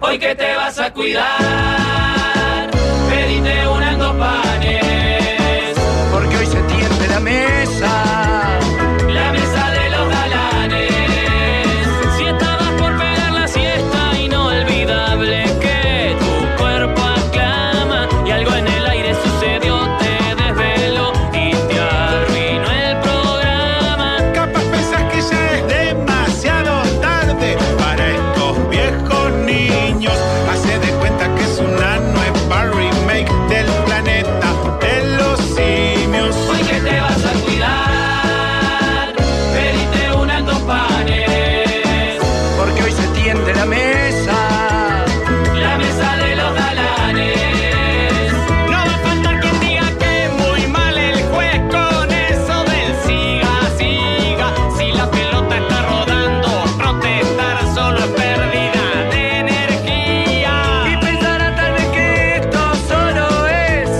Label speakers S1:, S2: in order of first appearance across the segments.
S1: Hoy que te vas a cuidar, pedite unas dos panes.
S2: Porque hoy se tiende la mesa.
S1: La mesa de los galanes. Si estabas por pegar la siesta, inolvidable que tu cuerpo aclama. Y algo en el aire sucedió, te desveló y te arruinó el programa.
S3: Capaz pensás que ya es demasiado tarde para estos viejos niños. Hace de cuenta que es una nueva remake del planeta de los simios.
S1: Hoy que te vas a cuidar, pedite unas dos panes.
S2: Porque hoy se tiende la mesa.
S1: La mesa de los galanes. No va a faltar quien diga que muy mal el juez con eso del siga, siga. Si la pelota está rodando, protestar solo es pérdida de energía.
S2: Y pensará tal vez que esto solo es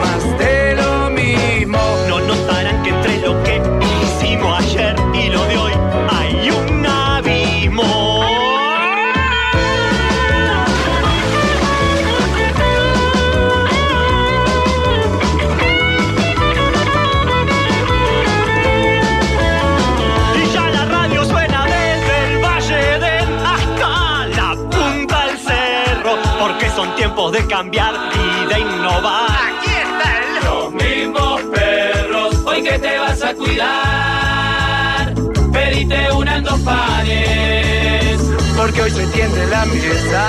S2: más de lo mismo.
S4: No notarán que entre lo que hicimos ayer y lo de hoy hay un abismo. Y ya la radio suena desde el Valle del hasta la punta del cerro, porque son tiempos de cambiar y de innovar.
S1: Los mismos perros, hoy que te vas a cuidar, pedite unas dos panes.
S2: Porque hoy se tiende la mesa.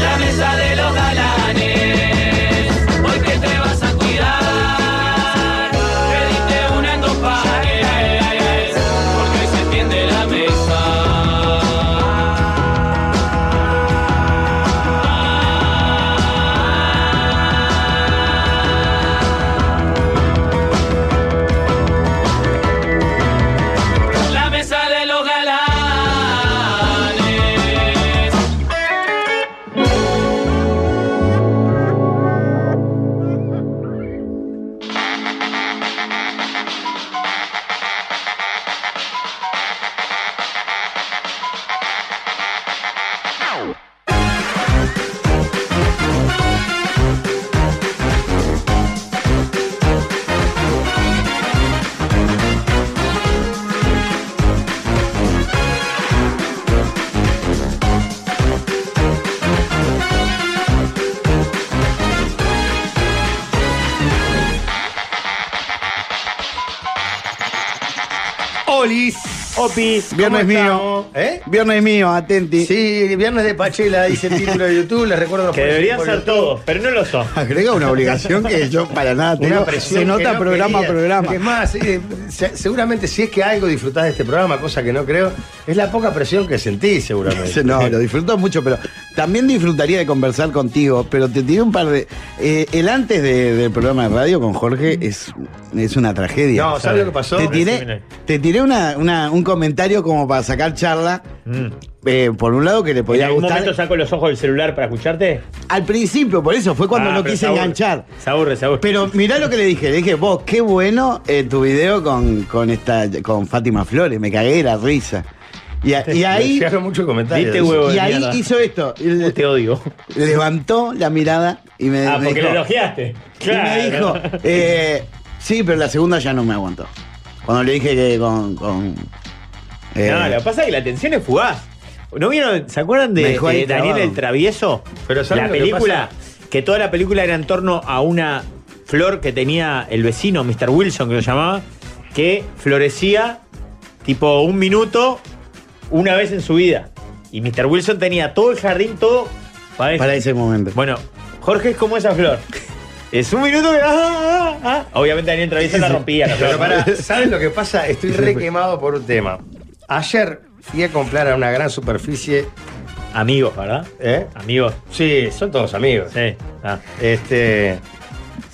S1: La mesa de los galanes, hoy que te vas a cuidar, pediste una en dos pares, porque hoy se tiende la mesa. La mesa de los galanes.
S5: Olis.
S6: Opi,
S5: Viernes mío.
S6: ¿Eh?
S5: Viernes mío, atenti.
S2: Sí, viernes de Pachela, dice el título de YouTube, les recuerdo
S6: Que deberían ser todos, pero no lo son.
S5: Agrega una obligación que yo para nada tengo.
S6: presión
S5: Se nota programa a programa.
S2: Es más, eh, se- seguramente si es que algo disfrutás de este programa, cosa que no creo, es la poca presión que sentí seguramente.
S5: No, lo disfruto mucho, pero también disfrutaría de conversar contigo, pero te tiré un par de... eh, el antes de- del programa de radio con Jorge es, es una tragedia.
S2: No, ¿sabes lo que pasó?
S5: te tiré,
S6: decímelo.
S5: te tiré una, una- un comentario como para sacar charla,
S6: Mm.
S5: eh, por un lado que le
S6: ¿En
S5: podía
S6: algún
S5: gustar.
S6: momento saco los ojos del celular para escucharte?
S5: Al principio, por eso, fue cuando
S6: Ah,
S5: lo
S6: pero
S5: quise
S6: se aburre.
S5: enganchar.
S6: Se aburre, se aburre.
S5: Pero mirá lo que le dije, le dije, vos, qué bueno eh, tu video con, con esta con Fátima Flores, me cagué de la risa. Y, a- y
S2: Me
S5: ahí,
S2: llegaron muchos comentarios.
S6: Diste
S2: de eso.
S6: huevo.
S5: y
S6: de
S5: ahí
S6: mierda.
S5: hizo esto. el-
S6: Te odio.
S5: levantó la mirada y me,
S6: Ah,
S5: me
S6: porque lo
S5: dijo,
S6: elogiaste.
S5: y me dijo, eh, sí, pero la segunda ya no me aguantó. Cuando le dije que con... con, eh,
S6: No, lo que pasa es que la atención es fugaz. ¿No vieron? ¿Se acuerdan
S5: Me
S6: de,
S5: dejó ahí
S6: de Daniel
S5: trabado.
S6: el Travieso?
S2: Pero ¿saben
S6: la
S2: lo que
S6: película, que, toda la película era en torno a una flor que tenía el vecino, Mr. Wilson, que lo llamaba, que florecía tipo un minuto, una vez en su vida. Y Mr. Wilson tenía todo el jardín, todo para eso.
S5: para ese momento.
S6: Bueno, Jorge es como esa flor. Es un minuto que. ah, ah, ah. Obviamente Daniel Travieso la rompía. la
S2: Pero
S6: flor.
S2: pará, ¿saben lo que pasa? Estoy re quemado por un tema. Ayer fui a comprar a una gran superficie.
S6: Amigos, ¿verdad?
S2: ¿eh?
S6: Amigos.
S2: Sí, son todos amigos.
S6: Sí. Ah.
S2: Este.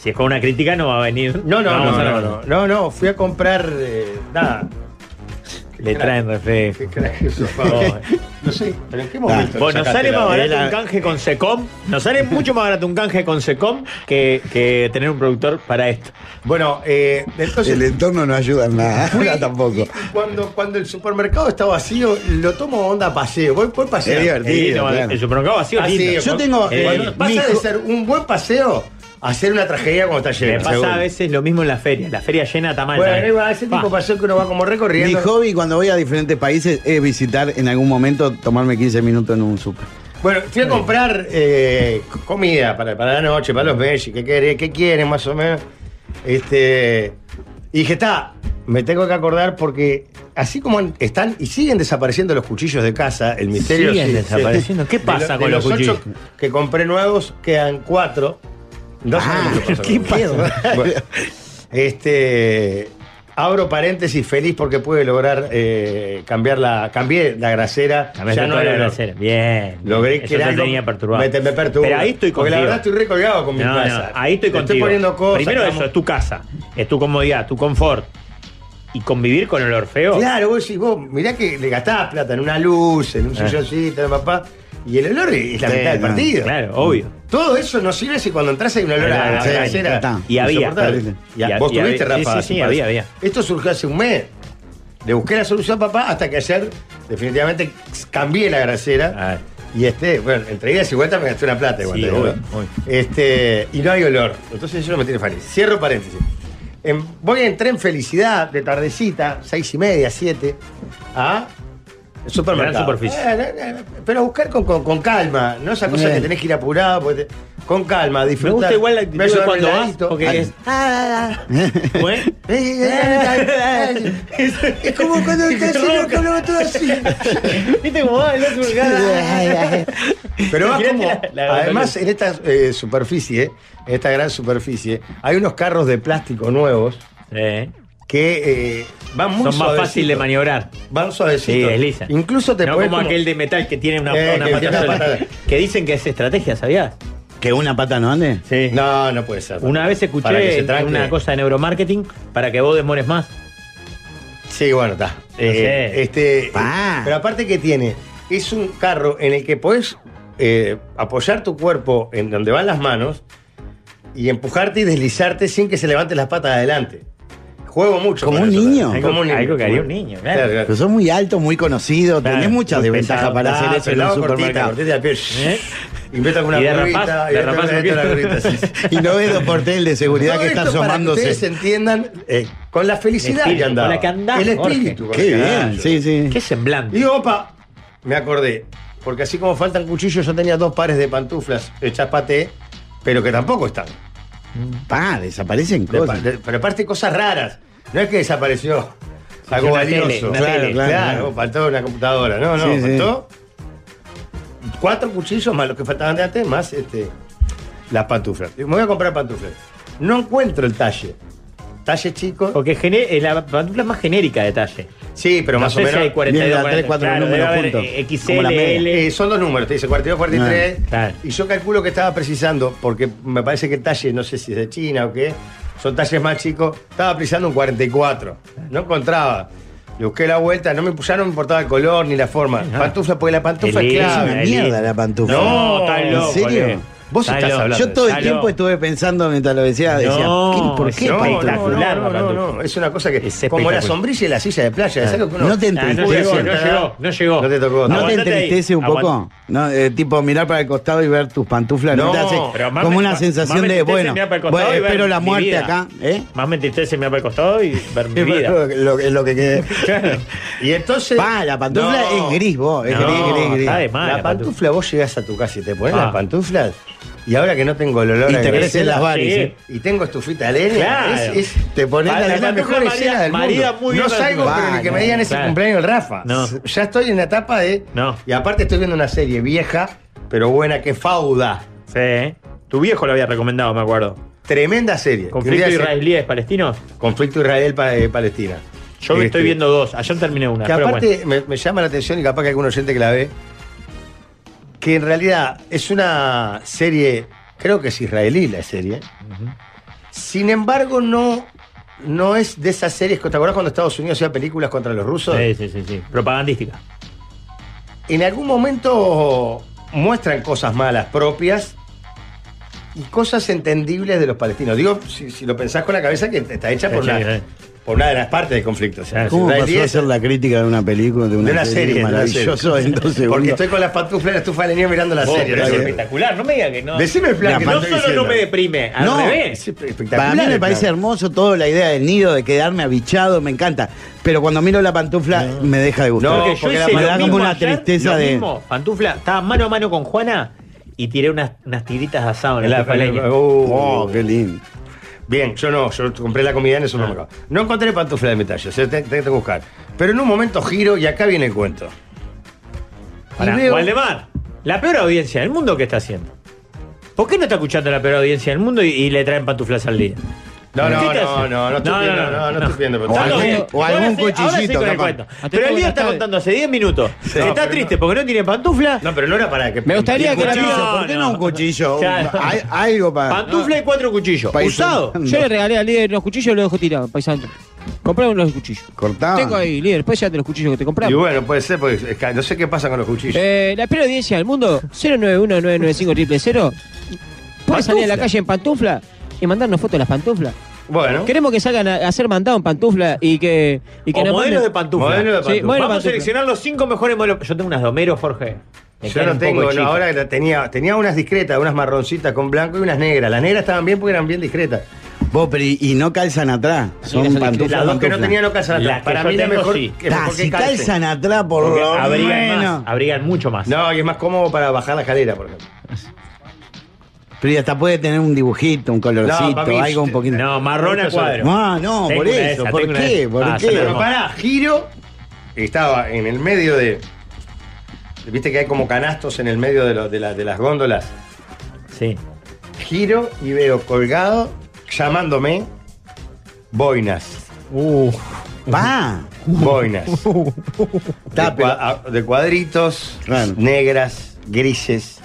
S6: Si es con una crítica no va a venir.
S2: No, no,
S6: vamos
S2: no,
S6: a
S2: no,
S6: la-
S2: no, no, no, fui a comprar eh, nada.
S6: Le traen refresco. Oh.
S2: Qué crack eso, Pablo. No sé, pero ¿en qué momento?
S6: Bueno, nos
S2: sacaste
S6: sale más
S2: la-
S6: barato
S2: la-
S6: un canje con Secom. Nos sale mucho más barato un canje con Secom que, que tener un productor para esto.
S2: Bueno, eh, entonces.
S5: El entorno no ayuda en nada,
S2: fui
S5: ahora tampoco.
S2: y Cuando, cuando el supermercado está vacío, lo tomo onda a paseo. Voy Ah, por paseo.
S5: Es divertido.
S6: Sí, no,
S5: claro.
S6: El supermercado vacío es lindo.
S2: Yo
S5: Yo tengo,
S2: tengo.
S6: eh,
S2: cuando
S6: mi
S2: pasa de
S6: hijo-
S2: ser un buen paseo a ser una tragedia cuando está lleno.
S6: Me pasa
S2: seguro.
S6: a veces lo mismo en la feria. La feria llena está mal.
S2: Bueno,
S6: también.
S2: ahí va, ese tipo
S6: Pa.
S2: de paseo que uno va como
S5: Mi
S2: recorriendo.
S5: hobby cuando voy a diferentes países es visitar en algún momento, tomarme 15 minutos en un súper.
S2: Bueno, fui a comprar eh, c- comida para, para la noche, para los bellos, ¿qué quieren? ¿Qué quieren más o menos? Este, y dije, está, me tengo que acordar porque así como han- están y siguen desapareciendo los cuchillos de casa, el misterio
S6: Siguen
S2: sí, sí.
S6: desapareciendo. ¿Qué
S2: De
S6: pasa
S2: de
S6: con los cuchillos?
S2: ocho que compré nuevos quedan cuatro. No
S6: Ah,
S2: sabemos qué pasa. con los cuchillos. Bueno, este, abro paréntesis, feliz porque pude lograr eh, cambiar la, cambié la grasera.
S6: Cambiaste toda
S2: hay
S6: la
S2: olor.
S6: grasera. Bien.
S2: Logré
S6: Eso
S2: que
S6: te
S2: era algo-
S6: tenía perturbado.
S2: Me, te- me perturba.
S6: Pero ahí estoy
S2: Porque la
S6: contigo.
S2: verdad estoy recolgado con mi
S6: No, no,
S2: casa.
S6: ahí estoy
S2: Le
S6: contigo.
S2: Estoy poniendo cosas.
S6: Primero
S2: estamos-
S6: eso, es tu casa, es tu comodidad, tu confort. Y convivir con el orfeo.
S2: Claro, vos decís, vos mirá que le gastabas plata en una luz, en un
S6: Ah.
S2: silloncito, en papá. Y el olor es la
S5: Sí,
S2: mitad del
S5: no,
S2: partido.
S6: Claro, obvio.
S2: Todo eso no sirve si cuando entras hay un olor a
S6: Claro,
S2: la
S6: claro,
S2: grasera.
S5: está.
S6: Y había,
S2: insoportable.
S6: y ha-
S2: Vos
S6: y había-
S2: tuviste,
S6: sí,
S2: Rafa.
S6: sí, sí,
S2: me
S6: había,
S2: parece.
S6: había.
S2: Esto surgió hace un mes. Le busqué la solución, papá, hasta que ayer definitivamente cambié la grasera.
S6: Ah.
S2: Y este, bueno, entre ideas y vueltas me gasté una plata igual.
S6: Sí,
S2: te digo,
S6: obvio,
S2: ¿no?
S6: obvio.
S2: Este, y no hay olor. Entonces eso no me tiene feliz. Cierro paréntesis. Em, voy en tren felicidad de tardecita, seis y media, siete, a el supermercado.
S6: Gran ¿ah? superficie.
S2: Eh, eh, eh, pero a buscar con, con- con calma, no esa cosa
S5: Bien.
S2: que tenés que ir apurado, porque te- con calma,
S6: Me
S2: disfrutar.
S6: gusta igual la
S2: Beso
S6: actitud
S2: en
S6: de
S2: el
S6: cuando vas,
S2: ladito.
S6: porque
S2: Ah,
S6: es.
S2: eh, es como cuando estás haciendo calor todo así.
S6: ¿Viste cómo va el otro
S2: Pero vas
S6: Mirá
S2: como-
S6: la- la-
S2: además, en esta eh, superficie, en esta gran superficie, hay unos carros de plástico nuevos
S6: Eh,
S2: que eh, van muy
S6: Son más
S2: suavecitos.
S6: fáciles de maniobrar.
S2: Van
S6: Sí,
S2: suavecitos.
S6: desliza.
S2: Incluso te
S6: no
S2: podés
S6: como, aquel de metal que tiene una,
S2: Eh,
S6: una
S2: que tiene
S6: pata
S2: una
S6: sola.
S2: patada.
S6: Que dicen que es estrategia, ¿sabías?
S5: ¿Que una pata no ande?
S6: Sí.
S2: No, no puede ser.
S6: Una vez
S2: Para que se
S6: escuché
S2: tranque.
S6: una cosa de neuromarketing para que vos demores más.
S2: Sí, bueno, está. Eh,
S6: sé.
S2: Este,
S5: Pa.
S2: pero aparte que tiene, es un carro en el que podés eh, apoyar tu cuerpo en donde van las manos y empujarte y deslizarte sin que se levanten las patas adelante. Juego mucho.
S5: Como
S2: con
S5: un
S2: eso
S5: niño.
S2: también. Como un niño.
S6: Algo que haría un niño, claro.
S5: Pero sos muy alto, muy conocido,
S6: Claro,
S5: tenés muchas
S6: muy
S5: desventajas
S6: pesado.
S2: Ah,
S5: para hacer eso en un supermercado.
S6: ¿Eh?
S2: Inventa alguna
S6: Y derrapás,
S2: curvita, y
S6: derrapás
S2: esto-
S6: un
S2: esto, la
S6: poquito.
S2: curvita, sí, sí.
S5: Y no ves los porteles de seguridad
S2: Todo
S5: que están
S2: esto para que
S5: asomándose.
S2: ustedes entiendan eh, con la felicidad
S6: El espíritu,
S2: que andaba.
S6: con la que andaba,
S2: El
S6: Jorge.
S2: espíritu. con
S5: Qué
S2: la que andaba.
S5: bien, sí, sí.
S6: Qué semblante.
S2: Y opa, me acordé. Porque así como faltan cuchillos, yo tenía dos pares de pantuflas hechas paté, pero que tampoco están.
S5: Pa, desaparecen
S2: De pa-
S5: cosas.
S2: de- pero aparte cosas raras. No es que desapareció algo
S6: una tele,
S2: valioso.
S6: una
S2: claro,
S6: tele.
S2: claro,
S5: Claro.
S2: faltó una computadora. No, no,
S5: Sí, sí.
S2: faltó cuatro cuchillos más los que faltaban de antes, más este, las pantuflas. Digo, Me voy a comprar pantuflas. No encuentro el talle. Talle chico.
S6: Porque gene- es la pantufla más genérica de talle.
S2: Sí, pero
S6: No
S2: más
S6: sé si
S2: o menos.
S6: hay 42,
S5: Bien, la tres, cuatro
S6: claro,
S5: números
S6: debe haber,
S5: juntos,
S6: eh,
S5: como la media.
S6: XL,
S2: Eh, son dos números, te dice 42, 43.
S6: Ah, claro.
S2: Y yo calculo que estaba precisando, porque me parece que el talle, no sé si es de China o qué, son talles más chicos. Estaba precisando un 44. No encontraba. Le busqué la vuelta, no me, ya no me importaba el color ni la forma.
S6: Ajá.
S2: Pantufla, porque la pantufla es
S6: Elisa,
S2: clave.
S5: una mierda la pantufla.
S6: No,
S2: No,
S6: está
S2: ¿en
S6: loco.
S5: serio?
S6: eh.
S2: Vos
S6: Está
S2: estás
S6: loco.
S2: hablando
S5: Yo todo el
S6: Está
S5: tiempo
S6: loco.
S5: estuve pensando mientras lo decía, decía,
S6: No,
S5: ¿qué- ¿por qué
S6: es
S2: No,
S5: pantufla?
S2: no,
S6: espectacular la
S2: no, no,
S6: pantufla.
S2: no, es una cosa que.
S6: Es
S2: como la
S6: espectacular.
S2: sombrilla y la silla de playa. es algo que uno-
S5: No te
S6: Ah, no
S5: entristece.
S6: llegó, no llegó, no llegó.
S2: No te tocó.
S5: ¿No te
S6: Aguantate ahí,
S5: entristece un poco?
S6: aguanta-
S5: No, eh, tipo, mirar para el costado y ver tus pantuflas.
S2: No,
S5: No, te hace
S6: pero más
S5: como
S6: me-
S5: una
S6: más-
S5: sensación
S6: más me
S5: de,
S6: entristece
S5: bueno,
S6: mirar para el
S5: bueno,
S6: costado y ver
S5: espero la
S6: mi
S5: muerte
S6: vida.
S5: acá. ¿eh?
S6: Más me entristece mirar para el costado y ver mi vida.
S5: Lo, lo que quede.
S2: Y entonces.
S5: Pa, la pantufla
S2: No.
S5: es gris, vos. Es
S6: No,
S5: gris, gris, gris.
S6: está de más,
S2: la,
S6: la
S2: pantufla,
S6: pantufla.
S2: vos llegás a tu casa y te pones
S6: Ah.
S2: las pantuflas y ahora que no tengo el olor
S5: Y
S2: a
S5: te
S2: grasera,
S5: crecen las varices.
S6: Sí.
S2: y tengo estufita de leña,
S6: Claro.
S2: es- es- te pones
S6: Ah,
S2: la,
S6: la
S2: la
S6: pantufla
S2: mejor
S6: María-
S2: escena del
S6: María
S2: mundo.
S6: muy
S2: Ah, no
S6: bien
S2: salgo
S5: pantufla.
S2: pero ni que me digan ese
S6: Claro.
S2: cumpleaños el Rafa.
S6: No.
S2: Ya estoy en la etapa de
S6: No.
S2: y aparte estoy viendo una serie vieja, pero buena que es Fauda.
S6: Sí. ¿eh? Tu viejo lo había recomendado, me acuerdo.
S2: Tremenda serie.
S6: Conflicto
S2: Que un día
S6: israelíes palestinos.
S2: se- Conflicto Israel pa- eh, Palestina.
S6: Yo
S2: Este,
S6: estoy viendo dos. Ayer terminé una.
S2: Que
S6: pero
S2: aparte
S6: bueno.
S2: me, me llama la atención y capaz que algún oyente que la ve, que en realidad es una serie, creo que es israelí la serie. Sin embargo, no no es de esas series que te acordás cuando Estados Unidos hacía películas contra los rusos.
S6: Sí, sí, sí, sí. Propagandística.
S2: En algún momento muestran cosas malas propias y cosas entendibles de los palestinos. Digo, si, si lo pensás con la cabeza, que está hecha por,
S6: Sí,
S2: una,
S6: sí. Ah,
S2: por una de las partes del conflicto. O sea,
S5: ¿Cómo
S2: si
S5: pasó
S2: israelí
S5: a
S2: es-
S5: ser la crítica de una película, de una,
S2: de una serie,
S5: maravilloso
S2: de una serie.
S5: en dos
S2: Porque
S5: segundos?
S2: estoy con las pantuflas en la estufa de leña mirando la
S6: Oh,
S2: serie.
S6: pero
S2: ¿no?
S6: es
S2: Porque-
S6: espectacular, no me diga que no.
S2: Decime el plan.
S5: La
S2: que te
S6: no
S2: estoy
S6: solo no me
S2: diciendo.
S6: deprime, al
S5: No.
S2: Es
S6: revés.
S2: espectacular
S5: Para mí me
S2: el
S5: parece
S2: plan.
S5: hermoso toda la idea del nido, de quedarme abichado, me encanta. Pero cuando miro la pantufla, me deja de gustar.
S2: No,
S6: Porque yo
S2: porque la-
S6: hice
S5: me
S6: lo
S5: da
S6: mismo
S5: como una
S6: ayer,
S5: tristeza
S6: lo
S5: de.
S6: mismo. Pantufla, estaba mano a mano con Juana y tiré unas, unas tiritas de asado en la,
S2: La-
S6: estufa de leña.
S2: Oh,
S5: Oh, qué lindo. Ah.
S2: Bien, yo no, yo compré la comida en el supermercado. No encontré pantufla de metal, o sea, te- tengo que buscar. Pero en un momento giro y acá viene el cuento. Y
S6: Pará,
S2: veo-
S6: Waldemar, la peor audiencia del mundo que está haciendo. ¿Por qué no está escuchando la peor audiencia del mundo y, y le traen pantuflas al día?
S2: No,
S6: ¿Qué
S2: no,
S6: te hace?
S2: no, no, no estoy pidiendo, no, no estoy pidiendo
S5: O
S2: pantufla.
S5: algún-
S6: bien.
S5: o
S6: Ahora
S5: algún
S6: sí, ahora sí con
S5: cuchillito,
S6: el
S5: capaz.
S6: cuento.
S7: Atento,
S6: Pero el día
S7: buenas
S6: está
S7: tardes.
S6: contando hace 10 minutos que
S2: No,
S6: está
S2: pero
S6: triste porque no tiene pantufla.
S2: No, pero no era para que.
S7: Me gustaría que la
S6: Cuchillo.
S7: pieza-
S5: ¿Por qué no un cuchillo?
S6: Claro.
S5: Hay- Algo para.
S6: Pantufla y cuatro cuchillos.
S5: País-
S6: Usado.
S5: No.
S7: Yo le regalé al líder los cuchillos y los dejó tirado, paisano. Compramos los cuchillos.
S5: Cortado.
S7: Tengo ahí, líder, después ya de los cuchillos que te
S2: Y
S7: compramos.
S2: bueno, puede ser, porque es que no sé qué pasa con los cuchillos.
S7: Eh, la peor audiencia del mundo, 091995000. Puedes salir a la
S6: Pantufla.
S7: calle en pantufla y mandarnos fotos de las pantuflas.
S2: Bueno,
S7: Queremos que salgan a, a ser mandados en pantufla y que, y que
S6: o
S7: nos
S6: modelos de
S7: manden-
S6: pantufla.
S2: Modelo de
S7: Sí, pantufla. modelo de
S6: Vamos a
S7: pantufla.
S6: seleccionar los cinco mejores modelos. Yo tengo unas de Homero, Jorge. Me
S2: yo
S6: quedan
S2: no
S6: un
S2: tengo,
S6: poco
S2: no,
S6: chicas.
S2: ahora que la tenía, tenía unas discretas, unas marroncitas con blanco y unas negras. Las negras estaban bien porque eran bien discretas.
S5: Vos, pero y, y no calzan atrás. Son
S7: calzan
S5: pantuflas.
S2: Las dos que no
S5: pantuflas.
S2: tenía no calzan atrás.
S6: Las que
S2: Para
S6: yo
S2: mí la
S6: tengo,
S2: mejor
S6: sí.
S2: que
S5: Ta,
S2: porque
S5: si
S2: calcen.
S5: calzan atrás, por
S6: Porque
S5: lo
S6: abrigan,
S5: menos.
S6: más, abrigan mucho más.
S2: No, y es más cómodo para bajar la escalera, por ejemplo.
S5: Pero y hasta puede tener un dibujito, un
S2: No,
S5: colorcito,
S2: para mí-
S5: algo un poquito.
S6: No, marrón a cuadro.
S5: Ah, no,
S6: Tengo
S5: por
S6: una de
S5: eso,
S6: esas,
S5: ¿por
S6: tengo una
S5: qué?
S6: de esas.
S5: ¿Por
S6: Ah,
S5: qué?
S6: son
S2: Pero
S6: hermosas.
S2: pará, giro. Estaba en el medio de. Viste que hay como canastos en el medio de, lo- de la- de las góndolas.
S6: Sí.
S2: Giro y veo colgado, llamándome, boinas.
S5: Va.
S2: Boinas. de,
S5: Ta, pero-
S2: cua- a- de cuadritos,
S5: Claro.
S2: negras, grises.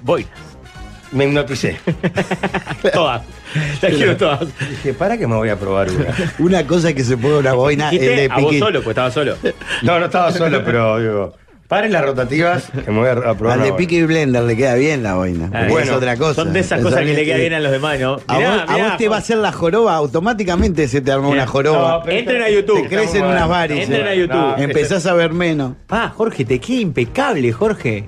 S6: Voy.
S2: Me hipnoticé.
S6: Todas. Las quiero todas.
S2: Dije, para que me voy a probar una.
S5: Una cosa que se puede una boina es
S6: Dijiste
S5: de
S6: a vos
S5: piquín.
S6: solo, pues estaba solo.
S2: No, no estaba solo, pero digo, paren las rotativas que me voy a, a probar.
S5: Al
S2: una
S5: de
S2: boina.
S5: Piqui Blender le queda bien la boina.
S6: Ah,
S5: porque
S2: bueno,
S5: es otra cosa.
S6: Son de esas
S5: Es
S6: cosas que
S5: alguien
S6: le queda bien a los demás, ¿no?
S5: A,
S6: Mirá,
S5: vos, a
S6: mirá,
S5: vos te va a hacer la joroba, automáticamente se te arma
S6: Mirá.
S5: una joroba.
S2: No, pero
S6: Entren
S2: está-
S6: a YouTube.
S5: Te crecen
S2: está muy
S5: unas
S2: bueno.
S5: varices.
S6: Entren a YouTube.
S2: No,
S5: Empezás a ver menos.
S6: Pa, Jorge, te queda impecable, Jorge.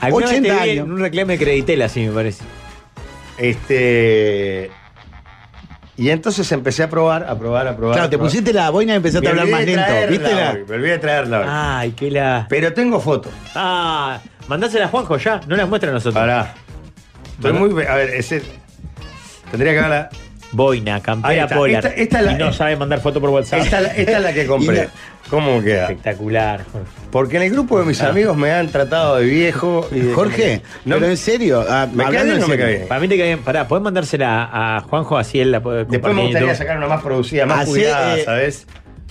S6: Alguna vez
S5: 80
S6: te vi
S5: años.
S6: en un reclame de Creditel, así me parece.
S2: Este. Y entonces empecé a probar, a probar, a probar.
S5: Claro,
S2: a
S5: te
S2: probar.
S5: pusiste la boina y empezaste
S2: Me
S5: a hablar
S2: olvidé
S5: más lento.
S2: de traerla
S5: ¿Viste Ah, la?
S2: hoy, Me olvidé de traerla hoy.
S6: Ay, qué la.
S2: Pero tengo fotos.
S6: Ah, mandáselas, Juanjo, ya. No las muestra a nosotros.
S2: Pará. Estoy
S6: Pará.
S2: muy. A ver, ese. Tendría que haberla.
S6: Boina,
S2: Ahí
S6: campera
S2: está,
S6: polar.
S2: esta- esta la-
S6: y no sabe mandar foto por WhatsApp.
S2: Esta, la- esta es la que
S5: Y
S2: compré.
S5: la-
S2: ¿Cómo queda?
S6: Espectacular, Jorge.
S2: Porque en el grupo de mis amigos me han tratado de viejo. y de-
S5: Jorge,
S2: No,
S5: pero en serio, ah,
S2: ¿Me cae
S5: hablando
S2: bien o
S5: en
S2: no me
S5: serio.
S2: cae bien?
S6: Para mí te cae bien. Pará, podés mandársela a Juanjo, así él la puede
S2: después me
S6: compartir en
S2: gustaría
S6: YouTube?
S2: sacar una más producida, más
S5: Hacé,
S2: cuidada,
S5: eh,
S2: ¿sabes?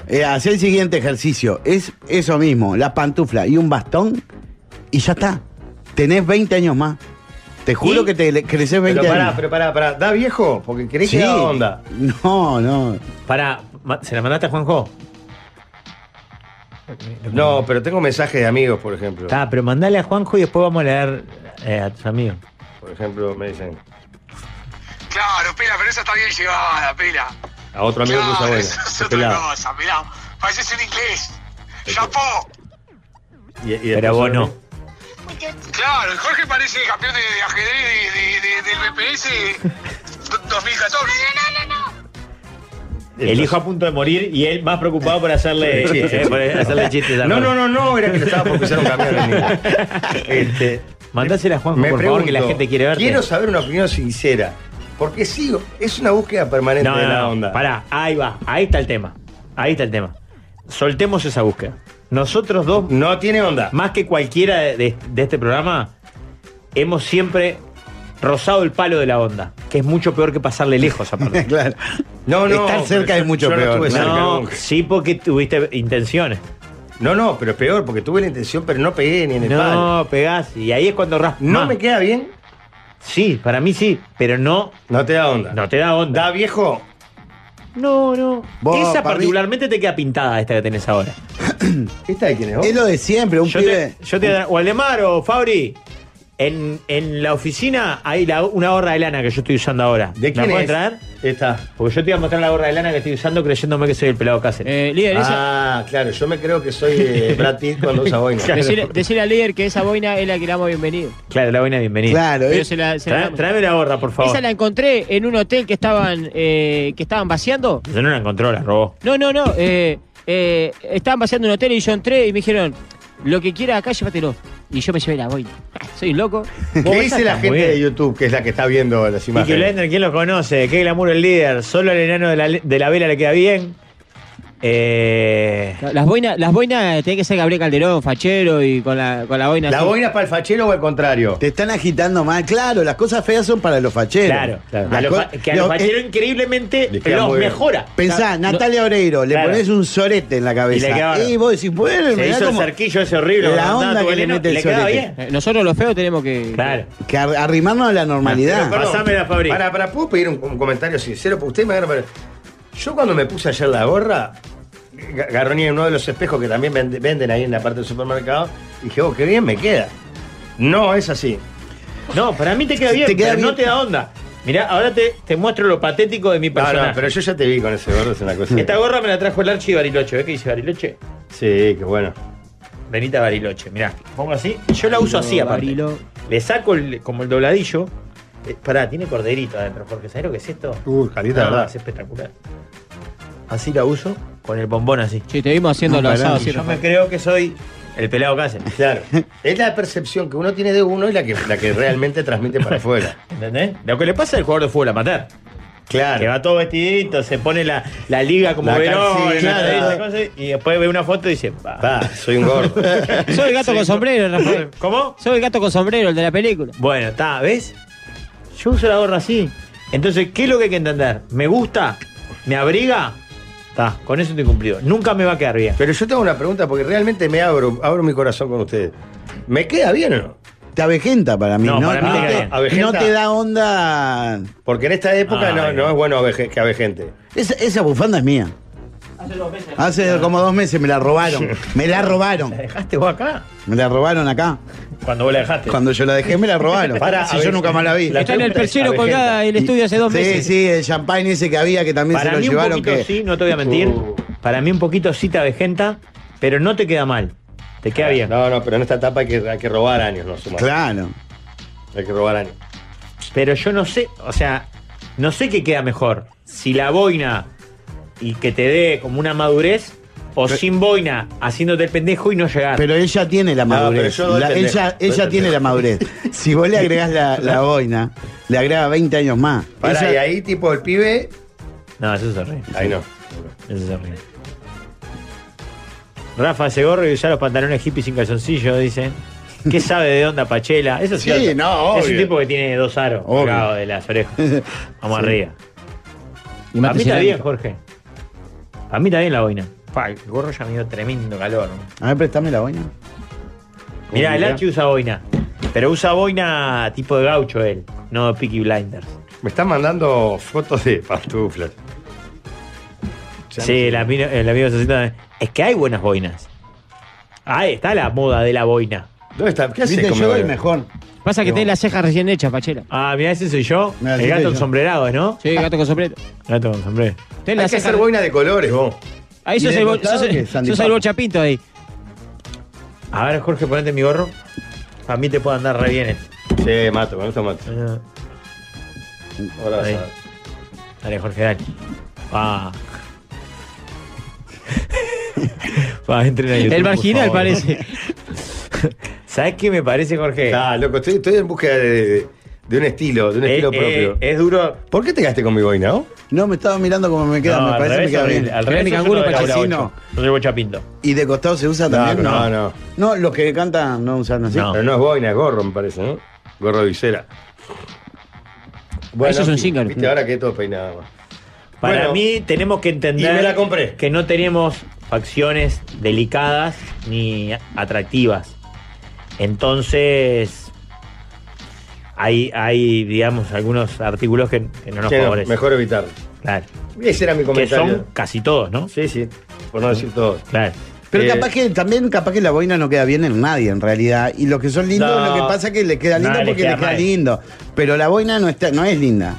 S5: Eh, hacé el siguiente ejercicio. Es eso mismo, las pantuflas y un bastón y ya está. Tenés 20 años más. Te juro
S6: ¿Y?
S5: que te le- creces 20
S2: Pero pará,
S5: años.
S2: pero pará, pará. ¿Da viejo? Porque querés
S5: Sí.
S2: que da onda.
S5: No, no.
S6: Pará, ma- ¿se la mandaste a Juanjo?
S2: No, pero tengo mensajes de amigos, por ejemplo.
S6: Está, pero mandale a Juanjo y después vamos a leer eh, a tus amigos.
S2: Por ejemplo, me dicen.
S8: Claro, pila, pero esa está bien llevada, pila.
S2: A otro amigo que
S8: claro,
S2: usa
S8: esa es otra
S2: buena.
S8: cosa, mirá. Pareces un inglés. Chapó.
S6: Pero vos no.
S8: Claro, el Jorge parece el campeón de, de ajedrez de, de- de- del BPS do- 2014.
S6: El hijo a punto de morir y él más preocupado por hacerle,
S2: Sí, sí.
S6: eh, por hacerle chistes. a
S2: No, no,
S6: Juanjo.
S2: no, no, era que le estaba por pisar un camión. en Lima. este,
S6: Mandásela a Juanjo, por favor, que la gente quiere verte.
S2: Quiero saber una opinión sincera. Porque sigo, es una búsqueda permanente
S6: No,
S2: de
S6: no,
S2: la
S6: no,
S2: onda.
S6: Pará, ahí va, ahí está el tema. Ahí está el tema. Soltemos esa búsqueda. Nosotros dos,
S2: No tiene onda.
S6: más que cualquiera de, de- de este programa, hemos siempre rozado el palo de la onda, que es mucho peor que pasarle lejos aparte.
S5: claro.
S2: No, no.
S5: Estar cerca
S2: pero
S5: es mucho
S2: yo
S5: peor,
S2: No, estuve
S5: claro.
S2: cerca
S6: no,
S2: nunca.
S6: sí porque tuviste intenciones.
S2: no, no, pero es peor, porque tuve la intención, pero no pegué ni en el palo.
S6: No, pegás. Y Ah. ahí es cuando raspas.
S2: No me queda bien,
S6: Sí, para mí sí, pero no,
S2: no te da onda.
S6: no te da onda.
S2: Da viejo,
S6: No, no.
S5: Vos,
S6: Esa
S5: para mí-
S6: particularmente te queda pintada esta que tenés ahora.
S2: ¿Esta de quién es? vos?
S5: Es lo de siempre, un
S6: Yo
S5: pibe.
S6: te, yo te- o Aldemar o Fabri, en, en la oficina hay la- una gorra de lana que yo estoy usando ahora.
S2: ¿De quién
S6: ¿La puedes
S2: es?
S6: traer?
S2: Esta.
S6: Porque yo te iba a mostrar la gorra de lana que estoy usando creyéndome que soy el pelado Cáceres.
S7: Eh, líder, esa-
S2: Ah, claro, yo me creo que soy eh, Brad Pitt cuando usa boina.
S6: Claro.
S7: decirle, decirle al líder que esa boina es la que le damos bienvenido.
S6: Claro, la buena bienvenida.
S5: Claro,
S2: eh.
S7: Pero
S5: es,
S7: se la, se la
S6: Trae-
S7: damos.
S6: Tráeme la gorra, por favor.
S7: Esa la encontré en un hotel que estaban, eh, que estaban vaciando.
S6: Yo no la encontró, la robó.
S7: No, no, no. eh, eh, estaban vaciando un hotel y yo entré y me dijeron, lo que quiera acá, llévatelo. Y yo me llevé la boina. Soy un loco.
S2: ¿Qué
S6: esa
S2: dice la
S6: está muy
S2: gente
S6: bien.
S2: de YouTube, que es la que está viendo las
S6: Y que
S2: imágenes?
S6: Blender, ¿quién lo conoce? Que glamour el líder. Solo el enano de la, de la vela le queda bien. Eh,
S7: Las boinas, las boinas tiene que ser Gabriel Calderón, fachero y con la, con la boina.
S2: ¿La
S7: así.
S2: boina es para el fachero o al contrario?
S5: te están agitando mal. Claro, las cosas feas son para los facheros.
S6: claro, claro.
S5: Las
S6: A los
S5: co-
S6: fa- que a los
S5: los-
S6: facheros
S5: eh,
S6: increíblemente
S2: les queda
S6: los
S2: muy bien.
S6: mejora.
S5: Pensá,
S6: No-
S5: Natalia Oreiro, le
S6: Claro.
S5: pones un sorete en la
S6: Y le
S5: cabeza.
S6: quedaron.
S5: Y, vos decís, bueno,
S6: Se
S5: mirá
S6: hizo el
S5: cómo-
S6: cerquillo ese horrible.
S5: La
S6: cuando
S5: onda
S6: andaba
S5: que le
S6: Tuveleno,
S5: mete el
S6: le queda
S5: sorete.
S6: bien.
S7: Eh, Nosotros los feos tenemos que...
S6: Claro.
S5: que ar- arrimarnos a la normalidad.
S6: Pero, Pasame la Fabri.
S2: Para, para, ¿puedo pedir un, un comentario sincero? Porque usted me agarra. Yo cuando me puse ayer la gorra, ga- Garroni en uno de los espejos que también vende- venden ahí en la parte del supermercado, dije, oh, qué bien me queda. No es así.
S6: No, para mí te queda bien,
S5: Te queda
S6: pero
S5: bien.
S6: no te da onda. Mirá, ahora te, te muestro lo patético de mi
S2: No,
S6: personaje.
S2: no, pero yo ya te vi con ese gorro, es una cosa.
S6: Esta gorra me la trajo el Archi Bariloche. ¿Ves qué dice Bariloche?
S2: Sí, qué bueno.
S6: Benita Bariloche, mirá. Pongo así. Yo la uso así, aparte.
S7: Barilo.
S6: Le saco el- como el dobladillo. Eh, pará, tiene corderito adentro, Jorge. ¿Sabés lo que es esto?
S2: Uh, calita,
S6: No,
S2: verdad.
S6: es espectacular. Así la uso, con el bombón así.
S7: Sí, te vimos haciendo
S5: No,
S7: los
S5: pará,
S7: asados. sí,
S5: y
S6: Yo
S7: Rafa.
S6: me creo que soy el pelado Cáceres.
S2: Claro. Es la percepción que uno tiene de uno y la que, la que realmente transmite para afuera.
S6: ¿Entendés? Lo que le pasa al jugador de fútbol amateur. Que
S2: Claro.
S6: va todo este- vestidito, se pone la, la liga como
S2: La
S6: Verón,
S2: calcina,
S6: ¿entendés?
S2: claro.
S6: Esa cosa, y después ve una foto y dice, "Pa".
S2: Va, soy un gordo.
S7: Soy el gato con sombrero, Rafael.
S6: ¿Cómo?
S7: Soy el gato con sombrero, el de la película.
S6: Bueno, está, ¿ves? Yo uso la gorra así. Entonces, ¿qué es lo que hay que entender? ¿Me gusta? ¿Me abriga? Está, con eso estoy cumplido. Nunca me va a quedar bien.
S2: Pero yo tengo una pregunta porque realmente me abro, abro mi corazón con ustedes. ¿Me queda bien o no?
S5: Te avejenta para mí.
S6: No,
S5: No,
S6: para mí
S5: No
S6: te queda
S5: te-
S6: bien.
S5: no
S2: Avejenta.
S5: te da onda.
S2: Porque en esta época
S6: Ay.
S2: no, no es bueno aveje- que avejente.
S5: Esa, esa bufanda es mía. Hace como dos meses me la robaron. Me la robaron.
S6: ¿La dejaste vos acá?
S5: Me la robaron acá.
S6: Cuando vos la dejaste.
S5: Cuando yo la dejé, me la robaron.
S2: Para,
S5: si
S2: a
S5: yo
S2: ver,
S5: nunca más la vi.
S2: la
S7: Está en el
S2: pregunta es,
S7: perchero
S2: Avejenta.
S7: colgada del estudio hace dos
S5: sí,
S7: meses.
S5: sí, el champagne ese que había que también
S6: Para
S5: se lo
S6: mí un
S5: llevaron.
S6: poquito
S5: Que...
S6: sí, no te voy a mentir.
S2: Uh.
S6: Para mí un poquito sí te avejenta, pero no te queda mal. Te queda bien.
S2: No, no, pero en esta etapa hay que, hay que robar años, no sumar.
S5: Claro.
S2: Hay que robar años.
S6: Pero yo no sé, o sea, no sé qué queda mejor. Si la boina y que te dé como una madurez, o sin boina, haciéndote el pendejo y no llegar.
S5: Pero ella tiene la
S2: No,
S5: madurez.
S2: Ah, pero yo doy
S5: La-
S2: pendejo,
S5: ella
S2: doy
S5: ella tiene
S2: pendejo.
S5: la madurez. Si vos le agregás la, la boina, le agrega 20 años más.
S2: Pará,
S5: Esa-
S2: y ahí tipo el pibe.
S6: No, eso es horrible.
S2: Ahí no.
S6: Eso es horrible. Rafa se gorro y usa los pantalones hippies sin calzoncillo, dicen. ¿Qué sabe de onda Pachela? Eso es
S5: Sí,
S6: cierto.
S5: no,
S6: Es un
S5: obvio.
S6: tipo que tiene dos aros
S5: Obvio.
S6: colgados de las orejas. Vamos
S5: Sí.
S6: arriba.
S7: Y
S6: A
S7: mate
S6: mí está bien,
S7: cerámico.
S6: Jorge. A mí está bien la boina. Pa, el gorro ya me dio tremendo calor. ¿no?
S5: A ver, préstame la boina.
S6: Mirá, el
S2: mirá.
S6: H usa boina. Pero usa boina tipo de gaucho él, no Peaky Blinders.
S2: Me están mandando fotos de pantuflas. Ya no
S6: Sí,
S2: sé.
S6: el amigo, el amigo se sienta- Es que hay buenas boinas. Ahí está la moda de la boina.
S2: ¿Dónde está? ¿Qué haces
S5: Viste,
S2: con mi
S5: yo doy
S2: boina?
S5: mejor.
S7: Pasa que tenés las cejas recién hechas, Pachela.
S6: Ah, mirá, ese soy yo.
S5: Mirá,
S6: el
S5: ese soy
S6: gato
S5: yo.
S6: ensombrerado, ¿no?
S7: Sí, gato con sombrero.
S6: Gato con sombrero.
S7: Tenés
S2: Hay
S7: las
S2: que hacer
S7: cejas.
S2: boina de colores, vos.
S7: Ahí
S5: Y
S7: sos
S5: de
S7: el, bo-
S5: costado
S7: sos el-
S5: que es Sandy
S7: sos el
S5: Papa.
S7: bochapinto ahí.
S6: A ver, Jorge, ponete mi gorro. A mí te puedo andar re bien. eh.
S2: Sí, mato, con esto mato.
S6: Ah,
S2: Ahora vas a
S6: Ahí.
S2: ver.
S6: Dale, Jorge, dale. Va. Va, entren a YouTube,
S7: El
S6: por
S7: marginal
S6: favor.
S7: parece.
S6: ¿Sabes qué me parece, Jorge?
S2: Ah, loco, estoy, estoy en búsqueda de, de un estilo, de un
S6: Eh,
S2: estilo
S6: eh,
S2: propio.
S6: es duro.
S2: ¿Por qué te quedaste con mi boina, vos?
S5: No, me estaba mirando cómo me queda.
S6: No,
S5: me
S6: al
S5: parece que me
S6: revés,
S5: queda
S6: horrible.
S5: bien.
S6: Al revés,
S7: Mirá mi
S6: yo
S7: canguro
S6: no la
S7: para
S6: hago
S5: el
S6: ocho. Yo llevo chapinto.
S5: ¿Y de costado se usa
S2: No,
S5: también?
S2: no,
S5: No,
S2: no.
S5: No, los que cantan no usan así.
S6: No.
S2: Pero no es boina, es gorro, me parece, ¿no? Gorro de visera.
S7: Eso es un cíngaro.
S2: Viste, ahora que todo peinado.
S6: Para
S2: Bueno,
S6: mí tenemos que entender
S2: y me la compré.
S6: que no tenemos facciones delicadas ni atractivas. Entonces hay, hay digamos, algunos artículos que, que no nos
S2: Sí, no,
S6: favorecen.
S2: mejor evitarlo.
S6: Claro.
S2: Ese era mi
S6: Que
S2: comentario.
S6: son casi todos, ¿no?
S2: Sí, sí, por no decir todo.
S6: Claro.
S5: Pero
S6: Eh,
S5: capaz que también, capaz que la boina no queda bien en nadie en realidad. Y los que son lindos,
S6: No.
S5: lo que pasa es que le queda
S6: No,
S5: lindo
S6: le
S5: porque
S6: queda
S5: le queda
S6: mal.
S5: lindo. Pero la boina no está, no es linda.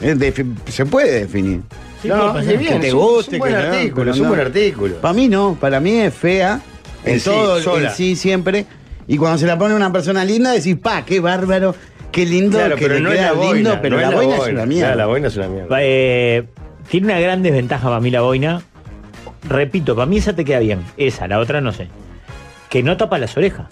S5: Es defi- se puede definir.
S6: sí, puede
S2: No,
S6: pasar.
S2: y bien,
S5: Que te
S2: es un-
S5: guste,
S2: es un buen
S5: que no,
S2: artículo,
S5: pero
S2: es un
S5: no.
S2: buen artículo.
S5: Para mí no, para mí es fea. En,
S2: En sí,
S5: todo,
S2: sola.
S5: en sí siempre. Y cuando se la pone una persona linda, decís, pa, qué bárbaro, qué lindo,
S2: Claro,
S5: que
S2: pero
S5: le
S2: no es
S5: queda
S2: la boina,
S5: lindo, pero
S2: no
S5: la, boina es una mierda.
S2: Claro, La boina es una mierda.
S6: Eh, tiene una gran desventaja para mí la boina. Repito, para mí esa te queda bien. Esa, la otra no sé. Que no tapa las orejas.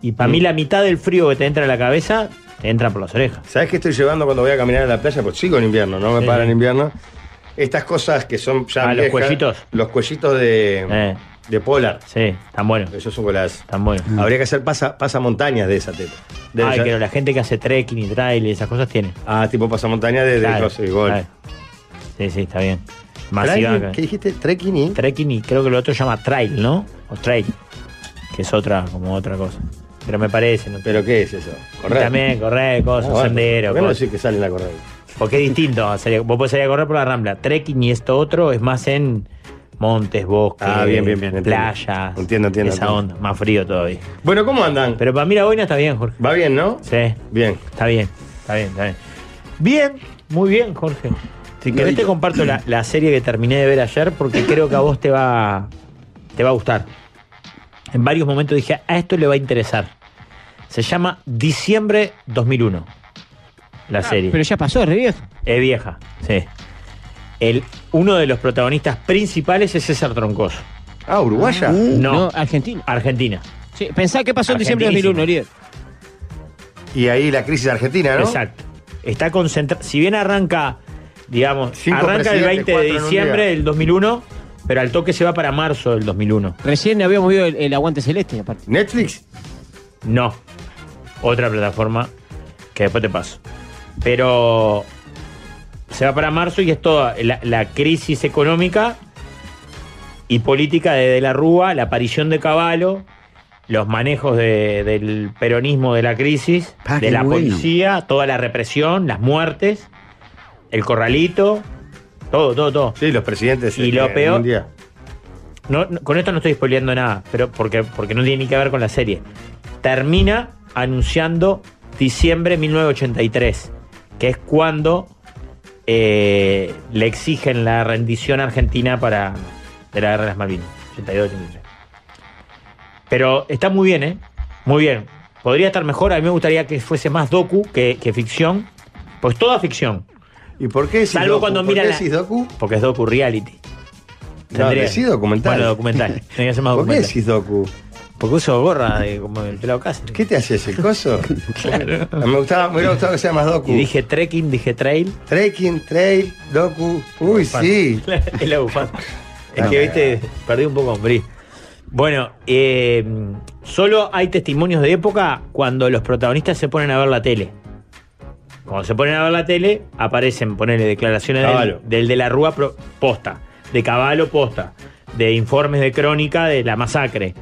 S6: Y para
S2: Mm.
S6: mí la mitad del frío que te entra a la cabeza, te entra por las orejas.
S2: ¿Sabes qué estoy llevando cuando voy a caminar a la playa? Pues sigo en invierno, no me
S6: Sí.
S2: paran en invierno. Estas cosas que son ya.
S6: Ah, los
S2: viejas,
S6: cuellitos.
S2: Los cuellitos de,
S6: Eh.
S2: de polar.
S6: Sí, tan bueno.
S2: Eso es un golazo.
S6: Tan bueno.
S2: Habría que hacer pasa, montañas de esa tela. Debe
S6: Ay,
S2: ser-
S6: pero la gente que hace trekking y trail y esas cosas tiene.
S2: Ah, tipo pasamontañas de, de
S6: Claro,
S2: cosas, igual.
S6: claro. Sí, sí, está bien. Masiva.
S2: Trekking, ¿Qué dijiste? Trekking y.
S6: Trekking y creo que lo otro se llama trail, ¿no? O trail. Que es otra, como otra cosa. Pero me parece, ¿no?
S2: ¿Pero qué es eso?
S6: Y También correr, cosas, sendero,
S2: Bueno,
S6: cosas.
S2: decir que salen a correr.
S6: Porque es distinto. o sea, Vos podés salir a correr por la rambla. Trekking y esto otro es más en montes, bosques,
S2: Ah, bien, bien, bien, entiendo.
S6: playas.
S2: Entiendo, entiendo,
S6: Esa
S2: entiendo.
S6: onda, más frío todavía.
S2: Bueno, ¿cómo andan?
S6: Pero para mí la boina está bien, Jorge.
S2: Va bien, ¿no?
S6: Sí,
S2: Bien.
S6: está bien, está bien, está bien. Bien, muy bien, Jorge. Si querés te comparto la, la serie que terminé de ver ayer porque creo que a vos te va, te va a gustar. En varios momentos dije, a esto le va a interesar. Se llama Diciembre 2001, la serie.
S7: Ah, Pero ya pasó, re viejo.
S6: Es vieja, sí. El, uno de los protagonistas principales es César Troncoso.
S2: Ah, Uruguaya.
S6: No,
S7: Argentina.
S6: Argentina.
S7: Sí, Uh, pensá qué pasó en diciembre de
S6: Argentinísimo.
S7: 2001, líder.
S2: Y ahí la crisis argentina, ¿no?
S6: Exacto. Está concentrado. Si bien arranca, digamos,
S2: Cinco
S6: arranca el
S2: presidentes,
S6: 20 de
S2: cuatro en un
S6: diciembre
S2: día.
S6: del 2001, pero al toque se va para marzo del 2001.
S7: Recién habíamos movido el, el aguante celeste, aparte.
S2: Netflix.
S6: No. Otra plataforma que después te paso. Pero se va para marzo y es toda la, la crisis económica y política de, De la Rúa, la aparición de Caballo, los manejos de- del peronismo de la crisis,
S5: Pa,
S6: de
S5: Ah, qué
S6: la
S5: bueno.
S6: policía, toda la represión, las muertes, el corralito, todo, todo, todo.
S2: Sí, los presidentes.
S6: Y
S2: eh,
S6: lo
S2: en
S6: peor-
S2: un día.
S6: No, no, con esto no estoy spoileando nada, pero porque, porque no tiene ni que ver con la serie. Termina anunciando diciembre 1983, que es cuando eh, le exigen la rendición argentina para de la guerra de las Malvinas, 82 83. Pero está muy bien, ¿eh? Muy bien. Podría estar mejor, a mí me gustaría que fuese más docu que, que ficción, pues toda ficción,
S2: ¿Y por qué decís
S6: Salvo
S2: docu?
S6: cuando
S2: ¿Por
S6: mira
S2: qué
S6: la-
S2: decís docu?
S6: porque es docu reality.
S2: No,
S6: Tendría-
S2: decí documental.
S6: Bueno, documental. Tendría que ser más
S2: ¿Por qué
S6: documental.
S2: decís docu?
S6: Porque uso gorra de, como el pelado Cáceres.
S2: ¿Qué te haces, el coso?
S6: Claro.
S2: Ah, me, gustaba, me hubiera gustado que sea más docu.
S6: Y dije trekking, dije trail.
S2: Trekking, trail, docu. Uy, sí.
S6: es la bufanda. Es que, viste, perdí un poco hombre. Bueno, eh, solo hay testimonios de época cuando los protagonistas se ponen a ver la tele. Cuando se ponen a ver la tele, aparecen, ponele declaraciones del-
S2: Caballo.
S6: del, de la Rúa pro- posta, de Caballo posta, de informes de crónica de la masacre.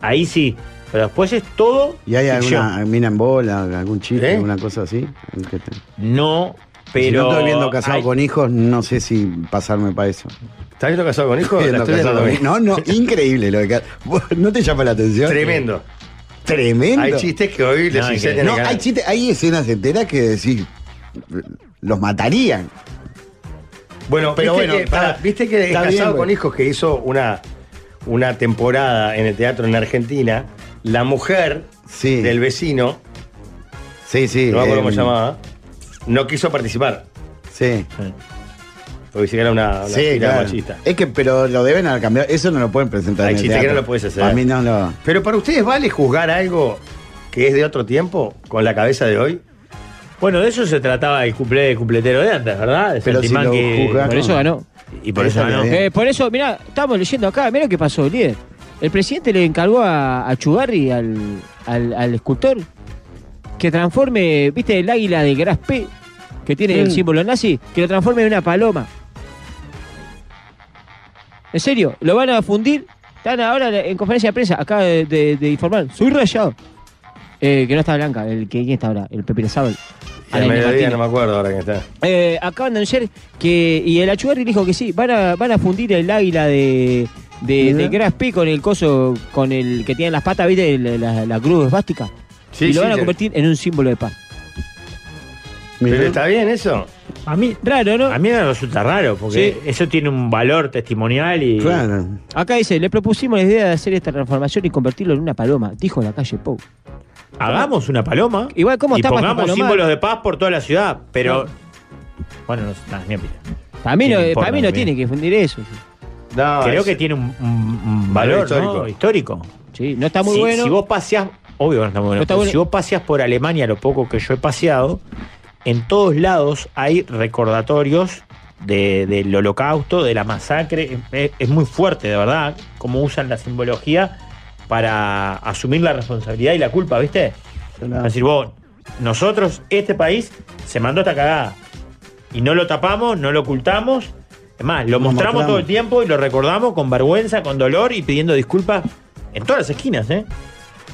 S6: Ahí sí, pero después es todo.
S5: ¿Y hay
S6: ficción.
S5: alguna mina en bola, algún chiste,
S2: ¿Eh?
S5: alguna cosa así? Que te-
S6: No, pero.
S5: si no estoy viendo casado
S6: hay-
S5: con hijos, no sé si pasarme para eso.
S2: ¿Estás viendo casado con hijos?
S5: Viendo
S2: La estoy
S5: Casado
S2: viendo
S5: con
S2: también.
S5: Hijos. No, no, increíble lo de Ca- ¿No te llama la atención?
S2: Tremendo.
S5: Tremendo.
S2: Hay chistes que hoy les
S6: No,
S2: enseñan
S5: No,
S2: acá.
S5: hay chistes, hay escenas enteras que decir los matarían.
S2: Bueno,
S5: Pero
S2: viste
S5: bueno,
S2: que, pará,
S5: pará.
S2: viste que
S5: Está
S2: Casado
S5: bien,
S2: con
S5: bueno.
S2: Hijos, que hizo una, una temporada en el teatro en Argentina, la mujer
S5: Sí.
S2: del vecino,
S5: Sí, sí.
S2: no me acuerdo
S5: eh,
S2: cómo se llamaba, no quiso participar,
S5: Sí.
S2: porque si era una, una
S5: Sí,
S2: tira
S5: claro.
S2: machista.
S5: Es que, pero lo deben haber cambiado. Eso no lo pueden presentar.
S2: Hay
S5: en el
S2: chistes que
S5: teatro.
S2: no lo podés hacer.
S5: A mí no lo.
S2: Pero para ustedes vale juzgar algo que es de otro tiempo con la cabeza de hoy.
S6: Bueno, de eso se trataba el cuplé de cupletero de antes, ¿verdad? De
S5: Pero si
S6: Santimán
S5: lo
S6: que-
S5: juzgan-
S7: Por
S5: no.
S7: eso ganó.
S6: Y por eso
S5: Esa
S6: ganó.
S5: la idea.
S7: Eh, por eso, mirá, estamos leyendo acá, mirá lo que pasó, líder. El presidente le encargó a, a Chugarri, al, al, al escultor, que transforme, viste, el águila de Graspe, que tiene el símbolo nazi, que lo transforme en una paloma. En serio, lo van a fundir. Están ahora en conferencia de prensa, acá de, de- de informar. Soy rayado. Eh, que no está blanca, el que quién está ahora, el Pepino Sábal. a la
S2: Al mediodía,
S7: Martínez.
S2: no me acuerdo ahora que está.
S7: Eh, acaban de anunciar que. Y el Achugarri dijo que sí, van a, van a fundir el águila de. De, de Graspi con el coso, con el que tiene en las patas, ¿viste? La, la- la cruz esvástica.
S2: Sí,
S7: y lo
S2: sí,
S7: van a
S2: sí.
S7: convertir en un símbolo de paz.
S2: Pero está bien eso.
S6: A mí,
S7: Raro, ¿no?
S6: a mí me resulta raro, porque eso tiene un valor testimonial y.
S5: Claro.
S7: Acá dice, le propusimos la idea de hacer esta transformación y convertirlo en una paloma, dijo la calle Pou.
S6: Hagamos una paloma.
S7: Igual, ¿cómo
S6: y
S7: está más que
S6: pongamos
S7: palomar?
S6: símbolos de paz por toda la ciudad, pero. Bueno, no sé, nada, ni opinión.
S7: Para mí,
S6: Sí,
S7: no,
S6: importa
S7: para mí no
S6: también.
S7: tiene que fundir eso.
S2: No,
S6: Creo
S2: es-
S6: que tiene un, un- un
S2: Ah, Valor
S6: valor ¿no? histórico.
S7: Sí, no está muy
S6: si,
S7: bueno.
S6: si vos paseás, obvio que no está muy bueno,
S7: No está
S6: pero
S7: bueno.
S6: si vos paseás por Alemania, lo poco que yo he paseado, en todos lados hay recordatorios de- del holocausto, de la masacre. Es, es muy fuerte, de verdad, cómo usan la simbología para asumir la responsabilidad y la culpa, ¿viste? Es decir, vos, nosotros, este país, se mandó esta cagada. Y no lo tapamos, no lo ocultamos. Es más, lo,
S5: Lo
S6: mostramos,
S5: mostramos.
S6: todo el tiempo y lo recordamos con vergüenza, con dolor y pidiendo disculpas en todas las esquinas, ¿eh?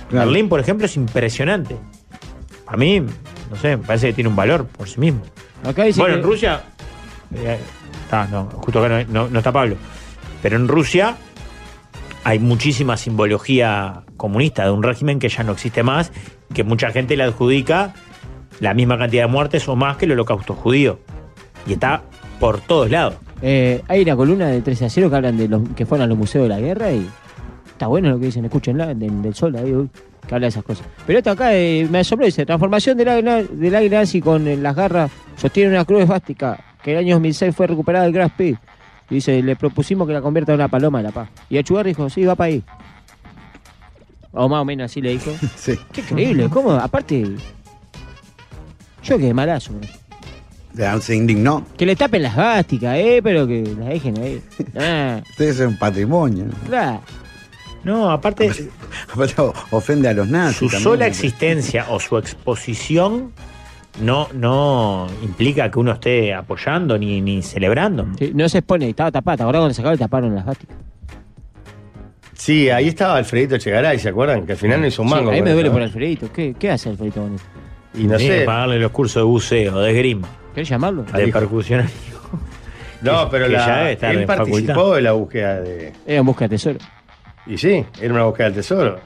S5: Claro.
S6: Berlín, por ejemplo, es impresionante. A mí, no sé, me parece que tiene un valor por sí mismo.
S7: Acá dice
S6: bueno,
S7: que-
S6: en Rusia. eh, está, no, justo acá no, no- no está Pablo. Pero en Rusia hay muchísima simbología comunista de un régimen que ya no existe más, que mucha gente le adjudica la misma cantidad de muertes o más que el holocausto judío. Y está por todos lados.
S7: eh, hay una columna de 13 a 0 que hablan de los que fueron a los museos de la guerra y está bueno lo que dicen, escúchenla, del, del sol ahí, uy, que habla de esas cosas. Pero esto acá eh, me asombró, dice, transformación del águila, del águila nazi con eh, las garras, sostiene una cruz esvástica, que en el año 2006 fue recuperada del Grass Pit. Y dice, le propusimos que la convierta en una paloma de la paz. Y Achugarri dijo, sí, va para ahí. O más o menos así le dijo.
S5: Sí.
S7: Qué increíble, ¿cómo? Aparte, yo quedé malazo. ¿no?
S5: Se indignó.
S7: Que le tapen las gásticas, eh, pero que las dejen ahí. Ah,
S5: Ustedes son patrimonio.
S7: claro.
S6: Eh. No, aparte,
S5: Aparte, Ofende a los nazis.
S6: su
S5: también.
S6: sola existencia o su exposición no, no implica que uno esté apoyando ni, ni celebrando.
S7: Sí, no se expone, estaba tapada. Ahora cuando se acabó le taparon las gásticas.
S2: Sí, ahí estaba Alfredito Chegaray, ¿se acuerdan? Que al final no hizo un
S7: Sí,
S2: mango.
S7: a mí
S2: con
S7: me
S2: eso, ¿eh?
S7: duele
S2: ¿no?
S7: por Alfredito. ¿Qué, qué hace Alfredito con esto?
S2: Y no
S6: Tiene que
S2: sé.
S6: pagarle los cursos de buceo, de esgrima,
S7: ¿Querés llamarlo?
S2: Al
S6: de
S2: hijo.
S6: percusión.
S2: No,
S6: que-
S2: pero
S6: que
S2: la-
S6: ya debe estar
S2: él
S6: en facultad.
S2: participó de la búsqueda de.
S7: Era en busca de tesoro.
S2: Y sí, era una búsqueda del tesoro.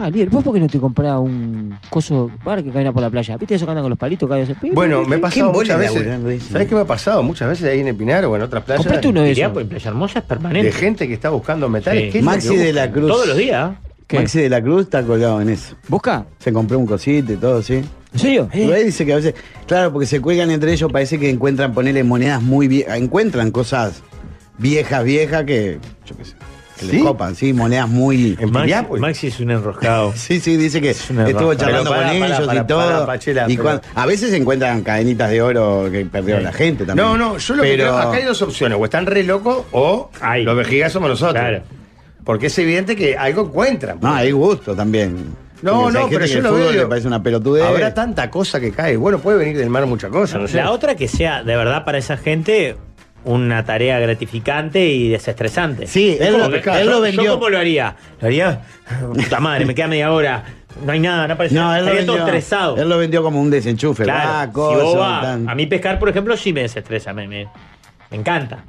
S7: Ah, líder, ¿vos por qué no te comprás un coso bar que camina por la playa? ¿Viste eso que andan con los palitos? Que hacen-
S2: Bueno, me ha pasado
S5: embole
S2: muchas
S5: laburar de
S2: veces.
S5: eso?
S2: ¿Sabés qué me ha pasado? Muchas veces ahí en Epinar o en otras playas.
S7: Comprate uno de
S6: Diría,
S7: esos.
S6: pues en Playa Hermosa es
S2: De
S6: permanente.
S2: gente que está buscando metales.
S6: Sí.
S2: ¿Qué es lo que
S5: Maxi de la Cruz.
S6: Todos los días. ¿eh?
S7: ¿Qué?
S5: Maxi de la Cruz está colgado en eso.
S7: ¿Busca?
S5: Se compró un cosito y todo, sí.
S7: ¿En serio?
S5: Pero ahí dice que a veces, claro, porque se cuelgan entre ellos, parece que encuentran ponerle monedas muy viejas, encuentran cosas viejas, viejas que, yo qué sé, que
S2: ¿Sí?
S5: les copan, sí, monedas muy.
S2: En
S6: Maxi,
S2: Piriápolis.
S6: Maxi es un enroscado.
S5: Sí, sí, dice que
S6: Es una
S5: estuvo
S6: rosca.
S5: charlando
S2: Pero pará,
S5: con
S2: pará,
S5: ellos
S2: pará,
S5: y todo.
S2: pará, Pachela,
S5: y
S2: pero-
S5: cuan- a veces se encuentran cadenitas de oro que perdió la gente también.
S2: No, no, yo lo que
S5: Pero-
S2: creo, acá hay dos opciones, o están re locos o
S6: Ay.
S2: los vejigas somos nosotros.
S6: Claro.
S2: Porque es evidente que algo encuentran.
S5: No, hay gusto también. Porque si
S2: No,
S5: hay
S2: no,
S5: gente
S2: pero
S5: que
S2: yo
S5: el
S2: lo
S5: fútbol
S2: veo.
S5: le parece una pelotudez.
S2: Habrá tanta cosa que cae. Bueno, puede venir del mar mucha cosa, no sé.
S6: La otra que sea de verdad para esa gente una tarea gratificante y desestresante.
S5: Sí,
S6: Es
S5: él
S6: como
S5: lo-
S6: que- yo-
S5: él lo
S6: ¿Yo
S5: vendió.
S6: cómo lo haría? Lo haría, puta madre, me queda media hora, no hay nada, no aparece
S5: No,
S6: nada.
S5: él lo,
S6: Estaría todo
S5: vendió,
S6: estresado.
S5: él lo vendió como un desenchufe.
S6: Claro,
S5: va,
S6: si
S5: cosa,
S6: vos vas-
S5: ah, tan-
S6: a mí pescar, por ejemplo, sí me desestresa, me, me- me encanta.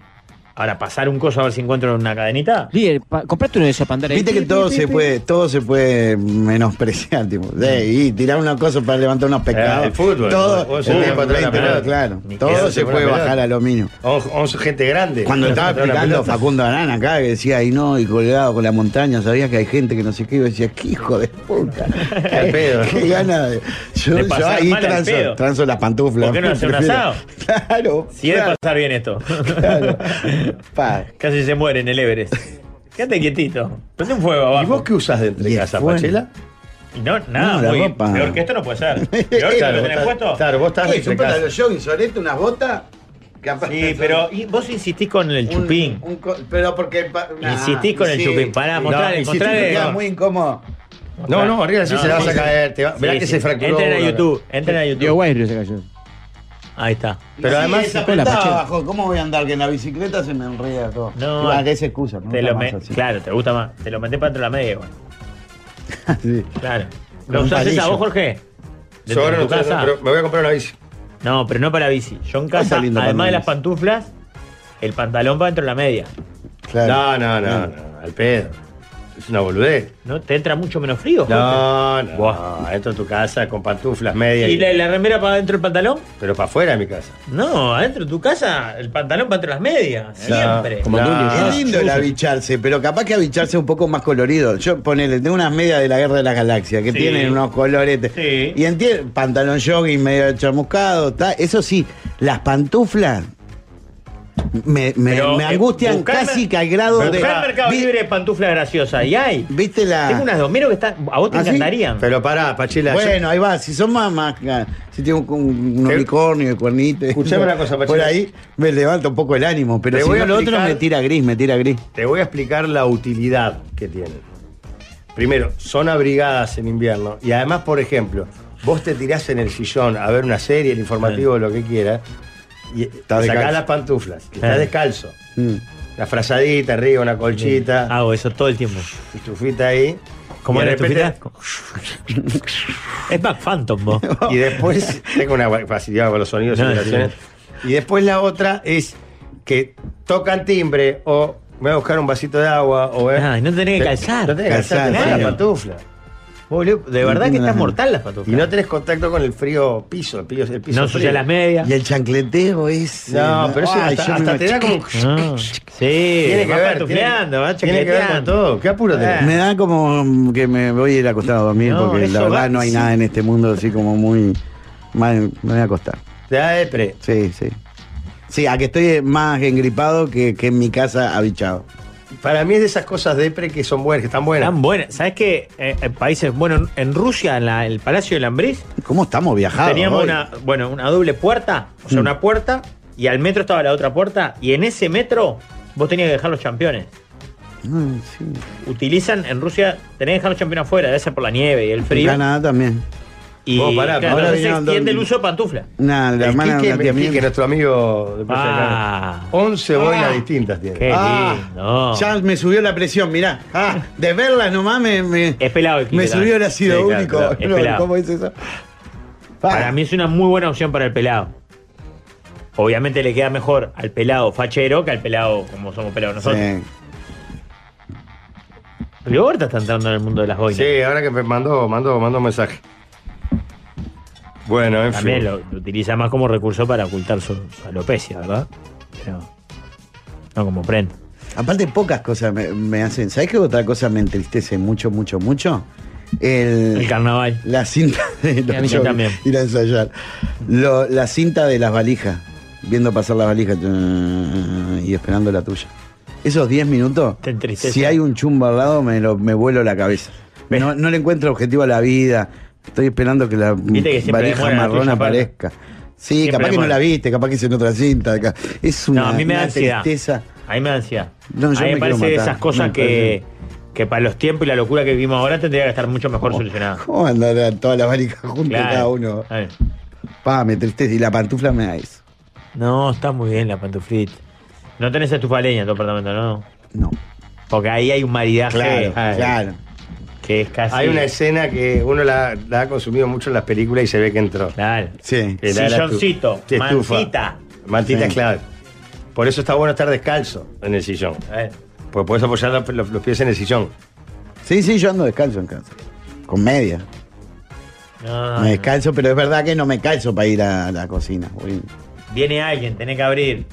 S6: Ahora, pasar un coso a ver si encuentro una cadenita.
S7: Líder, pa- comprate uno de esos para andar ahí.
S5: Viste que todo se puede, todo se puede menospreciar, tipo. de, y tirar una cosa para levantar unos pescados.
S2: Eh, el fútbol,
S5: Todo,
S2: vos sos
S5: Uh,
S2: tiempo atrás de la
S5: claro,
S2: pelota.
S5: claro.
S6: Ni
S5: Todo
S2: quedarse
S5: se
S2: con
S5: puede
S2: la
S5: bajar
S2: pelota.
S5: a lo mínimo.
S2: O- o gente grande.
S5: Cuando estaba
S2: Otra
S5: explicando
S2: pelota.
S5: Facundo Arana acá, que decía, y no, y colgado con la montaña, sabía que hay gente que no sé qué, y yo decía, qué hijo de puta.
S2: Al pedo.
S5: Qué gana de. Yo,
S6: De
S5: yo
S6: pasar
S5: ahí
S6: mal al
S5: transo,
S6: pedo.
S5: transo las pantuflas.
S6: ¿Por qué no hacer un
S5: Prefiero-
S6: asado?
S5: Claro.
S6: Si es de
S5: claro,
S6: pasar bien esto.
S5: claro. Pa,
S6: Casi se muere en el Everest. Quédate quietito. Prende un fuego abajo.
S2: ¿Y vos qué usás de entre
S5: Y
S2: casa,
S5: bueno.
S2: Pachela?
S6: Y no, nada,
S5: No, la
S6: muy-
S5: ropa.
S6: peor que esto no puede ser. Peor que lo que
S2: vos
S6: tenés
S2: estás-
S6: puesto.
S2: Claro, vos estás de
S5: ¿Qué?
S2: entre
S5: ¿Son para
S2: casa.
S5: los jogging, solete, unas botas? Capaz que
S6: Sí,
S5: son-
S6: pero y vos insistís con el
S5: Un-
S6: chupín.
S5: un co- pero porque. pa- nah,
S6: Insistís con el chupín. Pará, mostrá,
S2: No,
S6: encontrá
S2: insistí,
S6: el-
S5: Queda muy incómodo.
S2: No, no, arriba sí
S6: No,
S2: se la vas
S6: sí,
S2: a
S6: sí.
S2: caer. Te va-
S6: Sí,
S2: Verá que
S6: sí.
S2: se fracturó.
S6: Entren a
S2: uno,
S6: YouTube, entren a YouTube.
S7: Dio Guairo se cayó.
S6: Ahí está.
S2: Pero además,
S5: se
S7: con la pachera.
S5: abajo. ¿Cómo voy a andar? Que en la bicicleta se me enreda todo.
S6: No,
S5: Igual, que esa excusa.
S6: Te lo me- claro, te gusta más. Te lo metés para dentro de la media, igual. Claro.
S5: Con
S6: ¿Lo
S5: un
S6: usás esa
S5: palillo.
S6: vos, Jorge?
S2: Yo ahora no estoy- no, pero me voy a comprar una bici.
S6: No, pero no para bici. Yo en
S5: Está
S6: casa,
S5: lindo
S6: además
S5: pantalones.
S6: de las pantuflas, el pantalón va dentro de la media.
S2: No, no, no, no, al pedo. Es una boludez.
S6: ¿No? Te entra mucho menos frío, Jorge.
S2: No, no.
S6: Buah.
S2: Entro a tu casa con pantuflas medias.
S6: ¿Y
S2: y-
S6: la, la remera para dentro del pantalón?
S2: Pero para afuera de mi casa.
S6: No, adentro de tu casa, el pantalón para entre las medias. Siempre.
S2: Como
S5: No,
S2: Tulio, yo.
S5: es lindo el avicharse, pero capaz que avicharse un poco más colorido. Yo ponele, tengo unas medias de la guerra de las galaxias que
S6: Sí.
S5: tienen unos colores.
S6: Sí.
S5: Y entiende, pantalón jogging medio chamuscado, ta. eso sí, las pantuflas me, me-
S6: Pero,
S5: me
S6: eh,
S5: angustian
S6: buscá el-
S5: casi que al grado
S6: Buscá
S5: de.
S6: en Mercado
S5: Vi-
S6: Libre pantuflas graciosas. Y hay.
S5: ¿Viste la.?
S6: Tengo unas domero que están. A vos te
S5: ¿Ah, sí?
S6: encantarían.
S2: Pero pará, Pachila. yo-
S5: Bueno, ahí va, si son más, más si tengo un, un- un
S2: Te-
S5: unicornio de cuernito.
S2: Escuchame una cosa, Pachito.
S5: Por ahí me levanta un poco el ánimo, pero
S2: Te
S5: si
S2: voy
S5: no,
S2: a
S5: lo otro
S2: explicar-
S5: me tira gris, me tira gris.
S2: Te voy a explicar la utilidad que tienen. Primero, son abrigadas en invierno. Y además, por ejemplo, vos te tirás en el sillón a ver una serie, el informativo, lo que quieras, y te sacás
S5: descalzo.
S2: las pantuflas. y
S6: Claro.
S2: Estás descalzo.
S5: Mm.
S2: La frazadita arriba, una colchita,
S6: Hago eso todo el tiempo.
S2: estufita ahí.
S6: Como
S2: y de
S6: la
S2: repente-
S6: estupidez. Es Back Phantom, vos.
S2: Y después, tengo una facilidad con los sonidos y
S6: No,
S2: vibraciones.
S6: sí.
S2: Y después la otra es que tocan timbre o me voy a buscar un vasito de agua o voy a-
S6: Ah, y no tenés que
S2: Te-
S6: calzar.
S2: No tenés que calzar,
S5: Calzar,
S2: te pones la
S5: claro.
S2: pantufla.
S6: Boludo, De verdad que
S5: Ajá.
S6: estás mortal las pantuflas.
S2: Y no tenés contacto con el frío piso, el piso, el piso
S6: No
S2: frío.
S6: sucia las medias.
S5: Y el chancleteo es.
S2: No, pero eso
S5: Ay, yo me
S2: hasta, hasta te da
S5: imagino-
S2: como...
S6: Ah, sí,
S2: Tiene que
S6: va
S2: ver, tiene,
S6: pantufleando, va
S2: tiene que ver con
S6: chaqueteando. Ah.
S2: todo. ¿Qué apuro tenés?
S5: Me da como que me voy a ir acostado a dormir
S6: No,
S5: porque
S6: eso
S5: la verdad
S6: va-
S5: no hay
S6: sí.
S5: nada en este mundo así como muy. mal- me voy a acostar.
S2: Te da depre.
S5: Sí, sí. Sí, a que estoy más engripado que, que en mi casa habichado.
S2: Para mí es de esas cosas depre que son buenas, que están buenas.
S6: Tan buenas. ¿Sabes qué? Eh, en países, bueno, en Rusia, en la- el Palacio de Lambris,
S5: ¿Cómo estamos viajados?
S6: teníamos
S5: hoy?
S6: una, bueno, una doble puerta, o sea,
S5: Mm.
S6: una puerta, y al metro estaba la otra puerta, y en ese metro vos tenías que dejar los campeones.
S5: Mm, sí.
S6: Utilizan en Rusia, tenés que dejar los campeones afuera, debe ser por la nieve y el frío.
S5: En Canadá también.
S6: Y
S2: Vos
S6: claro,
S2: pará,
S5: ahora
S6: entonces
S5: vinieron
S6: extiende
S5: dos-
S6: el uso de pantufla.
S5: Una, la
S2: El
S5: hermana de
S2: Quique-
S5: una tía
S2: el Quique,
S5: mía.
S2: nuestro amigo de Plaza de Cana.
S6: Ah,
S2: 11 boinas distintas tiene.
S6: qué
S5: Ah,
S6: lindo.
S5: Ya me subió la presión, mirá. Ah, de verlas nomás me, me,
S6: Es pelado el Quique
S5: me
S6: también.
S5: subió el ácido
S2: Sí, claro,
S5: úrico.
S2: claro,
S6: es
S5: No,
S6: pelado.
S5: ¿Cómo es Ah. eso?
S6: Para mí es una muy buena opción para el pelado. Obviamente le queda mejor al pelado fachero que al pelado como somos pelados nosotros.
S5: Sí.
S6: Pero ahorita está entrando en el mundo de las boinas.
S2: Sí, ahora que me mandó, mandó, mandó un mensaje. Bueno, en
S6: También
S2: fin.
S6: lo, lo utiliza más como recurso para ocultar su, su alopecia, ¿verdad? Pero no como prenda.
S5: Aparte, pocas cosas me, me hacen. ¿Sabes qué otra cosa me entristece mucho, mucho, mucho? El,
S6: El carnaval.
S5: la cinta de
S6: a mí
S5: los jogging,
S6: también.
S5: ir a ensayar. Lo- la cinta de las valijas. Viendo pasar las valijas tun, y esperando la tuya. Esos 10 minutos,
S6: Te entristece.
S5: si hay un chumbo al lado, me, lo- me vuelo la cabeza. No, no le encuentro objetivo a la vida. Estoy esperando que la
S6: Viste que siempre
S5: valija
S6: demora la
S5: marrón
S6: tuya, aparte.
S5: aparezca. Sí,
S6: Siempre
S5: capaz que no
S6: demora.
S5: la viste, capaz que es en otra cinta. acá. Es una,
S6: no, a mí me da
S5: una
S6: ansiedad.
S5: tristeza.
S6: A mí me da ansiedad.
S5: No, yo
S6: a mí me
S5: me quiero
S6: parece de
S5: matar.
S6: esas cosas
S5: Me
S6: que, que para los tiempos y la locura que vivimos ahora tendría que estar mucho
S5: Oh.
S6: mejor solucionada.
S5: ¿Cómo andan todas las valijas juntas
S6: Claro.
S5: cada uno?
S6: A ver.
S5: Pa, me tristeza. Y la pantufla me da eso.
S6: No, está muy bien la pantuflita. No tenés estufaleña en tu apartamento, ¿no?
S5: No.
S6: Porque ahí hay un maridaje
S5: Claro,
S2: ay.
S5: claro.
S6: que es casi.
S2: Hay una escena que uno la, la ha consumido mucho en las películas y se ve que entró.
S6: Claro.
S5: Sí.
S2: Que la- la tu-
S6: Silloncito,
S2: Sí, estufa.
S6: mantita.
S2: Mantita
S5: Sí.
S2: es clave. Por eso está bueno estar descalzo en el sillón.
S6: A ver.
S2: Porque puedes apoyar la- los, los pies en el sillón.
S5: Sí, sí, yo ando descalzo en casa. Con media.
S6: No,
S5: me
S6: no.
S5: descalzo, pero es verdad que no me calzo para ir a la cocina. Voy
S6: Viene alguien, tenés que abrir.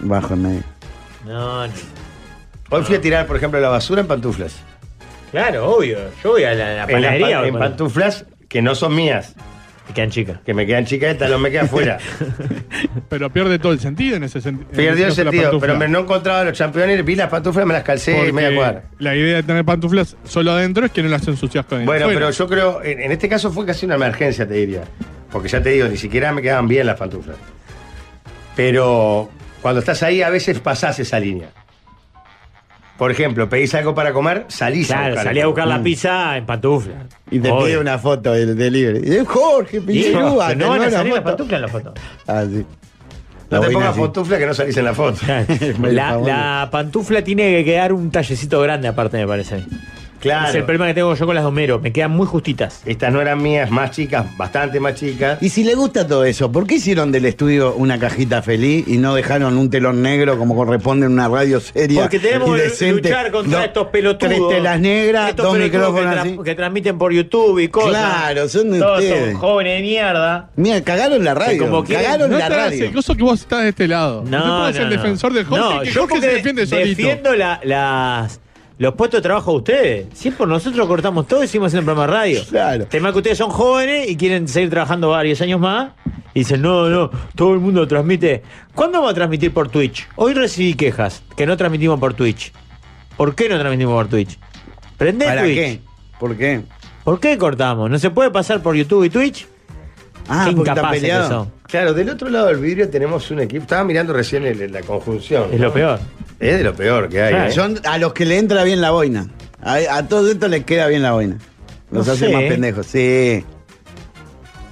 S5: bajo en medio.
S6: No, no.
S2: Hoy fui a tirar, por ejemplo, la basura en pantuflas.
S6: Claro, obvio. Yo voy a la, la
S2: En, las pa-
S6: panadería. voy
S2: en
S6: con-
S2: pantuflas que no son mías,
S6: Te quedan chicas.
S2: que me quedan chicas, el talón me queda afuera.
S9: Pero pierde todo el sentido en ese sentido.
S2: Perdió el sentido, pero me no encontraba los campeones, vi las pantuflas, me las calcé y media cuadra.
S9: La idea de tener pantuflas solo adentro es que no las ensucias con el
S2: Bueno,
S9: afuera.
S2: pero yo creo, en, en este caso fue casi una emergencia, te diría. Porque ya te digo, ni siquiera me quedaban bien las pantuflas. Pero cuando estás ahí, a veces pasás esa línea. Por ejemplo, pedís algo para comer, salís a
S6: Claro,
S2: buscar
S6: salí a
S2: algo.
S6: buscar la pizza en pantufla.
S5: Mm. Y te
S6: Obvio.
S5: pide una foto del delivery. Eh, Jorge,
S6: Y
S5: pide
S6: no,
S5: uva,
S6: pero
S5: te
S6: no van a
S5: mando una
S6: salir las
S5: foto.
S6: pantuflas en la foto.
S5: Ah, sí.
S2: No te
S5: boina
S2: pongas
S5: así.
S2: pantufla que no salís en la foto.
S6: Claro.
S5: Me
S6: La,
S5: favor.
S6: la pantufla tiene que quedar un tallecito grande aparte, me parece a mí.
S2: Claro.
S6: Es el problema que tengo yo con las de Homero. Me quedan muy justitas.
S2: Estas no eran mías, más chicas, bastante más chicas.
S5: Y si le gusta todo eso, ¿por qué hicieron del estudio una cajita feliz y no dejaron un telón negro como corresponde en una radio seria?
S6: Porque tenemos
S5: y
S6: que
S5: decente?
S6: luchar contra
S5: No,
S6: estos pelotudos.
S5: Tres telas negras,
S6: Estos
S5: dos
S6: pelotudos
S5: micrófonos
S6: que, tra-
S5: así.
S6: que transmiten por YouTube y cosas.
S5: Claro, son de
S6: Todos
S5: ustedes.
S6: son jóvenes de mierda.
S5: Mira, cagaron la radio.
S6: como quieren,
S5: cagaron
S9: No
S5: la
S9: estarás
S5: radio.
S9: incluso que vos estás de este lado.
S6: No,
S9: Usted puede ser
S6: no,
S9: el
S6: no.
S9: defensor del Jorge,
S6: No,
S9: que
S6: yo
S9: Jorge se
S6: porque
S9: defiende solito.
S6: Defiendo la- las, los puestos de trabajo de ustedes. Si es por nosotros cortamos todo y seguimos en el programa de radio.
S5: Claro.
S6: Tema que ustedes son jóvenes y quieren seguir trabajando varios años más. Y dicen, no, no, todo el mundo transmite. ¿Cuándo vamos a transmitir por Twitch? Hoy recibí quejas que no transmitimos por Twitch. ¿Por qué no transmitimos por Twitch? Prende
S5: ¿Para
S6: Twitch.
S5: qué? ¿Por qué?
S6: ¿Por qué cortamos? ¿No se puede pasar por YouTube y Twitch?
S5: Ah,
S6: Qué
S5: porque está
S6: incapaces que
S5: peleado.
S6: son.
S2: Claro, del otro lado del vidrio tenemos un equipo. Estaba mirando recién el- la conjunción.
S6: Es lo peor.
S2: Es de lo peor que hay.
S6: Claro.
S2: ¿eh?
S5: Son a los que le entra bien la boina. A, a todo esto les queda bien la boina. Los
S6: No
S5: hace
S6: sé,
S5: más
S6: ¿eh?
S5: pendejos. Sí, eh,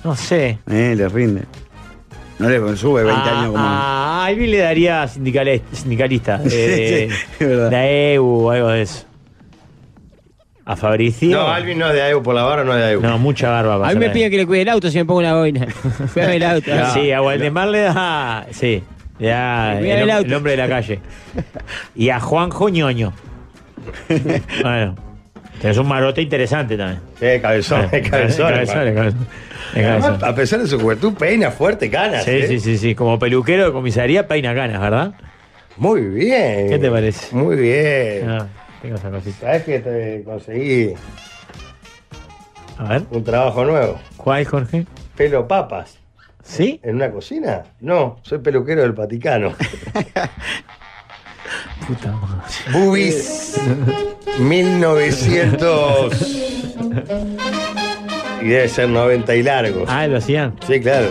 S6: No sé.
S5: les rinde. No les sube 20
S6: a,
S5: años como.
S6: a Alvin Ah, le daría sindicale- sindicalista.
S5: Sí,
S6: eh,
S5: sí, es verdad.
S6: la EU o algo de eso. A Fabricio.
S2: No, Alvin no es de AEU por la barra, no es de E AEU.
S6: No, mucha barba. para
S7: A mí me
S6: hacer
S7: piden que le cuide el auto si me pongo una boina. Cuídame el auto.
S6: ahí. Sí, a Waldemar le da. Sí. Le da
S7: Mira
S6: el,
S7: el
S6: hom-
S7: auto.
S6: el hombre de la calle. Y a Juanjo Ñoño. bueno. Tenés un marote interesante también.
S2: Sí, cabezón, cabezón.
S6: Cabezones, cabezones.
S2: Además,
S6: Cabezones.
S2: a pesar de su juventud, peina fuerte canas.
S6: Sí,
S2: ¿eh?
S6: sí, sí, sí. Como peluquero de comisaría, peina ganas, ¿verdad?
S2: Muy bien.
S6: ¿Qué te parece?
S2: Muy bien.
S6: Ah, tengo esa cosita.
S2: Sabes que te conseguí
S6: A ver.
S2: un trabajo nuevo.
S6: ¿Cuál, Jorge?
S2: Pelo papas.
S6: ¿Sí?
S2: ¿En una cocina? No, soy peluquero del Vaticano.
S6: Puta madre.
S2: Bubis 1900. Y debe ser 90 y largo.
S6: Ah, lo hacían.
S2: Sí, claro.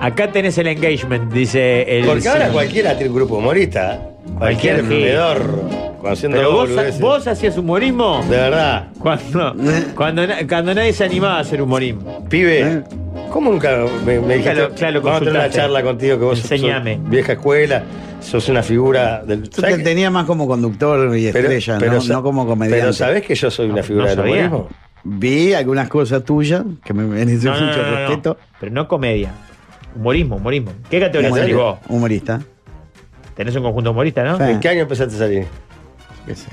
S6: Acá tenés el engagement, dice el.
S2: Porque ahora cualquiera tiene un grupo humorista.
S6: Cualquier
S2: Cualquier vendedor. Conociendo
S6: Pero vos,
S2: boludeces.
S6: vos hacías humorismo
S2: De verdad.
S6: cuando, cuando, na- cuando nadie se animaba a hacer humorismo.
S2: Pibe,
S5: ¿Eh?
S2: ¿cómo nunca me, me dijiste?
S6: lo- claro, lo
S2: vamos a tener una
S6: consultaste.
S2: charla contigo que vos sos-
S6: Enseñame.
S2: sos vieja escuela, sos una figura del.
S5: Yo
S2: ¿sabés
S5: te
S2: que-
S5: tenía más como conductor y estrella, no,
S2: sa-
S5: no como comediante.
S2: Pero sabés que yo soy una
S6: No,
S2: figura
S6: no
S2: del
S6: sabía.
S2: humorismo.
S5: Vi algunas cosas tuyas que me merecen
S6: No, no,
S5: mucho
S6: no, no, no.
S5: respeto.
S6: Pero no comedia. Humorismo, humorismo. ¿Qué categoría salís vos?
S5: Humorista. humorista.
S6: Tenés un conjunto humorista, ¿no?
S5: Sí.
S2: ¿En qué año empezaste a salir?
S5: qué sé,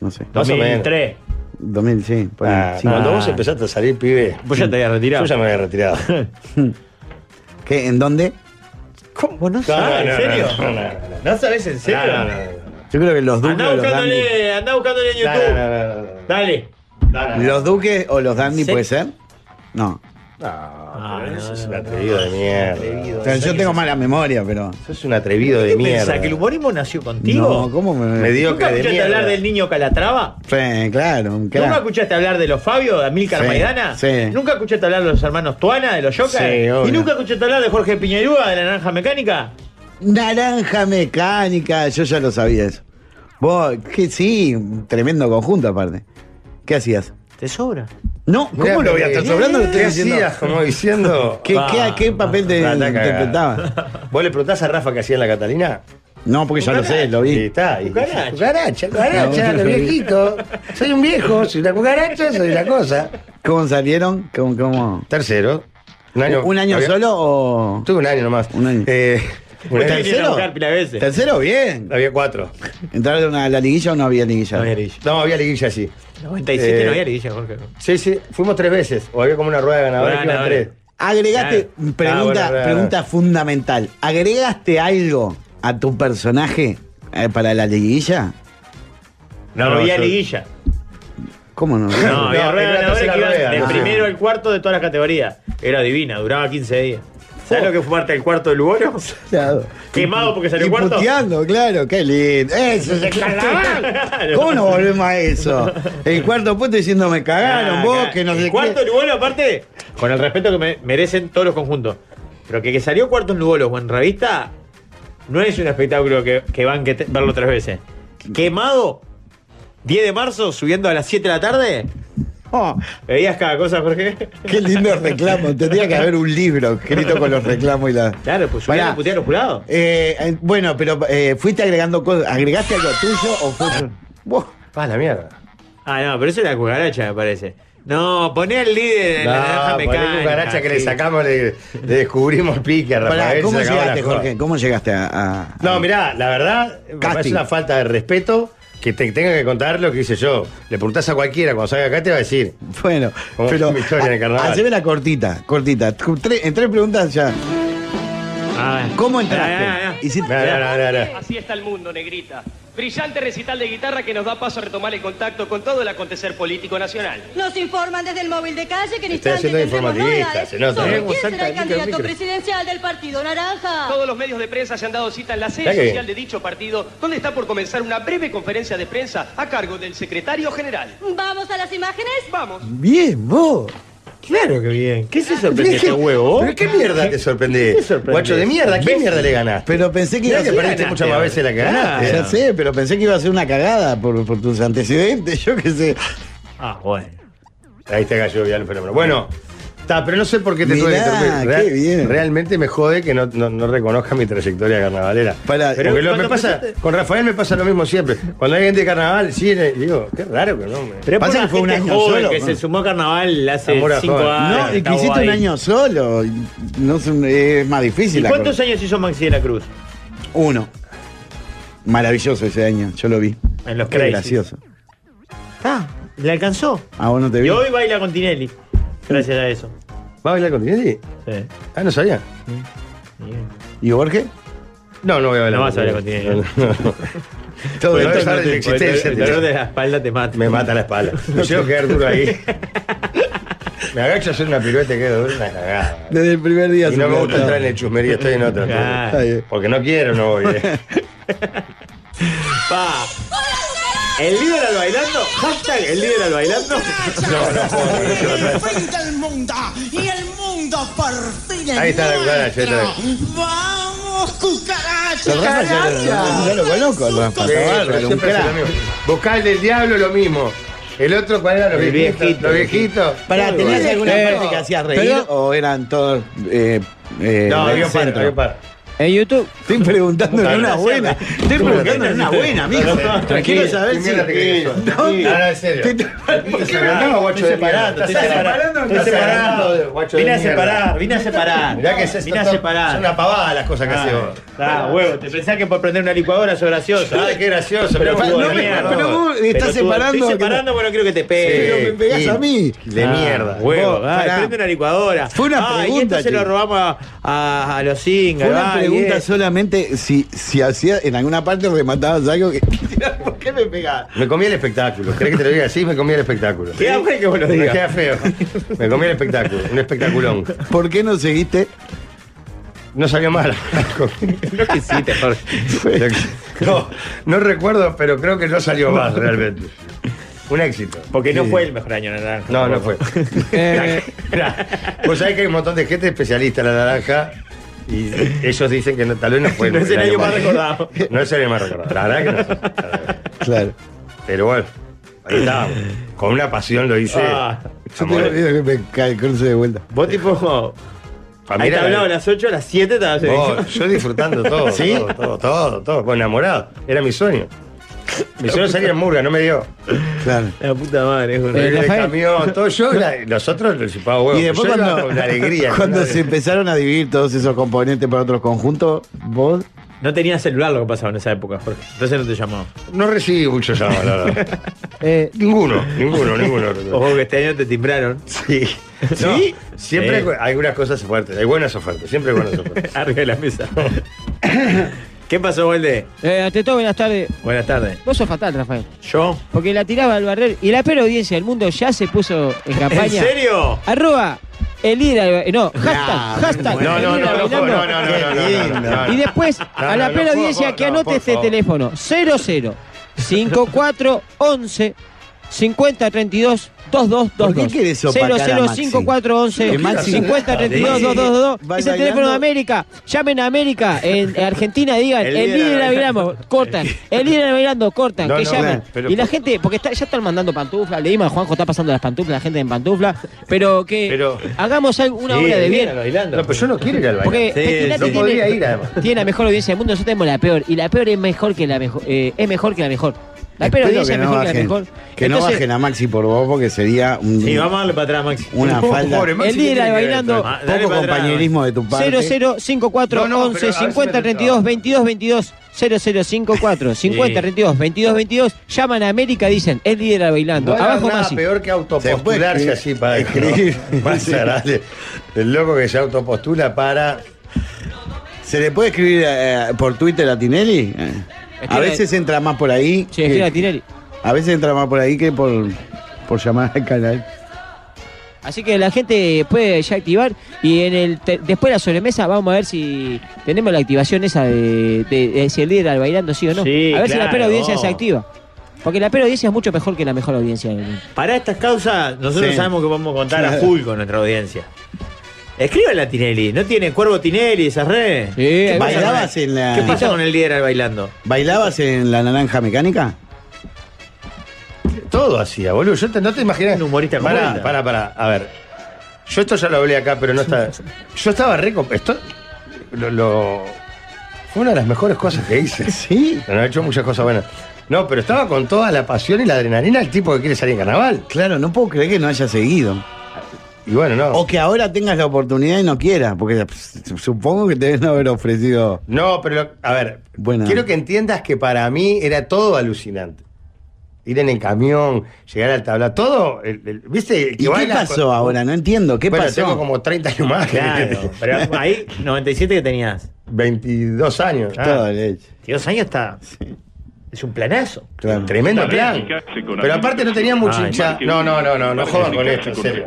S5: No sé.
S2: Más o menos.
S6: 2003.
S5: 2000, sí. por ahí,
S2: Ah,
S5: sí.
S2: Cuando vos empezaste a salir, pibe.
S6: Vos ya te habías retirado.
S2: Yo ya me había retirado.
S5: ¿Qué? ¿En dónde?
S6: ¿Cómo? ¿Vos no,
S2: No, no,
S6: sabés?
S2: no,
S6: ¿En serio?
S2: no, no, no, no.
S6: ¿No sabés en serio?
S2: No, no, no,
S5: Yo creo que los duques.
S6: Andá
S5: o los dandy.
S6: buscándole, andá buscándole en
S2: no,
S6: YouTube.
S2: no, no, no, no.
S6: Dale.
S2: No, no, no.
S5: ¿Los duques o los dandy
S6: Sí.
S5: puede ser? No.
S2: No,
S6: no,
S2: pero eso es
S6: no,
S2: un
S6: no,
S2: atrevido de mierda.
S5: Pero yo tengo mala memoria, pero.
S2: Eso es un atrevido
S6: ¿Qué
S2: de
S6: pensás?
S2: mierda.
S6: ¿Que el humorismo nació contigo?
S5: No, ¿cómo me.?
S2: Me dio-
S6: ¿Nunca
S2: que de
S6: escuchaste
S2: mierda.
S6: hablar del niño Calatrava?
S5: Sí, claro, un crack.
S6: ¿Nunca escuchaste hablar de los Fabio, de Amilcar
S5: Sí,
S6: Maidana?
S5: sí.
S6: ¿Nunca escuchaste hablar de los hermanos Tuana, de los Yocas?
S5: Sí, obvio.
S6: ¿Y nunca escuchaste hablar de Jorge Piñerúa, de la Naranja Mecánica?
S5: Naranja mecánica, yo ya lo sabía eso. Vos, que sí, un tremendo conjunto aparte. ¿Qué hacías?
S6: Te sobra.
S5: No, ¿cómo
S2: Mirá,
S5: lo voy a estar sobrando? Lo estoy
S2: ¿Qué
S5: diciendo.
S2: hacías? Como diciendo.
S5: ¿Qué,
S6: Va,
S5: qué, a qué papel te
S2: va, está cagada.
S5: interpretabas?
S2: ¿Vos le preguntás a Rafa qué hacía en la Catalina?
S5: No, porque ya lo sé, lo
S2: Y
S5: vi.
S2: está. Y,
S6: Cucaracha.
S2: cucaracha,
S5: No, no
S2: cucaracha, los
S5: lo vi.
S2: viejitos. Soy un viejo, soy una cucaracha, soy una cosa.
S5: ¿Cómo salieron? ¿Cómo? cómo?
S2: Tercero. ¿Un año,
S5: ¿Un año
S2: había-
S5: solo o.?
S2: Tuve un año nomás.
S5: Un año.
S2: Eh, un
S6: Te
S2: año.
S5: ¿Tercero?
S6: vinieron a buscar pila de veces.
S5: ¿Tercero? Bien.
S2: Había cuatro.
S5: ¿Entraron a la liguilla o no había liguilla?
S6: No había liguilla.
S2: No, había liguilla así.
S6: 97
S2: Eh,
S6: no había liguilla, Jorge.
S2: Sí, sí. Fuimos tres veces. O había como una rueda de ganadores que iban
S6: Ganadores.
S2: tres.
S5: Agregaste,
S6: Claro.
S5: pregunta,
S2: Ah, bueno, bueno,
S5: pregunta fundamental. ¿Agregaste algo a tu personaje eh, para la liguilla?
S6: No, había
S2: yo-
S6: liguilla.
S5: ¿Cómo no?
S6: No, había rueda de
S2: No, era la
S6: ganadores
S2: tercera
S6: que iban
S2: rueda,
S6: de
S2: no sé.
S6: primero al cuarto de todas las categorías. Era divina, duraba 15 días.
S5: Oh.
S6: ¿Sabes lo que fue parte del cuarto de Lugoro?
S5: Claro.
S6: Quemado porque salió
S5: Y
S6: cuarto.
S5: puteando, claro, qué lindo. Eso es el carnaval. ¿Cómo no volvemos a eso? El cuarto puesto diciendo me cagaron,
S6: Ah,
S5: vos
S6: acá.
S5: que no
S6: El
S5: sé qué.
S6: Cuarto en Lugolo, aparte, con el respeto que me- merecen todos los conjuntos. Pero que, que salió cuarto en Lugolo o en revista, no es un espectáculo que, que van que te- verlo tres veces. Quemado, 10 de marzo, subiendo a las 7 de la tarde.
S5: Oh,
S6: ¿Veías cada cosa, Jorge?
S5: qué lindo reclamo. Tendría que haber un libro escrito con los reclamos y la.
S6: Claro, pues subían
S5: Pará.
S6: a putear a los jurados.
S5: Eh, eh, bueno, pero eh, fuiste agregando cosas. ¿Agregaste algo tuyo o fue.? Vos,
S2: Ah, la mierda.
S6: Ah, no, pero eso es la cucaracha, me parece. No, poné al líder de la naranja
S2: No, por
S6: mecánica.
S2: la cucaracha que le
S6: sí.
S2: sacamos, le, le descubrimos el pique a
S5: Pará,
S2: Rafael.
S5: ¿Cómo
S2: se acabó
S5: llegaste,
S2: la joda.
S5: Jorge? ¿Cómo llegaste a.? a-
S2: No, mirá, la verdad, me
S5: Casting.
S2: parece una falta de respeto que te tenga que contar lo que hice yo. Le preguntás a cualquiera cuando salga acá, te va a decir.
S5: Bueno,
S2: Como
S5: pero.
S2: mi historia en el carnaval.
S5: Ah, Haceme la cortita, cortita. Con tres- en tres preguntas ya.
S6: Ah,
S2: eh.
S5: ¿Cómo
S6: Ah, ah, ah.
S5: entraste? Hiciste-
S2: Mirá, mirá, mirá, mirá.
S1: Así está el mundo, negrita. Brillante recital de guitarra que nos da paso a retomar el contacto con todo el acontecer político nacional.
S10: Nos informan desde el móvil de calle que en
S2: Está
S10: instantes
S2: haciendo
S10: tendremos
S2: informatista,
S10: novedades
S2: se nota. ¿eh?
S10: sobre
S2: Tenemos
S10: quién
S6: cerca
S10: será el
S6: del micro, del
S10: candidato
S6: micro.
S10: presidencial del Partido Naranja.
S1: Todos los medios de prensa se han dado cita en la
S2: Ya
S1: sede
S2: que bien.
S1: social de dicho partido, donde está por comenzar una breve conferencia de prensa a cargo del secretario general.
S10: Vamos a las imágenes.
S1: Vamos.
S5: Bien, vos.
S6: Claro que bien. ¿Qué se
S2: Mirá
S6: sorprende
S2: que-
S6: este huevo?
S2: ¿Pero qué mierda te sorprendí?
S6: ¿Qué sorprendés?
S2: Guacho de mierda, ¿qué mierda le ganaste?
S5: Pero pensé que iba a
S2: Mirá que
S5: ser.
S2: perdiste
S6: ganaste,
S2: muchas más
S6: ahora.
S2: veces la que
S5: Ah,
S2: ganaste.
S5: ya sé, pero pensé que iba a ser una cagada por, por tus antecedentes, yo qué sé.
S6: Ah, bueno.
S2: Ahí te cayó bien el fenómeno. Bueno, está, pero no sé por qué te
S5: Mirá,
S2: tuve que interrumpir.
S5: qué bien.
S2: Realmente me jode que no, no- no reconozca mi trayectoria carnavalera.
S5: Pará,
S2: Porque
S6: pero
S2: lo- me
S6: cuando
S2: pasa,
S6: empezaste-
S2: con Rafael me pasa lo mismo siempre. Cuando hay gente de carnaval, sí, le- digo, qué raro que no. me-
S6: Pero
S5: Pasa
S6: pasa
S5: que
S6: que
S5: fue un año
S6: joven
S5: solo,
S6: que
S5: ¿no?
S6: se sumó a carnaval hace
S2: Amor a
S6: cinco
S2: joven.
S6: años.
S5: no, y que
S6: estaba
S5: hiciste un
S6: ahí.
S5: año solo. y No es, un- es más difícil.
S6: ¿Y
S5: la
S6: cuántos
S5: cosa.
S6: años hizo Maxi de la Cruz?
S5: Uno. Maravilloso ese año, yo lo vi.
S6: En los
S5: Qué
S6: Crazy.
S5: gracioso.
S6: Ah, le alcanzó.
S5: Ah, vos no te
S6: Y
S5: vi.
S6: hoy baila con Tinelli. Gracias a eso.
S2: ¿Va a bailar con Tinelli?
S6: Sí.
S2: Ah, no sabía.
S6: Bien.
S5: ¿Y Jorge?
S2: No, no voy a bailar.
S6: No vas a bailar con Tinelli.
S2: No, no. Todo
S6: Porque
S2: el
S6: el
S2: dolor
S6: dolor-
S2: de existencia
S6: el
S2: te-
S6: dolor de la espalda te mata.
S2: Me mata la espalda. Me llevo a quedar duro ahí. Me agacho a hacer una pirueta y quedo duro, una cagada.
S5: Desde el primer día.
S2: Y no me
S5: supe.
S2: gusta entrar en el chusmerío, estoy en otro.
S6: Ah.
S5: Está bien.
S2: Porque no quiero, no voy. eh.
S6: Pa. El líder al bailando. Hashtag el líder al bailando.
S11: el mundo y el mundo por fin
S2: Ahí está la cucaracha, ahí está.
S11: Vamos,
S5: El
S11: cucaracha.
S5: Rafa ya lo- ya lo conozco, el Rafa.
S2: Sí,
S5: está
S2: pero
S5: bárbaro, un
S2: siempre es el
S5: crack.
S2: mismo. Vocal del diablo, lo mismo. El otro, ¿cuál era? Los
S6: El
S2: viejitos.
S6: viejito.
S2: Los viejitos.
S5: Pará, ¿tenías alguna
S7: Eh,
S5: parte que hacías reír
S7: pero-
S5: o eran todos eh, eh,
S2: No,
S5: del
S2: había un par,
S5: centro?
S2: había un par.
S7: En YouTube.
S5: Estoy preguntando en
S2: Claro.
S5: una buena. Estoy preguntando en una buena, mijo. Tranquilo, saber si...
S2: Mira, te quería yo. No, no, en serio.
S5: Te-
S2: Te separando, guacho de mierda.
S6: Estoy separando. Estoy
S2: Estás separando,
S6: separando.
S2: guacho de
S6: Vine a
S2: mierda.
S6: separar. Vine a separar.
S2: Mirá que se
S6: Vine a separar.
S2: Es una pavada las cosas que hace
S6: Ah,
S2: vos.
S6: ah, huevo, te pensás que por prender una licuadora sos gracioso.
S2: Ay, qué gracioso.
S6: Pero,
S2: mirá,
S6: no
S2: vos,
S6: me-
S2: mierda.
S5: pero vos estás
S6: Pelotudo,
S5: separando
S6: Estoy
S5: que-
S6: separando, pero no quiero que te pegue.
S5: Pero me pegás
S2: y-
S5: a mí.
S2: De
S6: Ah,
S2: mierda.
S6: Huevo,
S5: Vos,
S6: ah,
S5: pará.
S6: prende una licuadora.
S5: Fue una
S6: Ah, y
S5: pregunta,
S6: esto se
S5: che.
S6: lo robamos a, a- a los
S5: Fue
S6: cingas.
S5: una
S6: ah,
S5: pregunta
S6: y es-
S5: solamente si, si hacía en alguna parte rematabas algo que. ¿Por qué me pegaba?
S2: Me comí el espectáculo. ¿Querés que te lo diga así? Me comí el espectáculo.
S6: Queda bueno que vos lo
S2: Me
S6: digas.
S2: queda feo. Me comí el espectáculo. Un espectaculón.
S5: ¿Por qué no seguiste?
S2: No salió mal.
S6: Lo que hiciste, Jorge.
S2: No, no recuerdo, pero creo que no salió mal realmente. Un éxito.
S6: Porque no fue el mejor año naranja.
S2: No, no fue.
S7: Eh,
S2: Mirá, vos sabés que hay un montón de gente especialista en la naranja y ellos dicen que no- tal vez no fue
S6: No es el año más recordado.
S2: No es el año más recordado. La verdad que no. sé.
S5: Claro.
S2: Pero bueno, ahí estábamos. Con una pasión lo hice.
S6: Ah,
S5: Yo te
S2: Amores.
S5: olvido que me cae el cruce de vuelta.
S6: Vos tipo.
S2: Pa'
S6: ahí te
S2: mirar,
S6: hablaba a las 8, a las 7 estabas en-
S2: Oh, yo disfrutando todo,
S5: ¿Sí?
S2: todo, todo, todo, todo, bueno, enamorado. Era mi sueño. Mi sueño sería en Murga, no me dio.
S5: Claro.
S6: La puta madre, Jorge.
S7: Eh,
S2: El
S7: Rafael.
S2: camión, todo yo, la- los otros los chupaba huevo.
S5: Y después
S2: yo iba
S5: cuando,
S2: con alegría. con
S5: cuando
S2: una-
S5: se empezaron a dividir todos esos componentes para otros conjuntos, vos
S6: No tenía celular lo que pasaba en esa época, Jorge. Entonces no te llamaba.
S2: No recibí mucho llamado, la verdad.
S7: eh,
S2: Ninguno, ninguno, ninguno.
S6: Ojo que este año te timbraron.
S2: Sí.
S6: ¿Sí?
S2: No, siempre
S6: Sí.
S2: hay algunas cosas fuertes, hay buenas ofertas, siempre hay buenas ofertas.
S6: Arriba de la mesa. ¿Qué pasó, Golde?
S7: eh, ante todo, buenas tardes.
S6: Buenas tardes.
S7: Vos sos fatal, Rafael.
S6: ¿Yo?
S7: Porque la tiraba al barrer y la peor audiencia del mundo ya se puso en campaña.
S6: ¿En serio?
S7: Arroba el líder al ba- No, hashtag,
S5: Nah,
S7: hashtag.
S2: No,
S7: el
S2: no, no,
S7: líder al
S2: no, no,
S7: bailando.
S2: no, no, no, no, no, no, no.
S7: Y después,
S2: No,
S7: a la
S2: no,
S7: plena
S2: no,
S7: audiencia
S2: por
S7: que
S2: favor,
S7: anote
S2: no, por
S7: este
S2: favor.
S7: teléfono: 00 54 11 50 32 2222.
S5: ¿Por qué querés opacar a
S7: 00
S5: Maxi?
S7: 54 11
S5: Que Maxi-
S7: 50 32
S6: Sí.
S7: 222.
S5: Va
S7: Es el teléfono
S5: bailando.
S7: de América. Llamen a América. En Argentina digan:
S6: El
S7: el
S6: líder
S7: líder
S6: al
S7: al bailando, cortan. El líder al bailando, cortan.
S2: No,
S7: Que
S2: no,
S7: llamen.
S2: pero-
S7: Y la gente, porque está- ya están mandando pantuflas. Leímos a Juanjo, está pasando las pantuflas, la gente en pantufla. Pero que
S2: Pero-
S7: hagamos algo- una obra de bien.
S2: No, pero yo no quiero ir al baile.
S7: Porque
S6: Sí,
S7: Pestilati
S6: no
S7: tiene,
S2: podría ir, además.
S7: tiene la mejor audiencia del mundo, nosotros tenemos la peor. Y la peor es mejor que la mejor. eh, es mejor que la mejor. La
S5: Espero
S7: periodista
S5: que
S7: es
S5: no,
S7: mejor que la
S5: bajen,
S7: mejor.
S5: que no
S7: Entonces-
S5: bajen a Maxi por vos porque sería un,
S6: Sí, vamos a darle para atrás, Maxi.
S5: una
S6: No,
S5: falda.
S6: pobre Maxi,
S7: El día de bailando.
S5: Ah, dale Poco para atrás. compañerismo de tu parte.
S7: 0054
S5: No, no,
S7: 11
S5: pero a ver si
S7: 50
S5: me
S7: 32 22 22 0054 50 32 22 22 llaman a América dicen el líder al bailando
S2: No hay
S7: abajo
S2: nada
S7: Masi
S2: peor que
S7: escribir-
S2: autopostularse así para escribir.
S5: El loco que se autopostula para. ¿Se le puede escribir eh, por Twitter a Tinelli? Eh, A
S7: Escribe-
S5: veces entra más por ahí. Sí,
S7: escribe a Tinelli.
S5: A veces entra más por ahí que por, por llamar al canal.
S7: así que la gente puede ya activar y en el te- después de la sobremesa vamos a ver si tenemos la activación esa de, de- de si el líder al bailando sí o no
S6: Sí,
S7: a ver si la
S6: claro.
S7: pera audiencia se activa porque la pera audiencia es mucho mejor que la mejor audiencia del mundo.
S6: Para estas causas, nosotros
S7: Sí.
S6: sabemos que podemos contar a
S7: Claro.
S6: full con nuestra audiencia. Escríbele a Tinelli, ¿no tiene Cuervo Tinelli esas redes? ¿Qué pasa
S5: bailabas
S6: con el-
S5: en la-
S6: ¿Qué pasa con el líder al bailando?
S5: ¿Bailabas en la naranja mecánica?
S2: Todo hacía, boludo. Yo te- no te imaginas. Un humorista
S5: como
S2: Pará,
S5: él.
S2: pará, pará. A ver. Yo esto ya lo hablé acá, pero no está. Yo estaba re. comp- Esto. Lo, lo- Fue una de las mejores cosas que hice.
S5: Sí.
S2: Bueno, he hecho muchas cosas buenas. No, pero estaba con toda la pasión y la adrenalina el tipo que quiere salir en carnaval.
S5: Claro, no puedo creer que no haya seguido.
S2: Y bueno, no.
S5: O que ahora tengas la oportunidad y no quieras, porque pss, supongo que te deben haber ofrecido.
S2: No, pero lo- a ver,
S5: Bueno.
S2: quiero que entiendas que para mí era todo alucinante. Ir en el camión, llegar al tablado, todo, el- el- ¿viste? El que
S5: ¿Y qué
S2: baila-
S5: pasó ahora? No entiendo. ¿Qué
S2: Bueno,
S5: pasó?
S2: tengo como 30 años más.
S6: Claro, pero ahí, 97 que tenías.
S2: 22 años.
S6: Ah,
S5: Toda leche.
S6: 22 años está. Es un planazo.
S5: Claro.
S2: Tremendo plan. Pero aparte no tenía mucho
S6: Ay,
S2: hincha.
S6: Marque
S2: No,
S6: uno.
S2: no, no, no, no
S6: Marque
S2: jodan con
S6: uno.
S2: esto, en serio.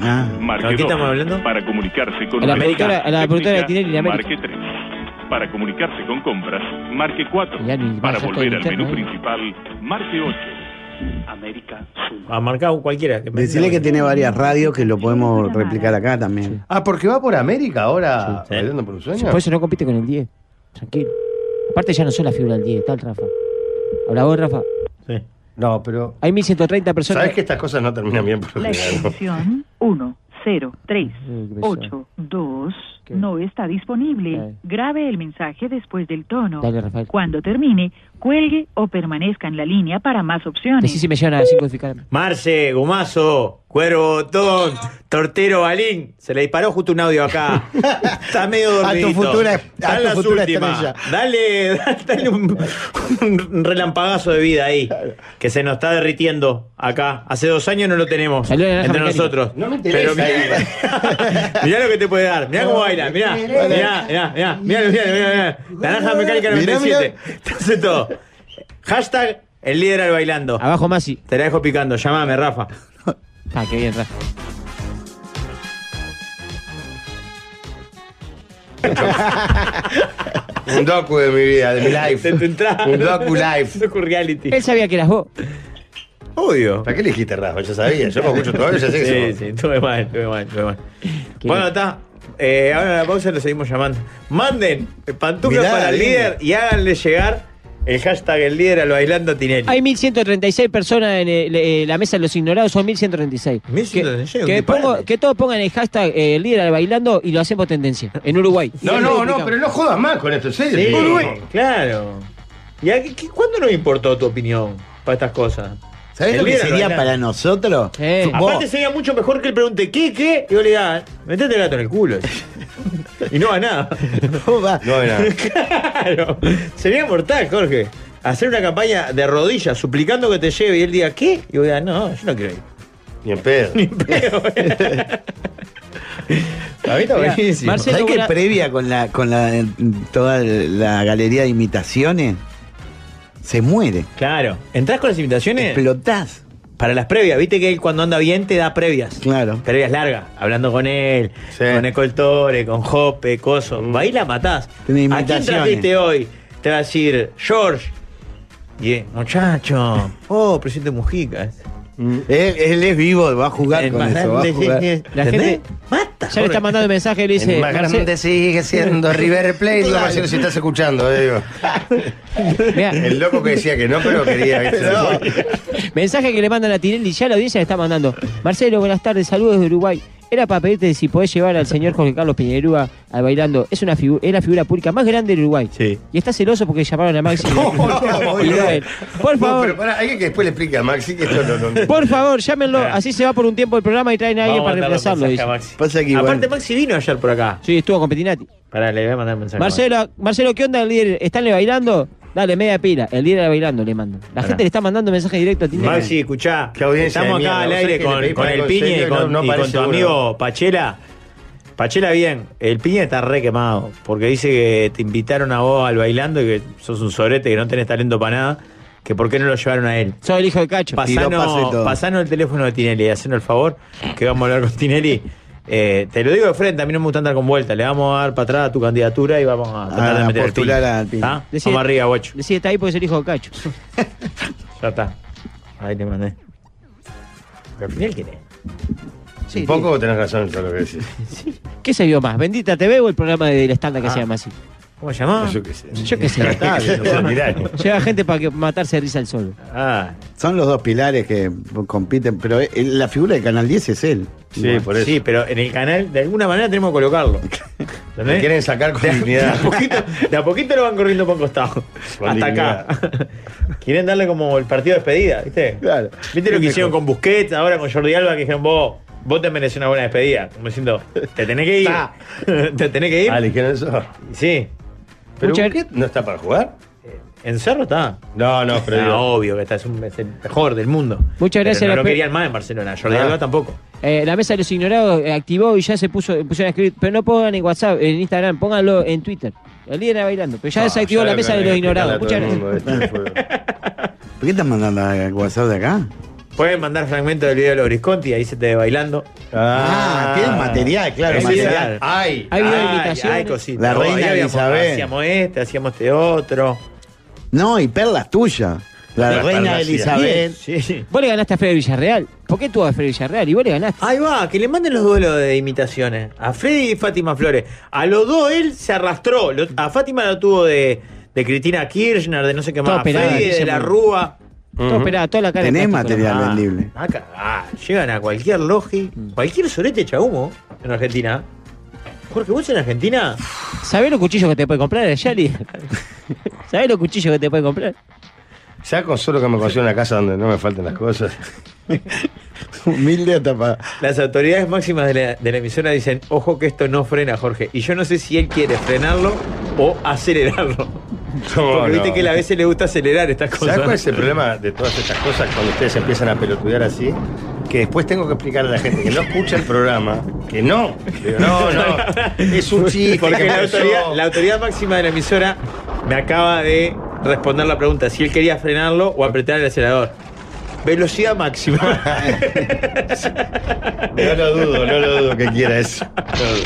S5: Ah.
S6: ¿No, ¿Qué estamos hablando?
S12: Para comunicarse con
S7: A la
S12: una
S7: productora- a la
S12: técnica,
S7: productora de Tinelli de América.
S12: Marque 3. Para comunicarse con compras, marque 4. Para
S7: bajaste
S12: volver
S7: de
S12: al
S7: interno,
S12: menú
S7: eh.
S12: principal, marque 8. América
S5: Ah,
S6: Ha marcado cualquiera.
S5: Decirle que tiene varias radios que lo podemos replicar acá también.
S2: Ah, porque va por América ahora, bailando por un
S7: Sí,
S2: sueño.
S7: Por eso no compite con el 10. Tranquilo. Aparte ya no soy la figura del 10, está el Rafa. Habla vos, Rafa.
S2: No, pero.
S7: Hay 1130 personas.
S2: Sabes que estas cosas no terminan bien por lo
S13: La
S2: general, ¿no?
S13: extensión 1, 0, 3,
S7: qué pesado.
S13: 8, 2 no está disponible. Grabe el mensaje después del tono.
S7: Dale, Rafael.
S13: Cuando termine, cuelgue o permanezca en la línea para más opciones.
S7: Decí si me llevan a 5 de
S6: Marce, Gumazo, Cuervo Botón, Tortero Balín. Se le disparó justo un audio acá. Está medio
S5: A tu
S6: dormidito.
S5: futura- a
S6: Están
S5: tu
S6: las
S5: futura
S6: últimas.
S5: estrella.
S6: Dale, dale un, un relampagazo de vida ahí. Que se nos está derritiendo acá. Hace dos años no lo tenemos
S7: naranja
S6: entre
S7: mecánica.
S6: nosotros.
S7: No me
S6: Pero
S7: interesa.
S6: mirá, mirá lo que te puede dar. Mirá cómo baila. Mirá, mirá,
S7: me interesa.
S6: mirá, mirá, mirá, mirá, mirá, mirá. Naranja mecánica
S7: Mirá,
S6: 97. Te hace todo. Hashtag el líder al bailando.
S7: Abajo Masi.
S6: Te la dejo picando, llámame, Rafa.
S7: Ah, qué bien, Rafa.
S2: Un docu de mi vida, de mi
S6: Te- te
S2: life.
S6: entraba.
S2: Un docu life.
S6: Un docu reality.
S7: Él sabía que eras vos.
S6: Obvio.
S2: ¿Para qué elegiste Rafa? Ya sabía. Yo me escucho todavía, ya sé que
S6: Sí,
S2: somos-
S6: sí, estuve mal, estuve mal, estuve mal. Bueno, está. Eh, ahora en la pausa lo seguimos llamando. Manden eh, pantuflas
S7: Mirá,
S6: para el
S7: lindo.
S6: líder y háganle llegar el hashtag el líder al bailando Tinelli.
S7: Hay 1136 personas en el- eh, la mesa de los ignorados, son 1136.
S6: 1136,
S7: Que,
S6: un
S7: que,
S6: disparate.
S7: pongo- que todos pongan el hashtag eh, el líder al bailando y lo hacemos tendencia. En Uruguay.
S2: No, no, no, pero no jodas más con esto, en serio.
S6: Sí,
S2: Uruguay.
S6: claro. ¿Y a qué- qué- cuándo nos importó tu opinión para estas cosas?
S5: ¿Sabés
S6: El
S5: lo que
S6: líder al
S5: sería
S6: bailando.
S5: para nosotros? Vos-
S6: Aparte sería mucho mejor que él pregunte ¿qué, qué? Y yo le diga, metete el gato en el culo. y no va nada.
S5: vos vas-
S2: No, era.
S6: claro. Sería mortal, Jorge. Hacer una campaña de rodillas, suplicando que te lleve y él diga, ¿qué? Y yo diga, no, yo no quiero ir.
S2: Ni en pedo.
S6: Ni en pedo. A mí está
S5: Mirá,
S6: buenísimo.
S5: Marcelo, ¿Sabés que previa con la con la eh, toda la galería de imitaciones? Se muere.
S6: Claro. ¿Entrás con las invitaciones?
S5: Explotás.
S6: Para las previas, viste que él cuando anda bien te da previas.
S5: Claro.
S6: Previas largas, hablando con él, con Ecol Torre, con Jope, Coso. Baila, matás.
S5: Mm. Tiene
S6: ¿A quién
S5: imitaciones.
S6: trajiste hoy? Te va a decir, George. Y eh, muchacho. Oh, presidente Mujica.
S5: Mm. Él, él es vivo, va a jugar
S6: El
S5: con
S6: más
S5: eso. va a
S6: grande,
S5: jugar.
S6: sí, sí. La
S5: ¿Entendés?
S6: gente- Mata.
S7: Ya le está mandando mensaje, le dice.
S2: El más
S7: Marcelo-
S2: grande sigue siendo River Plate. Digo, Marcelo, si estás escuchando, eh, digo. El loco que decía que no, pero quería. ¿viste?
S7: Mensaje que le mandan a Tinelli, ya la audiencia le está mandando. Marcelo, buenas tardes, saludos de Uruguay. Era para pedirte si podés llevar al señor Jorge Carlos Piñerúa al bailando. Es, una figu- es la figura pública más grande del Uruguay. Y está celoso porque llamaron a Maxi. Y lo ven. Por
S2: No,
S7: favor.
S2: pero pará, alguien que después le explique a Maxi que esto no, no, no.
S7: Por favor, llámenlo. Así se va por un tiempo el programa y traen a alguien para reemplazarlo. dice.
S6: Aparte, Maxi vino ayer por acá.
S7: Sí, estuvo con Petinati.
S6: Pará, le voy a mandar un mensaje.
S7: Marcelo, Marcelo, ¿qué onda el líder? ¿Estánle bailando? Dale, media pila. El líder bailando le mando. La gente le está mandando mensaje directo a Tinder.
S6: Maxi, escuchá.
S7: audiencia
S6: Estamos
S7: de
S6: acá
S7: mierda.
S6: al
S7: Vos
S6: aire
S7: sabés que le
S6: con,
S7: pedí
S6: con
S7: para
S6: el
S7: algo
S6: Piñe y
S7: serio y no-
S6: con,
S7: no
S6: y
S7: parece
S6: con tu
S7: bueno.
S6: amigo Pachela. Pachela, bien. El Piñe está re quemado porque dice que te invitaron a vos al bailando y que sos un sorete, que no tenés talento para nada. Que por qué no lo llevaron a él.
S7: Soy el hijo de Cacho. Tiró pase y
S6: Pasano,
S7: todo.
S6: pasano el teléfono de Tinelli, hacenos el favor, que vamos a hablar con Tinelli. Eh, te lo digo de frente, a mí no me gusta andar con vuelta. Le vamos a dar para atrás a tu candidatura y vamos a
S7: Ah,
S6: tratar de
S5: A
S6: meter el
S5: postular
S6: piñe.
S5: al Piñe.
S6: ¿Está?
S7: Decí-
S6: Vamos arriba, guacho.
S7: Decí, está ahí porque es el hijo de Cacho.
S6: Ya está. Ahí te mandé. Mirá quién es.
S2: Un poco tenés razón en todo lo que decís.
S7: ¿Qué se vio más? ¿Bendita TV o el programa del estándar que
S2: Ah.
S7: se llama así?
S6: ¿Cómo se llamaba?
S2: Yo qué sé.
S7: Yo qué sé.
S5: Intratable, no sé, mirá.
S7: Lleva gente para que matarse de risa al sol.
S6: ah.
S5: Son los dos pilares que compiten, pero eh, la figura de Canal 10 es él. Igual.
S6: Sí, pero en el canal, de alguna manera tenemos que colocarlo.
S5: Me quieren
S2: sacar
S6: con de, dignidad. De a, poquito, de a poquito lo van corriendo por costado. hasta acá. Quieren darle como el partido de despedida, ¿viste? Claro. ¿Viste lo que hicieron con Busquets, ahora con Jordi Alba, que dijeron vos, vos te mereces una buena despedida? Como diciendo, te tenés que ir. te tenés que ir.
S2: Ah, le dijeron eso.
S6: Sí.
S2: ¿Pero
S6: Mucha-
S2: Busquets no está para jugar?
S6: ¿En Cerro está?
S2: eh, No, no, pero
S6: Ah,
S2: digo-
S6: obvio que está, es, un- es el mejor del mundo.
S7: Muchas
S6: Pero
S7: gracias,
S6: No
S7: la
S6: lo
S7: pe-
S6: querían más en Barcelona, Jordi
S7: Ah.
S6: Alba tampoco.
S7: Eh, la mesa de los ignorados eh, activó y ya se puso, pusieron a escribir. Pero no pongan en WhatsApp, en Instagram, pónganlo en Twitter. El líder era bailando. Pero ya
S6: Ah,
S7: desactivó
S5: Ah, ya
S7: la
S5: lo
S7: mesa de
S5: que
S7: los
S5: hay que
S7: ignorados. Muchas
S5: explicarle a
S7: gracias.
S5: todo eh. ¿Por qué estás mandando a WhatsApp de acá?
S6: Pueden mandar fragmentos del video de los Brisconti, ahí se te ve bailando.
S5: Ah, tienen material, claro,
S6: Ese
S5: material.
S6: era-
S5: Hay.
S6: hay,
S5: Hay video de
S6: hay,
S5: imitaciones.
S6: cositas.
S5: La
S6: Oh,
S5: reina
S6: ahí habíamos-
S5: Elizabeth.
S6: Hacíamos este, hacíamos este otro.
S5: No, y perlas tuyas. La
S6: Las
S5: reina
S6: perlas, sí.
S5: Elizabeth.
S6: Sí.
S7: Vos le ganaste a Fede Villarreal. ¿Por qué tú a Fede Villarreal? Y vos le ganaste.
S6: Ahí va, que le manden los duelos de imitaciones. A Freddy y Fátima Flores. A los dos él se arrastró. Lo- a Fátima lo tuvo de, de Cristina Kirchner, de no sé qué
S7: Todo
S6: más. A
S7: operada,
S6: Freddy
S7: dice
S6: de la
S7: muy-
S6: Rúa.
S7: Todo operada, toda la cara de
S6: Tenés
S7: plástico,
S5: material
S7: ¿no?
S5: vendible.
S6: Ah, ca- ah, llegan a cualquier logi, cualquier sorete echa humo en Argentina. Jorge, vos en Argentina.
S7: ¿Sabés los cuchillos que te puede comprar allá, líder? ¿Sabés los cuchillos que te puede comprar?
S2: Ya con solo que me consigo una casa donde no me falten las cosas.
S5: Humilde hasta para.
S6: Las autoridades máximas de la, de la emisora dicen, ojo que esto no frena, Jorge. Y yo no sé si él quiere frenarlo o acelerarlo. Porque viste
S2: no.
S6: que él a veces le gusta acelerar estas cosas.
S2: ¿Sabes cuál es el problema de todas estas cosas cuando ustedes empiezan a pelotudear así? Que después tengo que explicarle a la gente que no escucha el programa, que no. Digo, no, no. Es un chiste.
S6: Porque
S2: que
S6: la
S2: pasó.
S6: autoridad, la autoridad máxima de la emisora me acaba de responder la pregunta si él quería frenarlo o apretar el acelerador. Velocidad máxima.
S2: No lo dudo, no lo dudo que quiera eso. No lo dudo.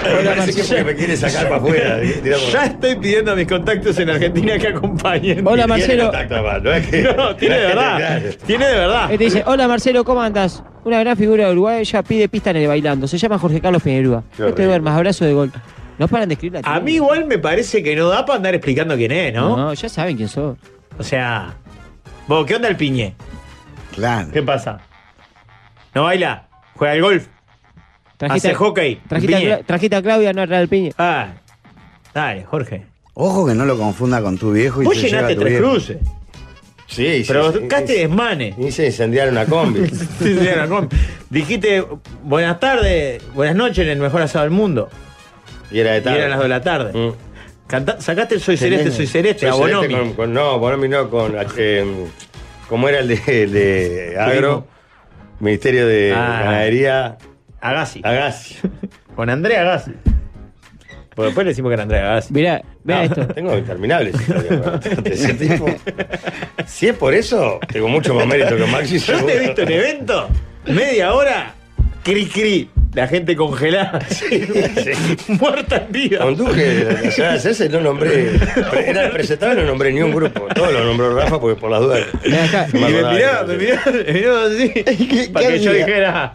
S2: Me parece que es porque me quiere sacar para afuera. digamos.
S6: Ya estoy pidiendo a mis contactos en Argentina que acompañen.
S7: Hola, Marcelo.
S2: Tiene contacto, además, No, es que-
S6: No, tiene de
S2: no es que
S6: verdad.
S2: tenga-
S6: Tiene de verdad.
S7: Él te Este dice, hola Marcelo, ¿cómo andas? Una gran figura de Uruguay ya pide pista en el bailando. Se llama Jorge Carlos Piñerúa. No te
S6: horrible.
S7: duermas, abrazo de gol. No paran de escribirla.
S6: A mí igual me parece que no da para andar explicando quién es, ¿no?
S7: No, ya saben quién sos.
S6: O sea, vos, ¿qué onda el piñe?
S5: Claro.
S6: ¿Qué pasa? ¿No baila? ¿Juega al golf? ¿Hace hockey?
S7: Trajiste a,
S6: Piñe.
S7: Cla- trajiste a Claudia, no a Real Piñe.
S6: Ah, dale, Jorge.
S5: Ojo que no lo confunda con tu viejo. Y
S6: Vos
S5: se lleva
S6: llenaste
S5: tu
S6: tres
S5: viejo.
S6: cruces.
S2: Sí, sí.
S6: Provocaste desmanes.
S2: Hice incendiar una combi.
S6: Sí, sí, era como- Dijiste, buenas tardes, buenas noches en el mejor asado del mundo.
S2: Y era de tarde. Mm.
S6: Y eran las 2 de la tarde. Canta- sacaste el Soy
S2: Tenés-
S6: Celeste, Soy Celeste, a Bonomi.
S2: con- con- no, Bonomi no, con. eh, ¿Cómo era el de, el de Agro? Ministerio de
S6: Ah.
S2: Ganadería.
S6: Agassi.
S2: Agassi.
S6: Con Andrea Agassi. Porque después le decimos que era Andrea Agassi.
S7: Mirá, mirá esto.
S2: Tengo interminables historias. ¿no? De ese tipo. Si es por eso, tengo mucho más mérito que Maxi.
S6: Yo te he
S2: seguro.
S6: visto en evento, media hora, cri cri, la gente congelada, muerta en vida.
S2: Conduje, o sea, ese no nombré. Era el presentador, no nombré ni un grupo. Todo lo nombró Rafa porque por las dudas.
S6: Y me miraba, me miraba, me miraba así, para
S2: qué
S6: que yo
S2: hacía?
S6: dijera,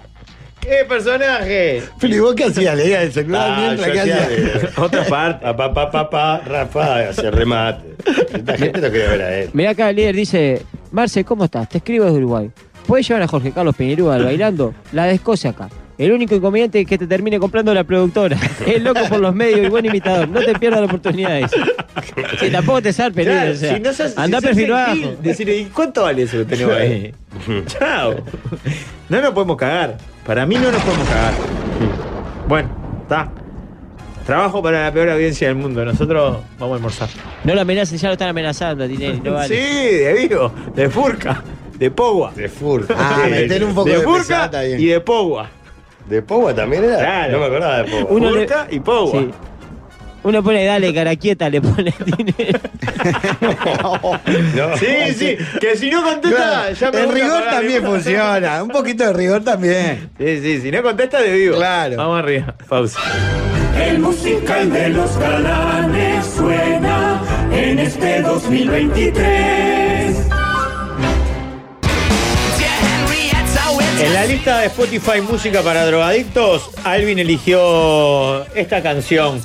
S6: ¡qué personaje!
S5: Pero ¿y vos qué hacías? Leía el celular
S2: Ah,
S5: mientras
S2: yo
S5: que
S2: hacía
S5: hacías.
S2: de-
S6: Otra parte.
S2: Pa, pa, pa, pa, pa, Rafa, hacia remate. Esta gente no quería ver a él.
S7: Mirá acá el líder dice, Marce, ¿cómo estás? Te escribo desde Uruguay. ¿Puedes llevar a Jorge Carlos Piñerúa al bailando? La descoce acá. El único inconveniente es que te termine comprando la productora. Es loco por los medios y buen imitador. No te pierdas la oportunidad. dice. Si tampoco te zarpes,
S6: Claro,
S7: líder, o sea,
S6: si no sos-
S7: andá
S6: si sos
S7: perfil bajo.
S6: gentil, decirle, "¿Y cuánto vale eso que tenemos ahí? Chao. No nos podemos cagar. Para mí no nos podemos cagar. Bueno, está. Trabajo para la peor audiencia del mundo. Nosotros vamos a almorzar.
S7: No lo amenacen, ya lo están amenazando, Tinelli. No vale.
S6: Sí, de vivo, de furca, de pogua. De
S2: furca.
S7: Ah, meter un poco de pesada,
S6: furca
S7: está bien.
S6: y de pogua.
S2: ¿De pogua también era?
S6: Claro.
S2: No me acordaba de pogua.
S7: Uno le-
S6: Furca y pogua.
S7: Sí. Uno pone, dale, caraquieta, le pone.
S6: Sí, sí, que si no contesta, ya me
S5: El
S6: voy a
S5: rigor
S6: parar.
S5: también funciona. Un poquito de rigor también.
S6: Sí, sí, si no contesta de vivo. Claro. Vamos arriba. Pausa.
S14: El musical de los galanes suena en este 2023.
S6: En la lista de Spotify Música para Drogadictos, Alvin eligió esta canción.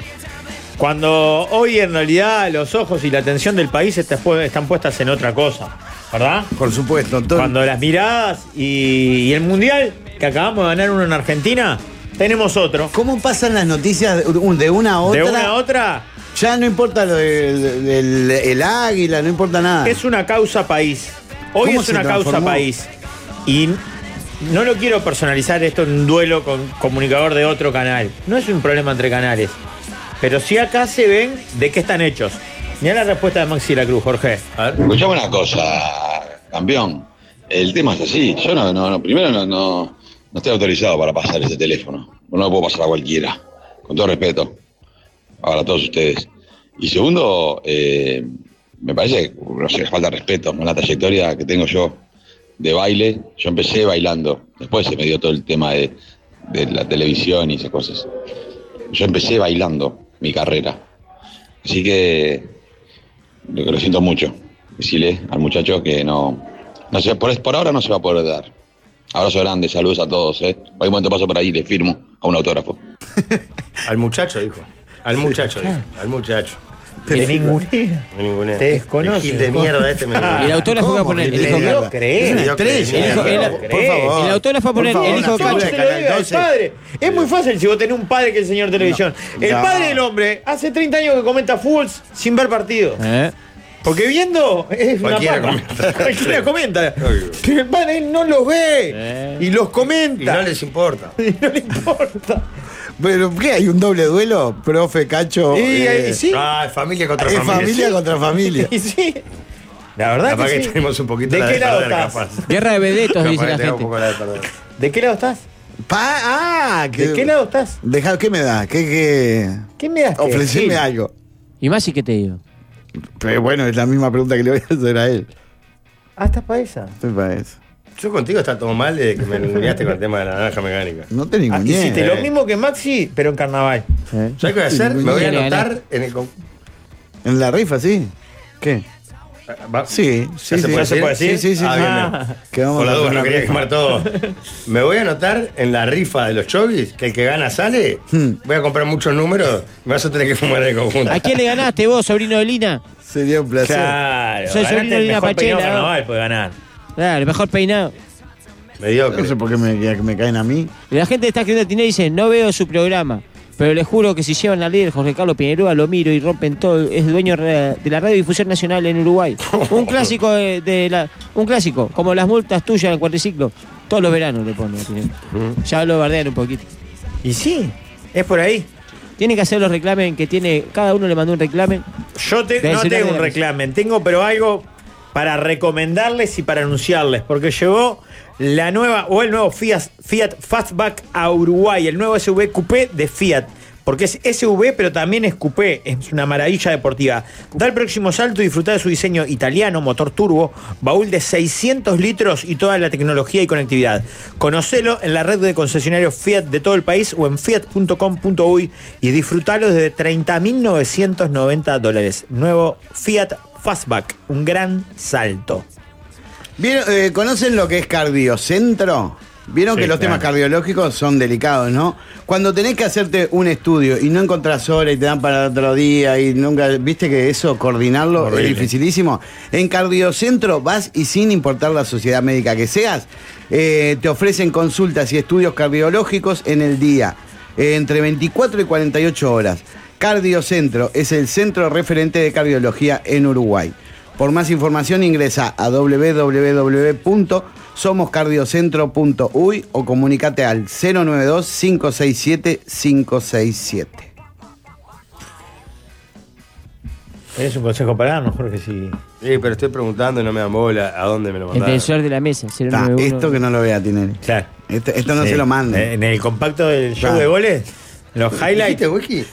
S6: Cuando hoy en realidad los ojos y la atención del país está pu- están puestas en otra cosa, ¿verdad?
S5: Por supuesto.
S6: Cuando las miradas y, y el mundial, que acabamos de ganar uno en Argentina, tenemos otro.
S5: ¿Cómo pasan las noticias de un- de una a otra?
S6: De una a otra.
S5: Ya no importa lo del, del- el águila, no importa nada.
S6: Es una causa país. Hoy
S5: ¿Cómo
S6: es
S5: se
S6: una causa
S5: transformó?
S6: país. Y no lo quiero personalizar esto en un duelo con comunicador de otro canal. No es un problema entre canales. Pero sí acá se ven de qué están hechos. Mira la respuesta de Maxi La Cruz, Jorge.
S15: Escuchame una cosa, campeón. El tema es así. Yo no, no, no primero no, no, no estoy autorizado para pasar ese teléfono. No lo puedo pasar a cualquiera. Con todo respeto. Para todos ustedes. Y segundo, eh, me parece, que, no sé, falta de respeto con la trayectoria que tengo yo de baile. Yo empecé bailando. Después se me dio todo el tema de, de la televisión y esas cosas. Yo empecé bailando mi carrera. Así que lo, que lo siento mucho. Decirle al muchacho que no. no se, por, por ahora no se va a poder dar. Abrazo grande, saludos a todos. ¿eh? Cualquier momento paso por ahí y le firmo a un autógrafo.
S2: Al muchacho, dijo. Al muchacho, dijo. Al muchacho.
S6: Te ninguna.
S2: Ninguna.
S6: Te desconoce.
S2: El gil de mierda este me
S7: Y el autógrafo
S2: ¿Cómo
S7: iba a poner,
S2: gil
S7: el
S2: de
S7: hijo-
S2: mierda?
S7: No lo crees,
S2: No lo
S7: tres,
S2: crees,
S7: el hijo-
S2: no lo
S7: el-
S2: crees.
S7: por favor. El autógrafo va a poner,
S6: Por favor,
S7: el hijo
S6: no,
S7: Cacho.
S6: se lo diga al padre. Es muy fácil si vos tenés un padre que es el señor televisión. El
S7: No.
S6: padre del hombre hace 30 años que comenta fútbol sin ver partido.
S16: ¿Eh?
S6: Porque viendo es
S2: Cualquiera
S6: una papa.
S2: comenta.
S6: Cualquiera comenta. Pero el padre no los ve y los comenta.
S2: Y no les importa.
S5: ¿Pero qué? ¿Hay un doble duelo? Profe, Cacho.
S6: Y,
S5: eh,
S6: eh, sí.
S2: Ah, es familia contra
S5: Es
S2: familia.
S5: familia
S2: sí.
S5: contra familia.
S6: Y sí. La verdad
S2: Capaz
S6: que
S2: que,
S6: sí.
S2: tenemos un poquito
S6: ¿De
S2: la
S6: qué lado
S2: perder,
S6: estás?
S2: capaz.
S7: Guerra de vedetos,
S2: Capaz
S7: dice
S2: que
S7: la
S2: tenemos
S7: gente.
S2: un poco la de perder.
S6: ¿De qué lado estás?
S5: Pa- ah, que-
S6: ¿De qué lado estás?
S5: Deja, ¿Qué me da? ¿Qué, qué?
S6: ¿Qué me das?
S5: Ofreceme
S6: Gil?
S5: algo.
S7: Y más si que te digo.
S5: Pero bueno, es la misma pregunta que le voy a hacer a él.
S6: Ah, estás para esa.
S5: Me parece.
S2: Yo contigo está todo mal desde que me engañaste con el tema de la naranja mecánica.
S5: No te ningún
S6: Hiciste lo mismo que Maxi, pero en carnaval.
S2: Ah, ¿Sabes qué voy a hacer? Me voy a anotar en el. con-
S5: En la rifa, sí. ¿Qué?
S2: Va-
S5: Sí, sí,
S2: ¿Ya se
S5: sí.
S2: puede, se puede decir?
S5: Sí, sí, sí.
S2: Ah,
S5: sí.
S2: bien,
S5: Ah.
S2: bien.
S5: Que vamos
S2: Por
S5: a
S2: la duda,
S5: hacer
S2: no
S5: una
S2: quería
S5: rifa.
S2: quemar todo. Me voy a anotar en la rifa de los chovis, que el que gana sale.
S5: Hmm.
S2: Voy a comprar muchos números, me vas a tener que fumar en el conjunto.
S7: ¿A quién le ganaste vos, sobrino de Lina?
S5: Sería un placer.
S6: Claro.
S7: Soy
S6: ganaste
S7: sobrino de
S6: el
S7: Lina
S6: mejor peinado
S7: Pachela, ¿no?
S6: carnaval, puede ganar.
S7: Claro, mejor peinado.
S5: No sé por qué me, que me caen a mí.
S7: La gente está escribiendo a Tinelli y dice, no veo su programa. Pero le juro que si llevan al líder Jorge Carlos Piñerúa, lo miro y rompen todo. Es dueño re- de la Radiodifusión Nacional en Uruguay. Un clásico de, de la. Un clásico, como las multas tuyas en el cuatriciclo. Todos los veranos le ponen a Tinelli. Ya lo bardean un poquito.
S6: Y sí, es por ahí.
S7: Tiene que hacer los reclamen que tiene. Cada uno le mandó un reclamen.
S6: Yo te-
S7: Del
S6: no
S7: celular
S6: tengo
S7: de
S6: un
S7: la
S6: reclamen, tengo pero algo para recomendarles y para anunciarles, porque llegó la nueva o el nuevo Fiat, Fiat Fastback a Uruguay, el nuevo SUV coupé de Fiat, porque es SUV pero también es coupé, es una maravilla deportiva. Da el próximo salto y disfruta de su diseño italiano, motor turbo, baúl de 600 litros y toda la tecnología y conectividad. Conocelo en la red de concesionarios Fiat de todo el país o en fiat.com.uy y disfrutalo desde 30.990 dólares. Nuevo Fiat Fastback, un gran salto.
S5: ¿Vieron, eh, ¿Conocen lo que es cardiocentro? Vieron
S2: Sí,
S5: que los
S2: claro.
S5: temas cardiológicos son delicados, ¿no? Cuando tenés que hacerte un estudio y no encontrás hora y te dan para otro día y nunca, viste que eso, coordinarlo
S2: Horrible.
S5: es dificilísimo. En Cardiocentro vas y sin importar la sociedad médica que seas, eh, te ofrecen consultas y estudios cardiológicos en el día, eh, entre 24 y 48 horas. Cardiocentro es el centro referente de cardiología en Uruguay. Por más información ingresa a www.somoscardiocentro.uy o comunícate al 092-567-567.
S6: ¿Tenés un consejo para darnos, Jorge? Sí.
S2: Sí, pero estoy preguntando y no me dan bola a dónde me
S5: Este
S2: lo
S7: El
S2: mandaron.
S7: televisor de la mesa,
S5: Ta,
S7: 091.
S5: esto que no lo vea, Tinelli.
S6: Claro.
S5: Esto, esto no
S6: Sí.
S5: se lo mande.
S6: Eh, En el compacto del show
S5: Claro.
S6: de goles, los highlights.
S5: ¿Dijiste whisky?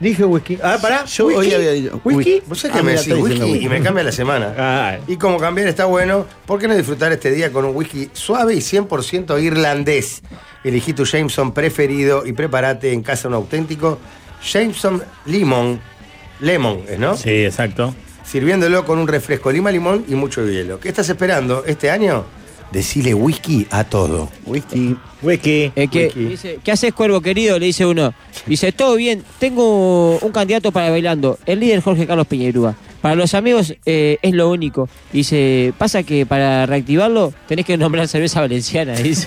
S6: Dije whisky. Ah, pará.
S5: Yo
S6: ¿Whisky?
S5: hoy había dicho
S6: ¿Whisky? Ah,
S2: ¿Vos sabés que me decís whisky y me cambia la semana? Y como cambiar está bueno, ¿por qué no disfrutar este día con un whisky suave y 100% irlandés? Elegí tu Jameson preferido y prepárate en casa un auténtico Jameson Lemon. Lemon, ¿es, ¿no?
S6: Sí, exacto.
S2: Sirviéndolo con un refresco lima limón y mucho hielo. ¿Qué estás esperando este año? Decile whisky a todo.
S5: Whisky.
S6: Whisky.
S7: Es que dice, ¿qué haces, cuervo querido? Le dice uno. Dice, todo bien, tengo un candidato para bailando, el líder Jorge Carlos Piñerúa. Para los amigos eh, es lo único. Dice, pasa que para reactivarlo tenés que nombrar cerveza valenciana. Dice.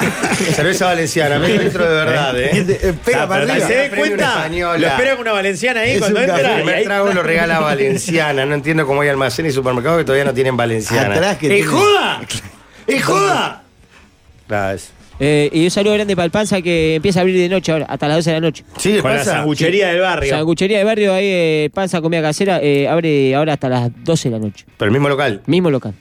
S2: Cerveza valenciana, medio litro de verdad, ¿eh?
S6: Ah, pero
S2: arriba.
S6: ¿Se den
S2: Premio
S6: cuenta?
S2: Española.
S6: Lo espera con una valenciana ahí
S2: Es
S6: cuando
S2: un café.
S6: entra.
S2: El primer trago lo regala Valenciana. No entiendo cómo hay almacenes y supermercados que todavía no tienen Valenciana.
S5: Atrás que tiene-
S2: ¡Eh, joda! ¡Eh, joda! Claro, es-
S7: Eh, y un saludo grande para el Panza que empieza a abrir de noche ahora, hasta las 12 de la noche.
S2: Sí,
S6: Con la pasa. sanguchería del barrio.
S7: Sanguchería del barrio, ahí eh, Panza Comida Casera eh, abre ahora hasta las 12 de la noche.
S2: Pero el mismo local.
S7: Mismo local.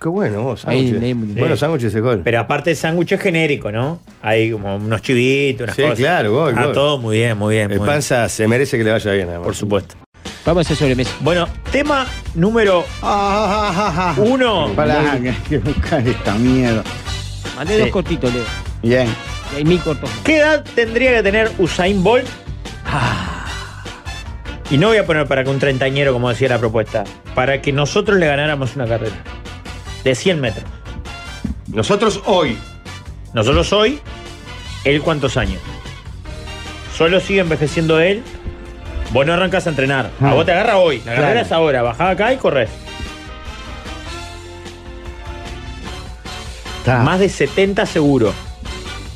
S2: Qué bueno, vos,
S7: Ahí
S2: sándwiches.
S7: leemos.
S2: Bueno,
S6: Sí.
S2: sándwiches de gol.
S6: Pero aparte el sándwich es genérico, ¿no? Hay como unos chivitos, unas
S2: Sí,
S6: cosas.
S2: claro, gol,
S6: Ah,
S2: gol.
S6: todo muy bien, muy bien.
S2: El
S6: muy
S2: panza se merece que le vaya bien, además. Por
S6: supuesto.
S7: Vamos a hacer sobremesa.
S6: bien. Bueno, tema número
S2: Ah,
S6: uno.
S5: Pará, que hay que buscar esta mierda.
S7: Mandé
S6: Sí.
S7: dos cortitos, Leo.
S5: Bien.
S7: Y hay mil cortos. más.
S6: ¿Qué edad tendría que tener Usain Bolt? Ah. Y no voy a poner para que un treintañero, como decía la propuesta, para que nosotros le ganáramos una carrera de 100 metros.
S2: Nosotros hoy.
S6: Nosotros hoy, ¿él cuántos años? Solo sigue envejeciendo él. Vos no arrancas a entrenar. A
S5: Ah.
S6: vos te agarra hoy. La
S5: Claro.
S6: carrera es ahora. Bajá acá y corres.
S5: Ta.
S6: Más de 70 seguro.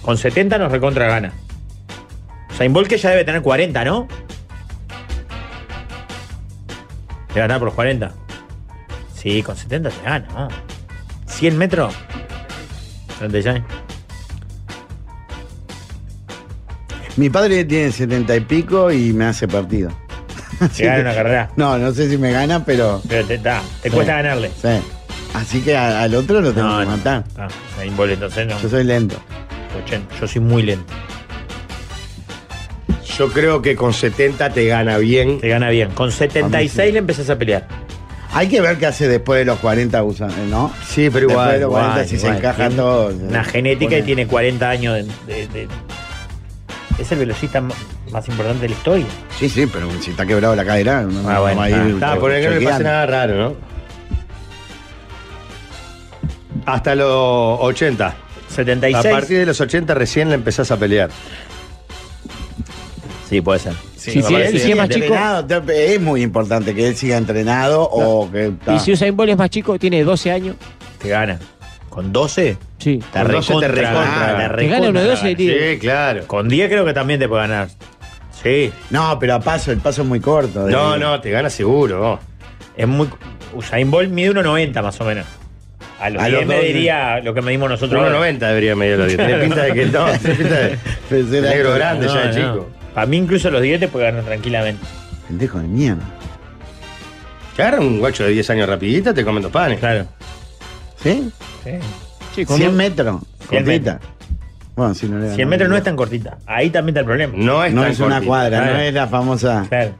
S6: Con 70 nos recontra gana. Usain Bolt que ya debe tener 40, ¿no? Debe ganar por los 40. Sí, con 70 te gana. ah. ¿no? 100 metros. 36.
S5: Mi padre tiene 70 y pico y me hace partido.
S6: Se gana una carrera.
S5: No, no sé si me gana, pero.
S6: Pero te, da, te
S5: Sí.
S6: cuesta ganarle.
S5: Sí. Así que a- al otro lo tengo
S6: No,
S5: que
S6: no.
S5: matar.
S6: Ah, Usain Bolt, entonces no.
S5: Yo soy lento.
S6: 80. Yo soy muy lento.
S2: Yo creo que con 70 te gana bien.
S6: Te gana bien. Con 76 le empezás a pelear.
S5: Hay que ver qué hace después de los 40 usan, ¿eh? ¿no?
S2: Sí, pero
S5: después
S2: igual.
S5: de los 40
S2: igual,
S5: si
S2: igual.
S5: se encaja
S6: Tiene
S5: todo.
S6: Una
S5: se
S6: genética y
S5: pone-
S6: tiene 40 años de. de- de- es el velocista m- más importante de la historia.
S5: Sí, sí, pero si está quebrado la cadera, no,
S6: Ah,
S5: no
S6: bueno,
S5: va a
S6: está.
S5: ir.
S2: Está, por el que no le pase nada raro, ¿no? Hasta los 80. A
S6: 76.
S2: partir de los 80 recién la empezás a pelear.
S6: Sí, puede ser.
S7: Sí, me sí, parece sí, bien. es más chico.
S5: Entrenado, te- Es muy importante que él siga entrenado o que. ta.
S7: Y si Usain Bolt es más chico, tiene 12 años.
S6: Te gana. Con 12.
S7: Sí.
S6: Te
S2: Con 12 te
S6: recontra.
S2: recontra.
S6: gana,
S7: Te gana
S6: recontra
S7: uno de 12, tío.
S2: Sí, claro.
S6: Con 10 creo que también te puede ganar. Sí.
S5: No, pero a paso, el paso es muy corto. eh. de-
S2: No, no, te gana seguro. vos.
S6: Es muy. Usain Bolt mide 1.90 más o menos. A los
S5: A
S6: 10
S5: los
S6: me
S5: dos,
S6: diría lo que medimos nosotros. ahora.
S2: 1.90 debería medir los 10. Tenés pinta de que no. Tenés pinta de
S5: Tercera-
S2: negro grande
S6: No,
S2: ya de
S6: no.
S2: chico.
S6: Para mí incluso los 10 te puede ganar tranquilamente.
S5: Pendejo de mierda.
S2: Te agarra un guacho de 10 años rapidito, te comen dos panes.
S6: Claro.
S5: ¿Sí?
S6: Sí.
S7: Sí, con
S5: 100
S7: un-
S5: metros.
S6: 100
S5: Cortita. Bueno, si no le
S6: 100 metros no es tan cortita. Ahí también está el problema.
S2: No es
S5: No
S2: tan
S5: es una
S2: cortito.
S5: cuadra,
S6: Claro.
S5: no es la famosa.
S6: Claro.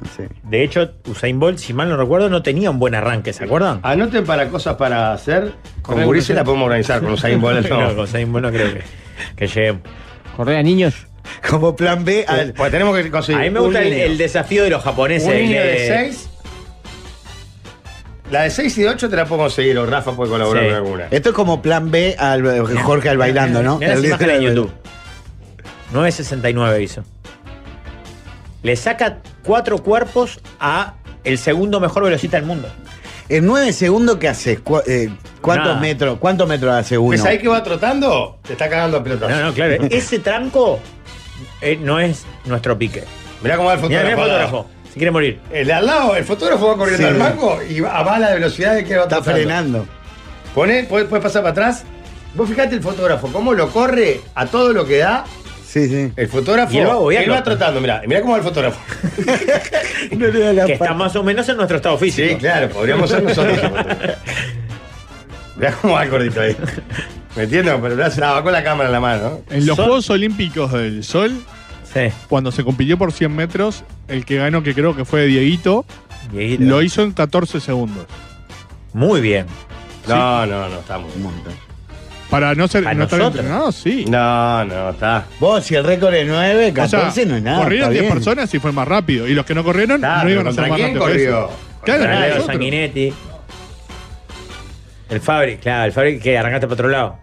S5: no sé.
S6: De hecho, Usain Bolt, si mal no recuerdo, no tenía un buen arranque, ¿se acuerdan?
S2: Anoten para cosas para hacer. Con
S6: Correcto.
S2: Gurice la podemos organizar, con Usain Bolt
S6: No, con
S2: no.
S6: Usain Bolt no creo que, que lleguemos.
S7: Correa, niños.
S5: Como plan B, al-
S2: Pues tenemos que conseguir.
S6: A mí me gusta
S2: un
S6: el,
S2: niño.
S6: el desafío de los japoneses.
S2: Un niño
S6: le-
S2: de 6 La de 6 y de 8 te la puedo conseguir, o Rafa puede colaborar
S5: Sí.
S2: con alguna.
S5: Esto es como plan B al Jorge al bailando, ¿no?
S6: Mirá las
S5: El-
S6: imágenes en YouTube. 9.69 hizo. Le saca cuatro cuerpos a el segundo mejor velocista del mundo.
S5: En 9 segundos, ¿qué haces? Cu- eh, ¿Cuántos
S6: Nada.
S5: metros? ¿Cuántos metros hace uno?
S6: ¿Ves ahí que
S2: va trotando? Te está cagando a pelotas.
S6: No, no, claro. Ese tranco eh, no es nuestro pique.
S2: Mirá cómo va el
S6: Mirá, mirá el
S2: fotógrafo.
S6: fotógrafo. Se quiere morir.
S2: El de al lado, el fotógrafo va corriendo
S6: Sí.
S2: al mango y va- avala la velocidad de que va Está
S5: frenando.
S2: Pone, puedes pasar para atrás. Vos fijate el fotógrafo, cómo lo corre a todo lo que da.
S5: Sí, sí.
S2: El fotógrafo.
S6: Y él va bobeando.
S2: él va trotando, mirá. Mirá cómo va el fotógrafo.
S6: que está más o menos en nuestro estado físico. Sí,
S2: claro, podríamos ser nosotros. Mirá cómo va el gordito ahí. ¿Me entiendes? Pero mirá, se la va con la cámara en la mano.
S9: En los Juegos Olímpicos del Sol, cuando se compitió por 100 metros, el que ganó, que creo que fue Dieguito,
S6: Dieguito.
S9: lo hizo en 14 segundos.
S6: Muy bien.
S2: No, no, no, estamos. Un montón.
S9: Para no ser. no estar
S2: nosotros?
S9: entrenado, sí.
S2: No, no, está.
S5: Vos, si el récord es 9, 14
S9: O sea,
S5: no es nada.
S9: Corrieron
S5: está
S9: 10
S5: bien.
S9: personas y fue más rápido. Y los que no corrieron
S2: Ah,
S9: no iban a ser más rápidos. Claro,
S6: Claro,
S9: nosotros.
S6: Sanguinetti. El Fabri, claro, el Fabri que arrancaste para otro lado.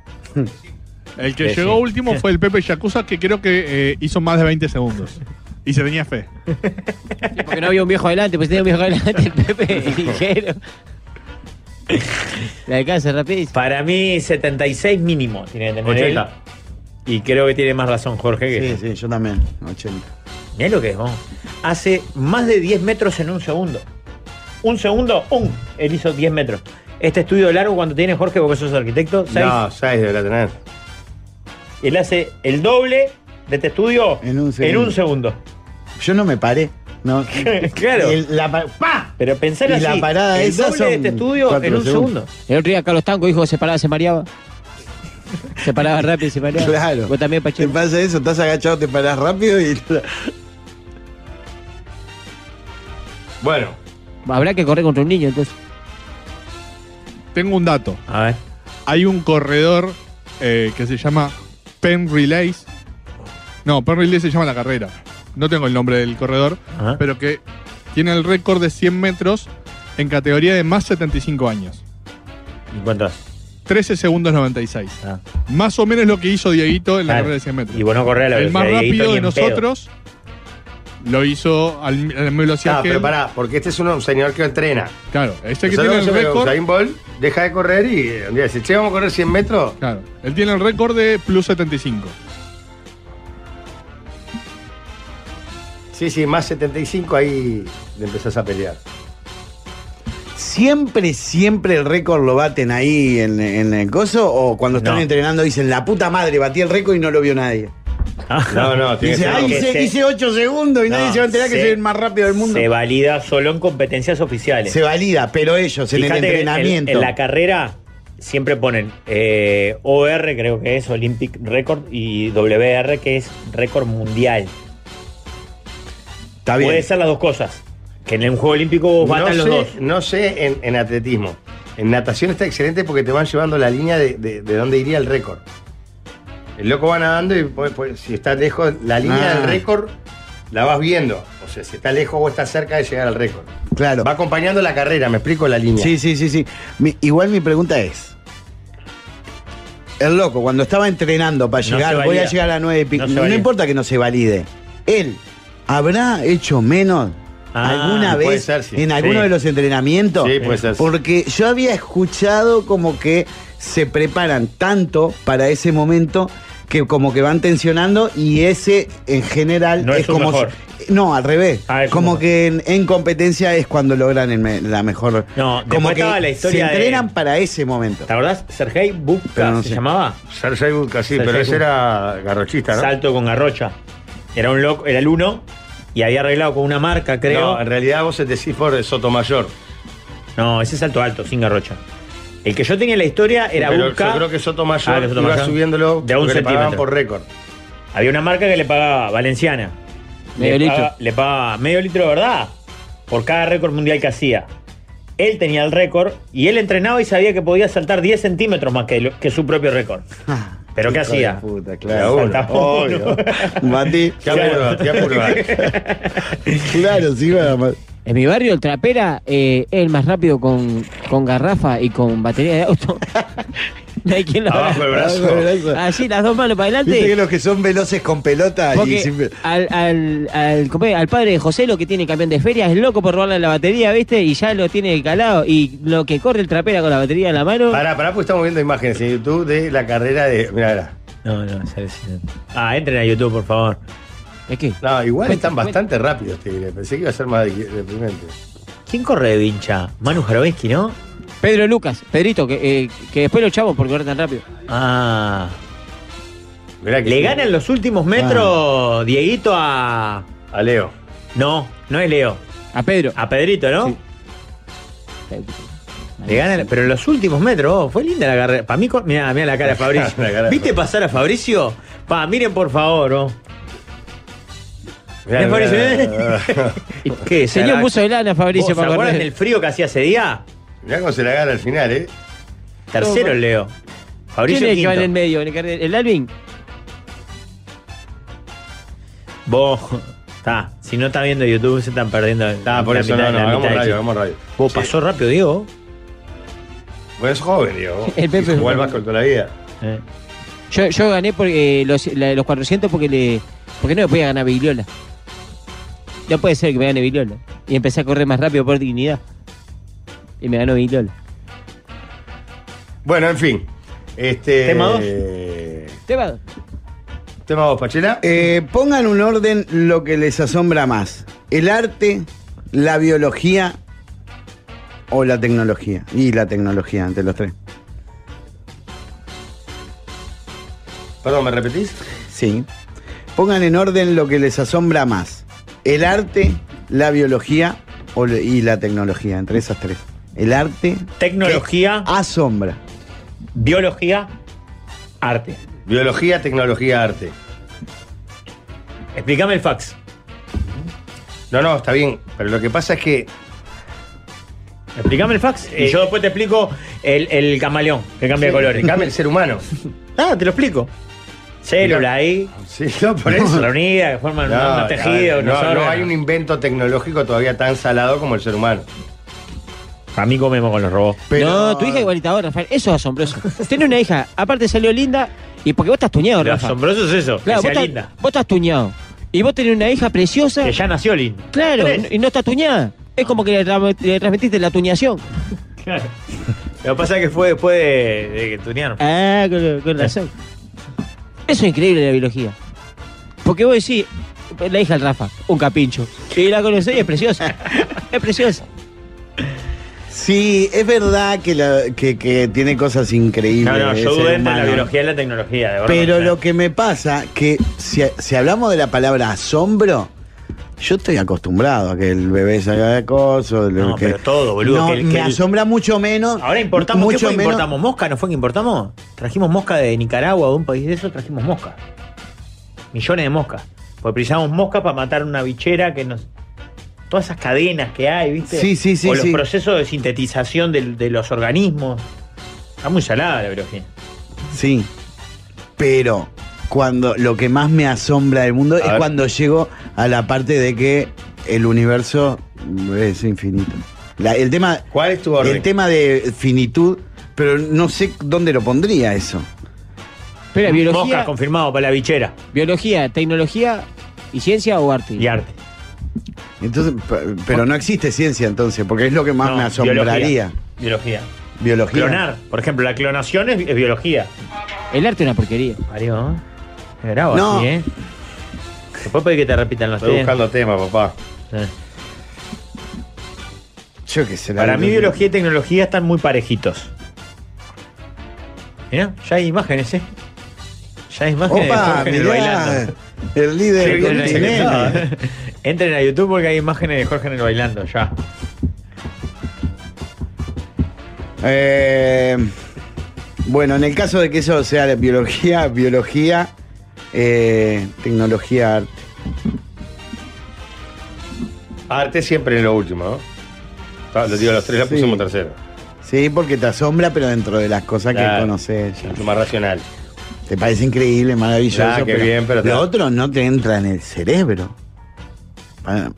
S9: El que
S6: Sí,
S9: llegó
S6: sí.
S9: último fue el Pepe Yakuza, que creo que eh, hizo más de 20 segundos. Y se tenía fe.
S7: Porque no había un viejo adelante, pues tenía un viejo adelante, el Pepe, el ligero.
S6: La de casa rapidísimo. Para mí, 76 mínimo tiene que tener él.
S5: 80.
S6: Y creo que tiene más razón Jorge que
S5: Sí, sí, yo también. 80.
S6: Mirá lo que es, vos. Hace más de 10 metros en un segundo. Un segundo, ¡pum! Él hizo 10 metros. Este estudio largo, cuando tiene Jorge, porque sos arquitecto, 6.
S2: No, 6 deberá tener.
S6: Él hace el doble de este estudio en un
S5: segundo.
S6: segundo.
S5: Yo no me paré. No.
S6: claro.
S5: El- la pa- ¡pa!
S6: Pero pensar
S5: Y la parada
S6: el
S5: esa
S6: doble
S5: son
S6: de este estudio
S5: cuatro
S6: en un segundo.
S5: segundos.
S7: El otro día Carlos Tanco dijo que se paraba, se mareaba. Se paraba rápido, se mareaba.
S5: Claro.
S7: Vos también, Pacheco.
S5: Te pasa eso, estás agachado, te parás rápido y.
S2: Bueno.
S7: Habrá que correr contra un niño, entonces.
S9: Tengo un dato.
S6: A ver.
S9: Hay un corredor eh, que se llama Penn Relays. No, Penn Relays se llama la carrera. No tengo el nombre del corredor,
S6: Ajá.
S9: pero que tiene el récord de 100 metros en categoría de más 75 años.
S6: ¿Y cuánto hace?
S9: 13 segundos 96.
S6: Ah.
S9: Más o menos lo que hizo Dieguito en la
S6: Claro.
S9: carrera de 100 metros.
S6: Y vos no corrés a la
S9: El más
S6: velocidad de Dieguito
S9: rápido de
S6: ni en pedo.
S9: nosotros lo hizo al, a la misma velocidad
S2: Ah,
S9: que
S2: pero
S9: él.
S2: pará, porque este es un señor que entrena.
S9: Claro, este que
S2: Nosotros
S9: tiene el
S2: hacemos como
S9: récord.
S2: Usain Bolt deja de correr y eh, un día dice, che, vamos a correr 100 metros.
S9: Claro, él tiene el récord de plus 75.
S2: Sí, sí, más 75 ahí le empezás a pelear.
S5: ¿Siempre, siempre el récord lo baten ahí en, en el coso? ¿O cuando están
S2: No.
S5: entrenando dicen, la puta madre, batí el récord y no lo vio nadie?
S2: No, no, tiene
S5: Dice,
S2: que ser
S5: ay,
S2: algo-
S5: hice, hice 8 segundos y nadie
S6: No,
S5: se va a enterar que
S6: se-
S5: soy el más rápido del mundo.
S6: Se valida solo en competencias oficiales.
S5: Se valida, pero ellos en
S6: Fíjate
S5: el
S6: que
S5: entrenamiento.
S6: En, en la carrera siempre ponen eh, OR, creo que es Olympic Record, y WR, que es récord mundial.
S5: Está
S2: bien.
S6: Puede ser las dos cosas. Que en un juego olímpico vos batan los
S2: no sé,
S6: dos.
S2: No sé en, en atletismo. En natación está excelente porque te van llevando la línea de, de, de dónde iría el récord. El loco va nadando y pues, pues, si está lejos, la línea
S5: Ah.
S2: del récord la vas viendo. O sea, si está lejos o está cerca de llegar al récord.
S5: Claro.
S2: Va acompañando la carrera, me explico la línea.
S5: Sí, sí, sí, sí. Mi- igual mi pregunta es. El loco, cuando estaba entrenando para
S6: No
S5: llegar,
S6: se
S5: voy a
S6: valida.
S5: llegar a 9 y pico.
S6: No se
S5: No,
S6: valida.
S5: importa que no se valide. Él habrá hecho menos
S6: Ah,
S5: alguna
S6: puede
S5: vez
S6: ser, sí.
S5: en alguno
S6: Sí.
S5: de los entrenamientos.
S6: Sí, puede ser, sí.
S5: Porque yo había escuchado como que se preparan tanto para ese momento que como que van tensionando y ese en general
S6: No es su
S5: como
S6: mejor. Ah,
S5: si- no, al revés. como que en, en competencia es cuando logran el me- la mejor
S6: No,
S5: como
S6: después
S5: que
S6: estaba la historia
S5: se
S6: de-
S5: entrenan para ese momento.
S6: ¿Te acordás? Sergei Bubka
S5: Pero no
S6: se
S5: sé.
S6: llamaba.
S2: Sergei Bubka, sí, pero ese era garrochista, ¿no?
S6: Salto con garrocha. Era un loco, era el uno y había arreglado con una marca, creo.
S2: No, en realidad vos decís por Sotomayor.
S6: No, ese salto alto, sin garrocha. El que yo tenía en la historia era
S2: Pero
S6: Bubka.
S2: yo creo que Sotomayor
S6: Ah, que Sotomayor.
S2: iba subiéndolo
S6: de a un
S2: porque le pagaban
S6: centímetro.
S2: por récord.
S6: Había una marca que le pagaba, Valenciana.
S2: Medio
S6: le
S2: litro.
S6: Pagaba, le pagaba medio litro de verdad por cada récord mundial que hacía. Él tenía el récord y él entrenaba y sabía que podía saltar 10 centímetros más que, lo- que su propio récord.
S5: Ah.
S6: ¿Pero qué
S5: Hijo de
S6: hacía?
S5: puta,
S6: Le
S5: claro.
S6: saltaba uno.
S5: Obvio. Batí.
S6: Qué apuro,
S5: claro, sí, nada más.
S7: En mi barrio, el trapera eh, es el más rápido con, con garrafa y con batería de auto. no hay quien lo haga.
S5: Abajo el brazo. Abajo el brazo.
S7: Así, Ah, las dos manos para adelante.
S5: Viste que los que son veloces con pelota y
S7: Porque
S5: sin-
S7: al, al, al, compa- al padre de José, lo que tiene campeón de feria, es loco por robarle la batería, ¿viste? Y ya lo tiene calado. Y lo que corre el trapera con la batería en la mano.
S2: Pará, pará, pues estamos viendo imágenes en YouTube de la carrera de. Mirá, mirá.
S6: No, no, ya ves. Ah, entren a YouTube, por favor.
S7: ¿Es qué?
S2: No, igual
S6: Cuenta,
S2: están bastante rápidos, te diré. Pensé que iba a ser más de- deprimente.
S6: ¿Quién corre de vincha? Manu Jaroveski, ¿no?
S7: Pedro Lucas, Pedrito, que, eh, que después lo echamos por correr tan rápido.
S6: Ah.
S2: que
S6: Le
S7: sí.
S6: ganan los últimos metros Dieguito a.
S2: A Leo.
S6: No, no es Leo.
S7: A Pedro.
S6: A Pedrito, ¿no? Le ganan, pero en los últimos metros, oh, fue linda la carrera. Para mí, mira, mira la cara de Fabricio.
S2: La cara de
S6: ¿Viste pasar a Fabricio? Pa, miren por favor, oh.
S2: Mirá,
S6: Mirá,
S2: mirá,
S5: Ah.
S6: Fabricio, ¿eh? ¿Qué?
S7: Señor
S6: Sarac-
S7: puso de lana, Fabricio,
S6: ¿Vos
S7: para
S6: ¿Se acuerdan
S7: correr?
S6: del frío que hacía ese día?
S2: Mirá cómo se la gana al final, ¿eh?
S6: Tercero,
S7: No,
S6: Leo.
S7: ¿Quién
S6: Fabricio
S7: es el que va en
S6: quinto.
S7: el medio? ¿El, carril? ¿El Alvin?
S6: Vos, está, si no está viendo YouTube, se están perdiendo. Está,
S2: Ah, por eso no, no, hagamos radio, hagamos radio.
S6: Vos pasó rápido, Diego.
S2: Bueno, es joven, Diego.
S7: El Pepe.
S2: Igual más con toda la vida.
S7: Yo, yo gané porque, eh, los, la- los 400 porque le porque no me podía ganar Viliola. No puede ser que me gane Viliola. Y empecé a correr más rápido por dignidad. Y me ganó Viliola.
S2: Bueno, en fin. Este,
S7: Tema dos.
S2: eh,
S7: Tema dos.
S2: Tema 2, Pachela.
S5: Eh, pongan un orden lo que les asombra más. El arte, la biología o la tecnología. Y la tecnología, entre los tres.
S2: Perdón, ¿me repetís?
S5: Sí. Pongan en orden lo que les asombra más. El arte, la biología o le- y la tecnología, entre esas tres. El arte.
S6: Tecnología.
S5: Asombra.
S6: Biología. Arte.
S2: Biología, tecnología, arte.
S6: Explícame el fax.
S2: No, no, está bien. Pero lo que pasa es que.
S6: Explícame el fax. Y
S2: Eh,
S6: yo después te explico el, el camaleón que cambia
S2: Sí,
S6: de colores.
S2: explícame el ser humano.
S6: Ah, te lo explico. Célula eh. ahí.
S2: Sí, no, por eso.
S6: Reunida, que forman un-
S2: No,
S6: un tejido.
S2: no,
S6: unos
S2: no
S6: órganos.
S2: hay un invento tecnológico todavía tan salado como el ser humano.
S6: A mí comemos con los robots.
S7: No, tu hija igualita ahora, Rafael. Eso es asombroso. Tenés una hija, aparte salió linda, y porque vos estás tuñado,
S6: Lo
S7: Rafa.
S6: asombroso es eso, que
S7: Claro,
S6: sea
S7: vos, estás-
S6: linda.
S7: vos estás tuñado. Y vos tenés una hija preciosa.
S6: Que ya nació linda.
S7: Claro,
S6: Tres.
S7: y no está tuñada. Es como que le, tra- le transmitiste la tuñación.
S6: Claro. Lo que pasa es que fue después de, de que tunearon.
S7: Ah, con, con razón. Eso es increíble la biología. Porque vos decís, la hija del Rafa, un capincho. Y la conocés y es preciosa. es preciosa.
S5: Sí, es verdad que, la- que- que tiene cosas increíbles.
S6: No, no,
S5: el
S6: yo
S5: ser
S6: dudé entre la
S5: humano.
S6: biología eh. y la tecnología, de verdad.
S5: Pero lo que me pasa que si, si hablamos de la palabra asombro, yo estoy acostumbrado a que el bebé salga de acoso.
S6: No, pero todo, boludo, que el- que
S5: me
S6: el-
S5: asombra mucho menos.
S6: Ahora importamos, ¿qué
S5: mucho
S6: fue que
S5: menos-
S6: importamos? ¿Mosca? ¿No fue que importamos? Trajimos mosca de Nicaragua, de un país de eso, trajimos mosca. Millones de moscas. Porque precisamos moscas para matar una bichera que nos... Todas esas cadenas que hay, ¿viste?
S5: Sí, sí, sí,
S6: O los
S5: sí.
S6: procesos de sintetización del- de, los organismos. Está muy salada la biología.
S5: Sí. Pero cuando lo que más me asombra del mundo es
S6: ver.
S5: cuando llego a la parte de que el universo es infinito. La- el tema,
S2: ¿Cuál es tu
S5: El tema de finitud, pero no sé dónde lo pondría eso.
S7: Pero biología-
S6: Mosca confirmado para la bichera.
S7: Biología, tecnología y ciencia o arte.
S6: Y arte.
S5: Entonces, pe- pero no existe ciencia entonces, porque es lo que más
S6: No,
S5: me asombraría.
S6: Biología. biología.
S5: Biología.
S6: Clonar, por ejemplo, la clonación es, es biología.
S7: El arte es una porquería.
S6: Mario, me grabo
S7: No.
S6: así, ¿eh? Después puede que te repitan los
S2: Estoy
S6: temas.
S2: buscando temas, papá.
S6: Sí.
S5: Yo qué sé. la
S6: Para mí,
S5: biología.
S6: biología y tecnología están muy parejitos. Mirá, ya hay imágenes, ¿eh? Ya hay imágenes
S5: Opa,
S6: de Jorge en el
S5: mirá,
S6: bailando.
S5: el líder
S6: Sí,
S5: del
S6: entren a
S5: continente.
S6: YouTube. Entren a YouTube porque hay imágenes de Jorge en el bailando ya.
S5: Eh, bueno, en el caso de que eso sea de biología, biología, eh, tecnología, arte.
S2: Arte siempre en lo último, ¿no? Está- Lo digo a los tres, la
S5: Sí.
S2: pusimos tercero.
S5: Sí, porque te asombra, pero dentro de las cosas que
S2: Claro.
S5: conoces.
S2: Lo más racional.
S5: Te parece increíble, maravilloso.
S2: Ah, qué bien, pero
S5: lo
S2: te-
S5: otro no te entra en el cerebro. Ah,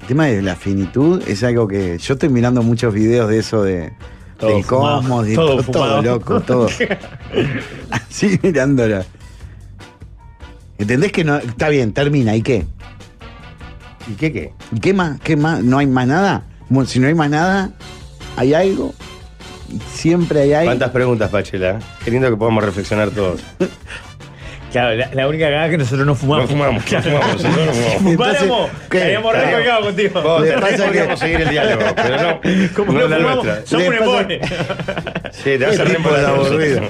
S5: El tema de la finitud es algo que yo estoy mirando muchos videos de eso de
S2: Todo
S5: del
S2: fumado,
S5: cosmos, de
S2: todo
S5: todo,
S2: fumado.
S5: loco, todo. Así mirándola. ¿Entendés que no? Está bien, termina, ¿y qué?
S2: ¿Y qué qué?
S5: ¿Y qué más? ¿Qué más? ¿No hay más nada? Bueno, si no hay más nada, ¿hay algo? Siempre hay algo.
S2: ¿Cuántas preguntas, Pachela? Qué lindo que podamos reflexionar todos.
S6: Claro, la, la única cagada es que nosotros no fumamos.
S2: No fumamos, no fumamos, nosotros no fumamos.
S6: Si fumáramos,
S2: Entonces, ¿qué?
S6: estaríamos
S2: Claro.
S6: recolgados contigo.
S2: Vos, te pasa que- Podríamos seguir el diálogo, pero no,
S6: Como
S2: no
S6: no,
S2: la
S6: fumamos,
S2: nuestra.
S6: somos un
S2: Le pasa-
S6: embole.
S2: Sí, te vas a
S5: Qué
S2: reír
S5: tipo
S2: por
S5: de
S2: la
S5: aburrido.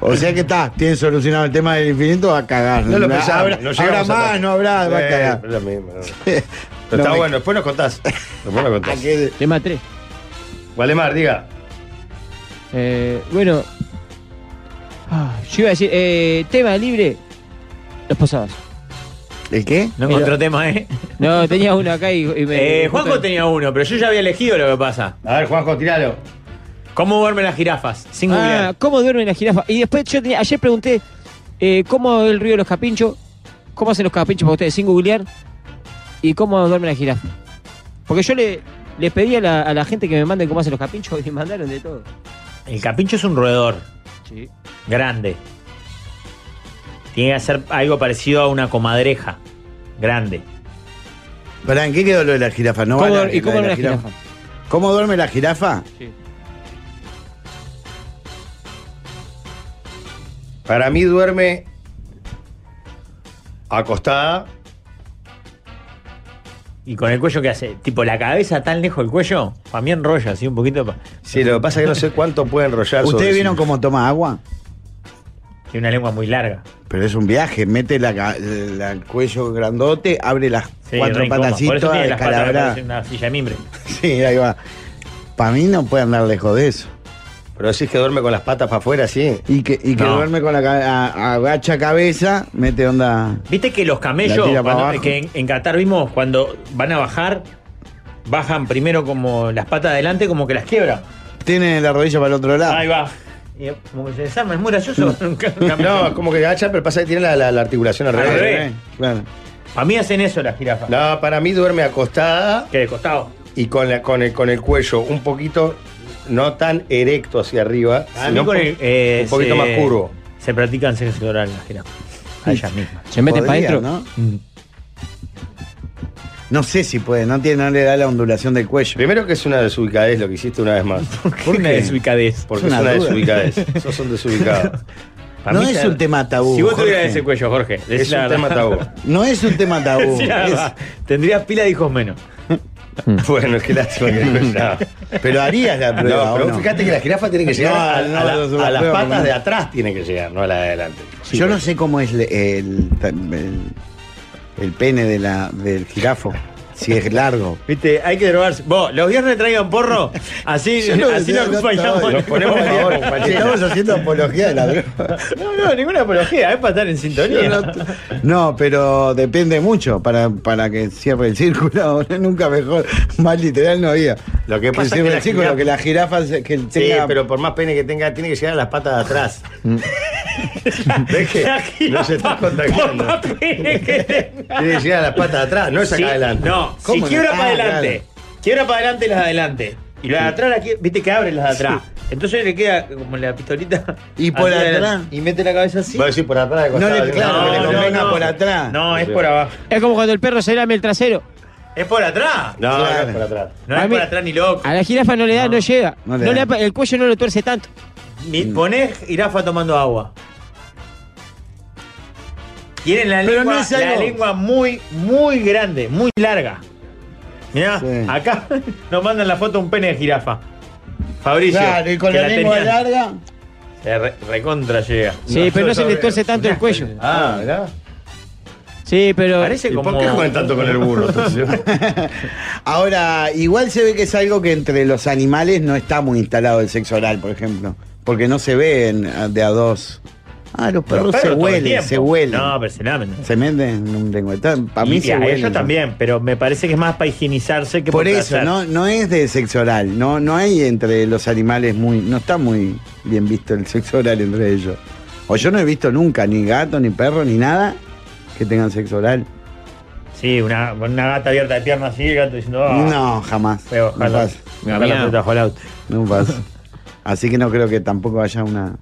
S5: O sea que está, tienen solucionado el tema del infinito, va a cagar.
S2: No lo
S5: Habrá-
S2: pensaba, no llegamos
S5: habrá
S2: a
S5: más,
S2: tanto.
S5: no habrá, va a
S2: Eh,
S5: cagar.
S2: es lo mismo, no.
S5: No
S2: Pero está
S5: me-
S2: bueno, después nos contás. Después nos contás.
S7: Tema 3.
S2: Gualemar, diga.
S7: Eh, bueno. Ah, yo iba a decir, eh, tema libre, los posados.
S5: ¿El qué?
S6: No encontró tema, ¿eh?
S7: No, tenía uno acá y, y me.
S6: Eh, Juanjo tenía uno, pero yo ya había elegido lo que pasa.
S2: A ver, Juanjo, tiralo.
S6: ¿Cómo duermen las jirafas? Sin
S7: Ah,
S6: googlear.
S7: ¿cómo duermen las jirafas? Y después yo tenía- ayer pregunté, eh, ¿cómo el río de los capinchos? ¿Cómo hacen los capinchos para ustedes sin googlear? ¿Y cómo duermen las jirafas? Porque yo le, le pedí a la, a la gente que me manden cómo hacen los capinchos y me mandaron de todo.
S6: El capincho es un roedor. Grande. Tiene que hacer algo parecido a una comadreja. Grande.
S5: Pará, ¿en qué quedó lo de la jirafa? ¿No va
S6: ¿Cómo-
S5: la-
S6: y cómo
S5: la de
S6: duerme
S5: la
S6: la
S5: jirafa? ¿Cómo duerme la jirafa?
S2: Para mí duerme acostada.
S6: ¿Y con el cuello qué hace? Tipo, la cabeza tan lejos del cuello, para mí enrolla así un poquito. pa-
S2: Sí, lo que pasa es que no sé cuánto puede enrollar. sobre
S5: ¿Ustedes vieron
S2: sí.
S5: cómo toma agua?
S6: Tiene una lengua muy larga.
S5: Pero es un viaje, mete la, ca- la- el cuello grandote, abre las
S6: Sí,
S5: cuatro
S6: re
S5: patas
S6: incómoda.
S5: así,
S6: Por eso
S5: toda
S6: tiene las patas,
S5: descalabrada.
S6: parece una silla de mimbre.
S5: Sí, ahí va. Para mí no puede andar lejos de eso.
S2: Pero decís que duerme con las patas para afuera, sí.
S5: Y que, y que
S6: No.
S5: duerme con la ca- a- agacha cabeza, mete onda.
S6: ¿Viste que los
S5: La
S6: camellos,
S5: tira para
S6: cuando-
S5: abajo.
S6: que en, en Qatar vimos, cuando van a bajar, bajan primero como las patas adelante, como que las quiebran?
S5: Tiene la rodilla para el otro lado.
S6: Ahí va. Y como que se desarma, es muy gracioso.
S2: No, es como que agacha, pero pasa que tiene la, la- la articulación al
S6: Al
S2: revés.
S6: revés. A mí hacen eso las jirafas.
S2: No, para mí duerme acostada.
S6: Que de costado.
S2: Y con, la- con, el, con el cuello un poquito, no tan erecto hacia arriba,
S6: A mí
S2: sino
S6: con
S2: un po-
S6: el- eh,
S2: un poquito
S6: se-
S2: más curvo.
S6: Se practican sexo oral las jirafas. Mm. A ellas mismas.
S7: ¿Se mete pa' dentro?
S5: ¿no? No sé si puede, no, tiene, no le da la ondulación del cuello.
S2: Primero que es una desubicadez lo que hiciste una vez más.
S6: ¿Por una desubicadez?
S2: Porque
S5: Es
S2: es
S5: una
S2: una,
S5: duda.
S2: desubicadez. Sos un desubicado.
S5: No es un tema tabú.
S6: Si vos tuvieras
S5: Jorge.
S6: ese cuello, Jorge, decí
S2: Es
S6: la
S2: un
S6: verdad.
S2: tema tabú.
S5: No es un tema tabú.
S6: Decí la
S5: es-
S6: verdad. Tendrías pila de hijos menos.
S2: Bueno, qué lástima que no está.
S5: Pero harías la prueba.
S2: No,
S5: ¿o
S2: pero
S5: no?
S2: fíjate que la jirafa tiene que llegar
S5: No,
S2: a, a
S5: no,
S2: la-
S5: no, no,
S2: a las
S5: no,
S2: patas
S5: no.
S2: de atrás, tiene que llegar, no a la de adelante.
S5: Yo no sé cómo es el, el- el- el pene de la, del jirafo. Si es largo.
S6: Viste, hay que drogarse. Vos, los viernes traigan porro, así,
S5: Yo no
S6: así
S5: decía
S6: lo
S5: nada,
S6: acompañamos.
S5: estaba- Nos ponemos a favor, Pachela. Estamos haciendo apología de la droga.
S6: No, no, ninguna apología, es para estar en sintonía.
S5: Yo No, pero depende mucho para, para que cierre el círculo. Nunca mejor, más literal no había.
S2: Lo que pasa es
S5: cierre
S2: que
S5: el
S2: la
S5: círculo,
S2: jirafa-
S5: que la jirafa se- que
S2: Sí,
S5: tenga-
S2: pero por más pene que tenga, tiene que llegar a las patas de atrás.
S6: Mm.
S2: ¿Ves que no se está contagiando? Tiene que llegar a las patas de atrás, no es acá
S6: Sí,
S2: adelante.
S6: No, si
S2: ¿Cómo no?
S6: quiebra para
S2: Ah,
S6: adelante, quiebra para adelante las de adelante. Y las de atrás, las quie- viste que abre las de atrás. Entonces le queda como la pistolita.
S5: Y por
S6: hacia
S5: atrás.
S6: adelante. Y mete la cabeza así.
S2: Voy a decir por atrás de costado.
S5: le- claro, que le convenga
S6: no.
S5: por atrás.
S6: No, es por abajo.
S7: Es como cuando el perro se lame el trasero.
S6: Es por atrás.
S2: No, no
S5: Claro.
S2: es por atrás.
S6: No es por atrás ni loco.
S7: A la jirafa no le da, no, llega.
S5: no le
S7: No le
S5: da.
S7: da pa- el cuello no lo tuerce tanto.
S6: Ni ponés jirafa tomando agua. Tienen la
S5: Pero
S6: lengua,
S5: no es
S6: la
S5: algo-
S6: lengua muy, muy grande, muy larga. Mirá,
S5: Sí.
S6: acá nos mandan la foto de un pene de jirafa. Fabricio.
S5: Claro, y con
S6: que
S5: la lengua
S6: tenía-
S5: larga.
S6: Se re- recontra llega.
S7: Sí, pero no se le tuerce tanto el cuello.
S2: Ah, ¿verdad?
S7: Sí, pero.
S6: Parece
S2: ¿Y
S6: como.
S2: por qué juegan tanto con el burro? entonces?
S5: Ahora, igual se ve que es algo que entre los animales no está muy instalado el sexo oral, por ejemplo. Porque no se ven a- de a dos. Ah, los
S6: Los
S5: perros,
S6: perros
S5: se
S6: todo el
S5: huelen,
S6: tiempo.
S5: se huelen.
S6: No, pero se lamen.
S5: Se meten un lengüetazo. Para mí
S6: y
S5: se
S6: a
S5: huelen.
S6: ellos también, pero me parece que es más para higienizarse que
S5: Por eso,
S6: placer.
S5: no, no es de sexo oral. No, no hay entre los animales muy. No está muy bien visto el sexo oral entre ellos. O yo no he visto nunca, ni gato, ni perro, ni nada, que tengan sexo oral.
S6: Sí, una, una gata abierta de pierna así, el gato diciendo. "Ah".
S5: No, jamás.
S6: Pero
S5: no
S6: ojalá.
S5: pasa.
S6: Ojalá no te atajó el auto.
S5: No pasa. Así que no creo que tampoco haya una.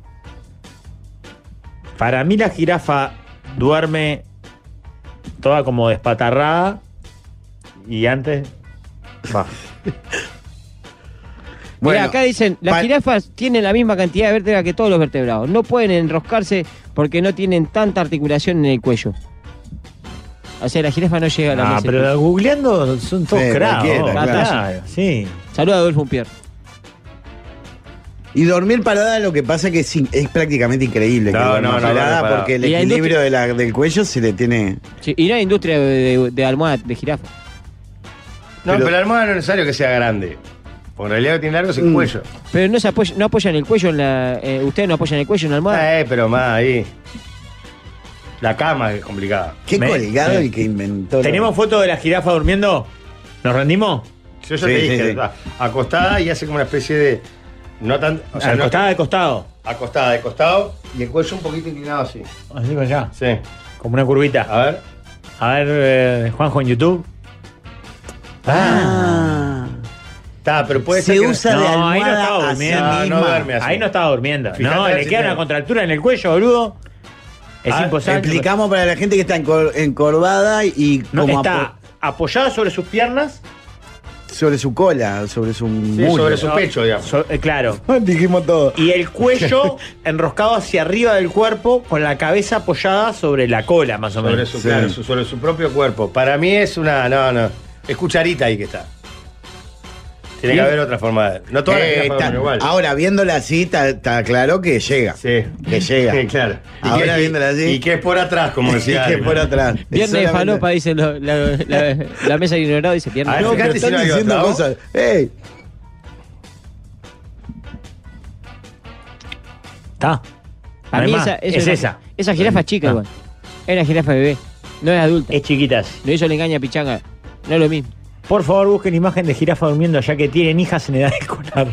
S6: Para mí la jirafa duerme toda como despatarrada y antes va.
S5: Bueno,
S7: Mira, acá dicen, las jirafas tienen la misma cantidad de vértebra que todos los vertebrados. No pueden enroscarse porque no tienen tanta articulación en el cuello. O sea, la jirafa no llega a la
S6: Ah,
S7: mesa.
S6: pero googleando son todos
S7: Sí,
S6: cravos.
S7: cualquiera,
S6: Claro,
S7: claro.
S6: sí.
S7: Saluda a Adolfo Pierre.
S5: Y dormir parada lo que pasa que es, in- es prácticamente increíble
S2: No,
S5: que
S2: no,
S5: duerma
S2: no,
S5: parada
S2: duerme parada.
S5: porque el
S7: Y la
S5: equilibrio de la- del cuello se le tiene.
S7: Sí, y no hay industria de, de- de almohada de jirafa.
S2: No, pero, la almohada no es necesario que sea grande. Por realidad lo que tiene largo es el
S7: Mm.
S2: cuello.
S7: Pero no, se apoya- no apoyan el cuello en la... eh, ¿Ustedes no apoyan el cuello en la almohada?
S2: Eh, pero más ahí. La cama es complicada.
S5: Qué
S6: Me-
S5: colgado
S6: sí.
S5: el que inventó.
S6: ¿Tenemos foto de la jirafa durmiendo? ¿Nos rendimos?
S2: Yo ya te dije, a- acostada y hace como una especie de. No tan. O sea, no-
S6: acostada de costado.
S2: acostada, de costado y el cuello un poquito inclinado así.
S6: Así para allá.
S2: Sí.
S6: Como una curvita.
S2: A ver.
S6: A ver, eh, Juanjo en YouTube. Ah.
S2: Está, pero puede
S6: Se
S2: ser que-
S6: usa de No, ahí no almohada estaba a sí durmiendo.
S2: No, no
S6: misma.
S2: duerme así.
S6: Ahí no estaba durmiendo.
S2: Fíjate
S6: no,
S2: a ver
S6: le
S2: si
S6: queda
S2: tiene-
S6: una contractura en el cuello, boludo. Es
S5: Ah,
S6: imposible.
S5: Explicamos para la gente que está encor- encorvada y
S6: No,
S5: como
S6: está apoyada sobre sus piernas.
S5: apo- sobre su cola, sobre su muslo.
S6: digamos. eh, claro.
S5: Dijimos todo.
S6: Y el cuello enroscado hacia arriba del cuerpo con la cabeza apoyada sobre la cola, más o
S2: Sobre
S6: menos.
S2: su, claro, su- sobre su propio cuerpo. Para mí es una. No, no. Es cucharita ahí que está. Tiene
S5: Sí.
S2: que haber otra forma de. No todas las
S5: Eh,
S2: jirafas
S5: está-
S2: duermen igual.
S5: Ahora, viéndola así, está- está claro que llega.
S2: Sí.
S5: Que llega.
S2: Sí, claro. Y
S5: Ahora
S2: que-
S5: viéndola así.
S2: y que es por atrás, como decía
S5: Y que es
S2: alguien.
S5: por atrás.
S7: Viernes de falopa, dice lo- la, la- la mesa de ignorado, dice viernes.
S2: A
S7: de
S2: ver,
S7: falopa.
S2: fíjate si no hay otra, ¿no?
S5: ¡Ey!
S6: Está.
S7: A
S6: No hay
S7: mí
S6: más.
S7: esa, eso
S6: es
S7: no-
S6: esa.
S7: Esa jirafa es chica,
S6: Ah.
S7: igual. Es una jirafa bebé. No es adulta.
S6: Es chiquitas.
S7: Lo hizo le engaña a Pichanga. No es lo mismo.
S6: Por favor, busquen imagen de jirafa durmiendo, ya que tienen hijas en edad escolar.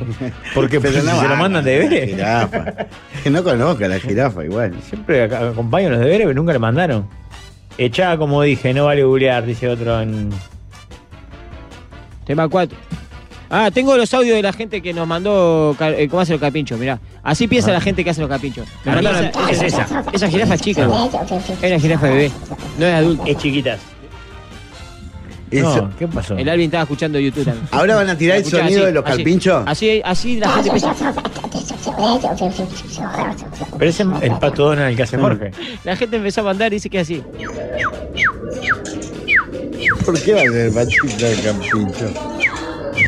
S6: Porque
S5: Pero
S6: si
S5: no
S6: se lo
S5: van a
S6: mandan
S5: la
S6: deberes.
S5: jirafa. Que no conozca la jirafa igual.
S6: Siempre ac- acompaño los deberes, pero nunca le mandaron. Echada, como dije, no vale googlear, dice otro en.
S7: Tema 4. Ah, tengo los audios de la gente que nos mandó ca- eh, cómo hace los capinchos, mirá. Así piensa
S2: Ah.
S7: la gente que hace los capinchos.
S6: Me
S7: Para mí
S6: mandaron- es esa.
S7: Esa jirafa es chica, igual. Es una jirafa bebé. No es adulta.
S6: Es chiquitas.
S5: Eso.
S6: ¿Qué pasó?
S7: El Alvin estaba escuchando YouTube también.
S5: ¿Ahora van a tirar el
S7: Escuchá,
S5: sonido
S7: así,
S5: de los
S7: así.
S5: carpinchos?
S7: Así, así la gente piensa.
S6: Pero ese es el pato Donald que hace Jorge.
S7: La gente empezó a mandar y dice que es así.
S5: ¿Por qué va a ser patito el carpincho?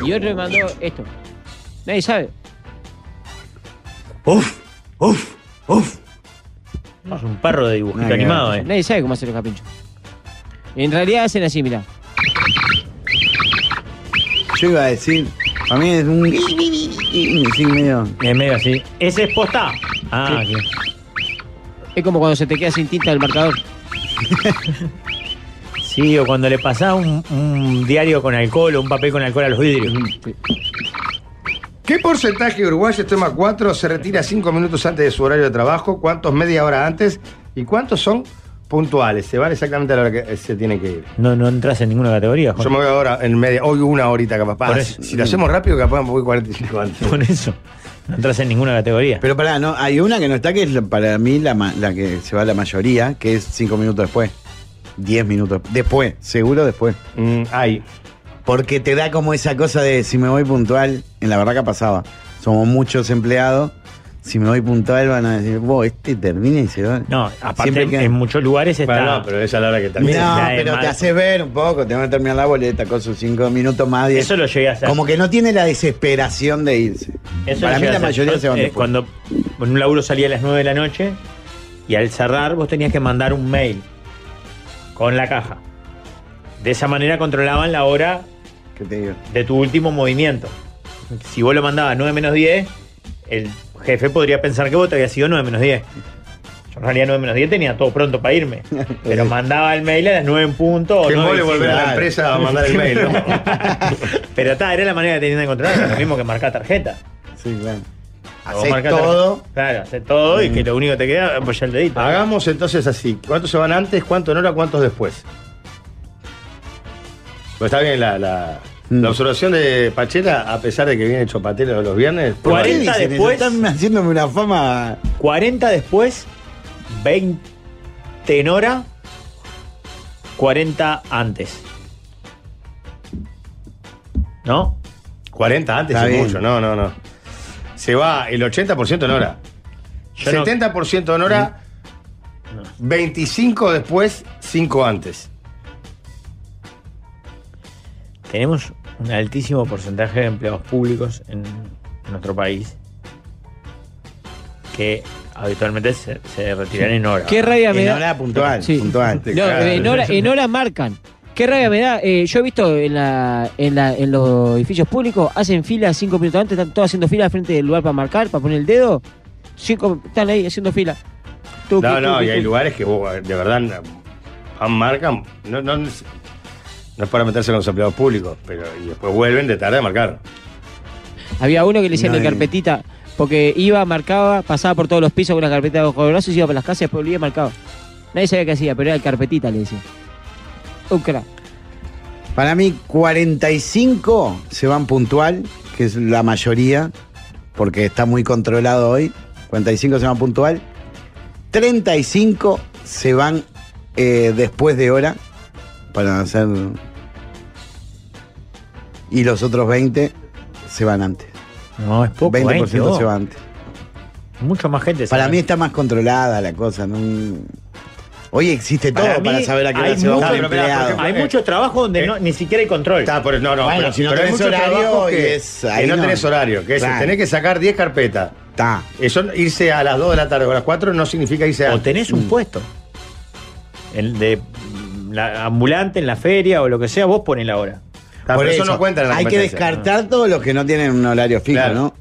S7: Y otro me mandó esto. Nadie sabe.
S6: Uf, uf, uf. Es un perro de dibujito animado, eh.
S7: Nadie sabe cómo hacer los capinchos. En realidad hacen así, mirá.
S5: Yo iba a decir, a mí es un. Sí, medio.
S6: Es medio así. Ese es posta. Ah,
S7: Sí. Es como cuando se te queda sin tinta el marcador.
S6: que- eh. sí, o cuando le pasás un, un diario con alcohol o un papel con alcohol a los vidrios.
S5: Mm,
S2: ¿Qué porcentaje de uruguayos tema 4 se retira 5 minutos antes de su horario de trabajo? ¿Cuántos media hora antes? ¿Y cuántos son puntuales? Se van exactamente a la hora que eh, se tienen que ir.
S6: No, no entras en ninguna categoría, Jorge.
S2: Yo me voy ahora en media, hoy una horita capaz.
S6: Por
S2: Ah,
S6: eso.
S2: si lo hacemos rápido, capaz me voy 45 antes.
S6: Con eso. No entras en ninguna categoría.
S5: Pero pará, no, hay una que no está, que es la- para mí la, ma- la que se va la mayoría, que es cinco minutos después. 10 minutos después, seguro después.
S7: Mm,
S2: hay.
S5: Porque te da como esa cosa de si me voy puntual, en la barraca pasaba. Somos muchos empleados, si me voy puntual van a decir, vos, este termina y se va.
S6: No, aparte
S5: Siempre que-
S6: en muchos lugares está.
S2: Bueno, no, pero esa es la hora que
S5: No,
S2: termina.
S6: la de
S5: pero
S6: mal.
S5: te hace ver un poco, te van a terminar la boleta con sus cinco minutos más. diez.
S6: Eso lo llegué a hacer.
S5: Como que no tiene la desesperación de irse.
S6: Eso
S5: Para
S6: lo llegué
S5: mí la
S6: a hacer.
S5: mayoría
S6: Yo,
S5: se van
S6: eh,
S5: después.
S6: Cuando en un laburo salía a las 9 de la noche y al cerrar vos tenías que mandar un mail con la caja. De esa manera controlaban la hora
S5: ¿Qué te digo?
S6: de tu último movimiento. Si vos lo mandabas 9 menos 10, el jefe podría pensar que vos te habías sido 9 menos 10. Yo en realidad 9 menos 10 tenía todo pronto para irme. Pero mandaba el mail a las 9 en punto. o
S2: Que
S6: 9
S2: mole
S6: y
S2: volver a la
S6: cinco.
S2: empresa a mandar el mail. ¿no?
S6: Pero está, era la manera que tenían de controlar. Lo mismo que marcar tarjeta.
S5: Sí, claro.
S6: Vos
S5: Hacés
S6: marcás
S5: todo.
S6: tarjeta. Claro, haces todo y que lo único que te queda es apoyar el dedito.
S2: Hagamos entonces así. ¿Cuántos se van antes? ¿Cuánto en hora? ¿Cuántos después? Pero Pues está bien la, la,
S5: Mm.
S2: la observación de Pachela, a pesar de que viene chopatero los viernes.
S5: ¿Por qué dicen eso? Están haciéndome una fama.
S6: 40 después, 20 en hora, 40 antes. ¿No?
S2: 40 antes
S6: Está
S2: es
S6: bien.
S2: mucho, no, no, no. Se va el 80% en hora. 70% en hora,
S6: Mm.
S2: 25 después, 5 antes.
S6: Tenemos un altísimo porcentaje de empleados públicos en, en nuestro país que habitualmente se, se retiran en hora.
S7: Qué rabia me da. Sí. No, en, hora, en hora marcan. Qué rabia me da. Eh, yo he visto en, la, en, la- en los edificios públicos, hacen fila cinco minutos antes, están todos haciendo fila al frente del lugar para marcar, para poner el dedo. Cinco, están ahí haciendo fila. Tuqui,
S2: No, no,
S7: tuqui,
S2: y hay
S7: tuqui.
S2: lugares que vos, de verdad van, marcan. No, no, no es- no es para meterse con los empleados públicos, pero y después vuelven de tarde a marcar.
S7: Había uno que le decían
S2: No,
S7: de
S2: eh.
S7: carpetita, porque iba, marcaba, pasaba por todos los pisos con una carpeta bajo los brazos, iba para las casas, después volvía y marcaba. Nadie sabía qué hacía, pero era el carpetita, le decía. Un crack.
S5: Para mí, 45 se van puntual, que es la mayoría, porque está muy controlado hoy. 45 se van puntual. 35 se van eh, después de hora, para hacer. Y los otros 20 se van antes.
S6: No, es poco.
S5: 20%
S6: 20,
S5: se va antes.
S6: Mucho más gente.
S5: Para mí está más controlada la cosa. no- Hoy existe todo para,
S6: Para mí
S5: saber a qué
S6: hay
S5: hora se va un
S6: mucho-
S5: empleado.
S2: Eh,
S6: Hay muchos trabajos donde no- ni siquiera hay control.
S2: pero no, no,
S5: Bueno,
S2: pero,
S5: si no
S2: pero hay
S5: tenés
S2: muchos
S5: horario
S2: trabajos
S5: y
S2: que,
S5: es-
S2: que
S5: ahí
S2: no
S5: no.
S2: tenés horario, que es,
S5: Claro.
S2: tenés que sacar 10 carpetas. Eso irse a las 2 de la tarde o a las 4 no significa irse a. Mm. O
S6: tenés un puesto. El de la ambulante en la feria o lo que sea, vos pones la hora.
S5: Por eso, Hay que descartar todos los que no tienen un horario fijo, ¿no?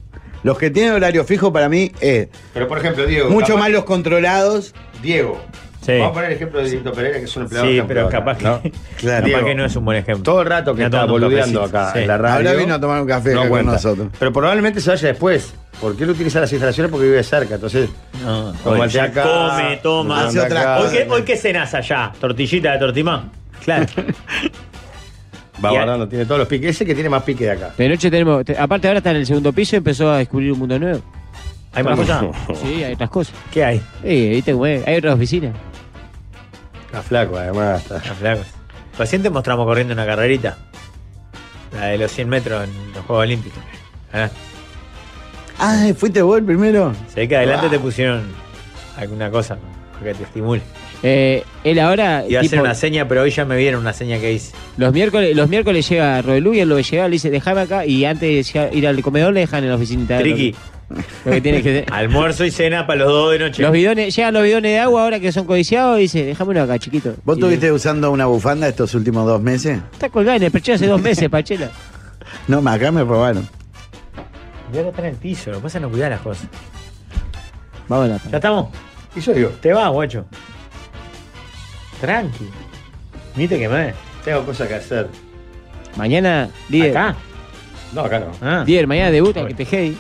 S5: Los que tienen horario fijo para mí es
S2: Pero por ejemplo, Diego.
S5: mucho
S2: capaz-
S5: más los controlados.
S2: Diego.
S6: Sí.
S2: Vamos a poner el ejemplo de Dieguito Pereira, que es un empleado.
S6: Sí,
S2: ejemplo
S6: pero capaz que-
S2: ahora, ¿no?
S6: capaz
S2: Diego,
S6: que no es un buen ejemplo.
S2: Todo el rato que
S6: Está
S2: está
S6: tomando un
S2: boludeando
S6: cafecito.
S2: acá
S6: Sí.
S2: en la radio.
S5: Ahora vino a tomar un café acá con
S2: cuenta.
S5: nosotros.
S2: Pero probablemente se vaya después. Porque él utiliza las instalaciones porque vive cerca. Entonces,
S6: No,
S2: Como
S6: hoy
S2: el de
S6: ya
S2: acá,
S6: come, toma.
S2: hace otra
S6: hoy,
S2: cosa.
S6: que, hoy que cenás allá, tortillita de tortimán. Claro.
S2: va guardando, tiene todos los piques. Ese que tiene más pique de acá.
S7: De noche tenemos. te- aparte, ahora está en el segundo piso y empezó a descubrir un mundo nuevo.
S6: ¿Hay más
S7: Trabaja.
S6: cosas?
S7: Sí, hay otras cosas.
S6: ¿Qué hay?
S7: Sí, viste, güey. Hay otras oficinas.
S2: Está flaco, además. Está.
S6: flacos. Recién te mostramos corriendo una carrerita. La de los 100 metros en los Juegos Olímpicos. Ah,
S5: Ah, ¿fuiste vos el primero?
S6: se ve que adelante
S5: Ah.
S6: te pusieron alguna cosa para que te estimule.
S7: Eh, él ahora.
S6: Iba a hacer
S7: tipo,
S6: una seña, pero hoy ya me vieron una seña que hice.
S7: los miércoles, los miércoles llega Roelú y él lo llega, le dice, dejame acá. Y antes de ir al comedor le dejan en la oficinita. de
S6: Triqui.
S7: Lo que tienes que hacer.
S6: Almuerzo y cena para los dos de noche.
S7: Los bidones, llegan los bidones de agua ahora que son codiciados y dice, déjame uno acá, chiquito.
S5: ¿Vos
S7: Y
S5: estuviste usando una bufanda estos últimos dos meses?
S7: Está colgado en el perchero hace dos meses, Pachela.
S5: No, ma, acá me robaron.
S6: Y ahora está en el piso, lo que pasa es no cuidar las cosas.
S7: Vámonos.
S6: ¿Ya estamos?
S2: Y yo digo.
S6: Te vas, guacho. Tranqui. Ni te quemé.
S2: Tengo cosas que hacer.
S7: Mañana, líder.
S6: ¿Acá?
S2: No, acá no.
S7: Líder, mañana debuta que te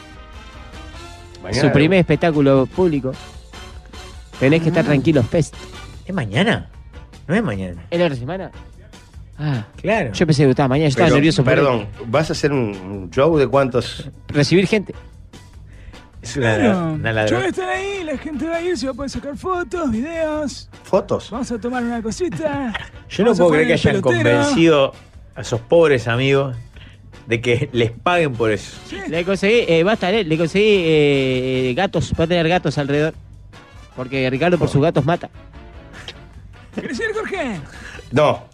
S2: Mañana
S7: Su primer
S2: debuta.
S7: espectáculo público. Tenés que estar tranquilos, Pest.
S6: ¿Es mañana? No es mañana.
S7: ¿Es la otra semana? Ah,
S6: claro.
S7: Yo pensé que debutaba mañana, yo estaba
S2: Pero,
S7: nervioso. por
S2: Perdón, ¿vas a hacer un- un show de cuántos?
S7: Recibir gente.
S6: Es una,
S2: ladra- una
S17: Yo
S2: ladra-
S17: voy a estar ahí, la gente va a ir, se va a poder sacar fotos, videos.
S2: ¿Fotos?
S17: Vamos a tomar una cosita.
S6: Yo no
S17: Vamos a
S6: puedo creer
S17: poner
S6: que
S17: el
S6: hayan
S17: pelotero.
S6: convencido a esos pobres amigos de que les paguen por eso.
S7: ahí. Le conseguí, eh, va a estar él, le conseguí eh, eh, gatos, va a tener gatos alrededor. Porque Ricardo por sus gatos mata.
S17: ¿Querés ir, Jorge?
S2: No.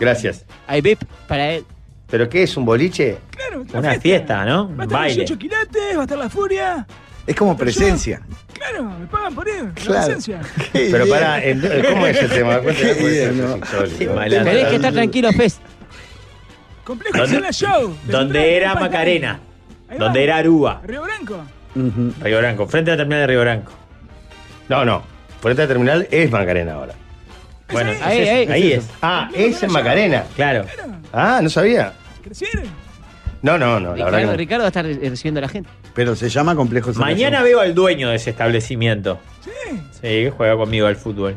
S2: Gracias.
S7: Hay VIP para él.
S2: ¿Pero qué es un boliche?
S17: Claro, está
S6: Una fiesta, ¿no?
S17: Va a estar 18 quilates, va a estar la furia.
S5: Es como presencia.
S17: Claro, me pagan por ir. La
S5: Claro.
S17: presencia.
S2: Pero pará, el- el- ¿cómo es el tema? Cuéntame,
S5: Qué
S2: porque
S5: bien,
S2: eso es
S5: ¿no?
S2: insólito.
S6: Qué mala
S7: Tenés que estar tranquilo, Fest.
S17: Complejo Sala Show. de
S6: Donde
S17: Central,
S6: era
S17: Paz,
S6: Macarena,
S17: Ahí va.
S6: donde era Aruba,
S17: Río Branco.
S6: Río Branco, frente a la terminal de Río Branco.
S2: No, no. Por esta terminal es Macarena ahora.
S6: Bueno,
S2: ahí,
S6: ahí, ahí, ahí es.
S2: Ah, es en Macarena.
S6: Claro.
S2: Ah, no sabía.
S17: ¿Crecieron?
S2: No, no, no, la verdad que
S7: Ricardo,
S2: no.
S7: Ricardo va a estar re- recibiendo a la gente.
S5: Pero se llama complejo.
S6: Mañana veo al dueño de ese establecimiento. Sí. Sí, que juega conmigo al fútbol.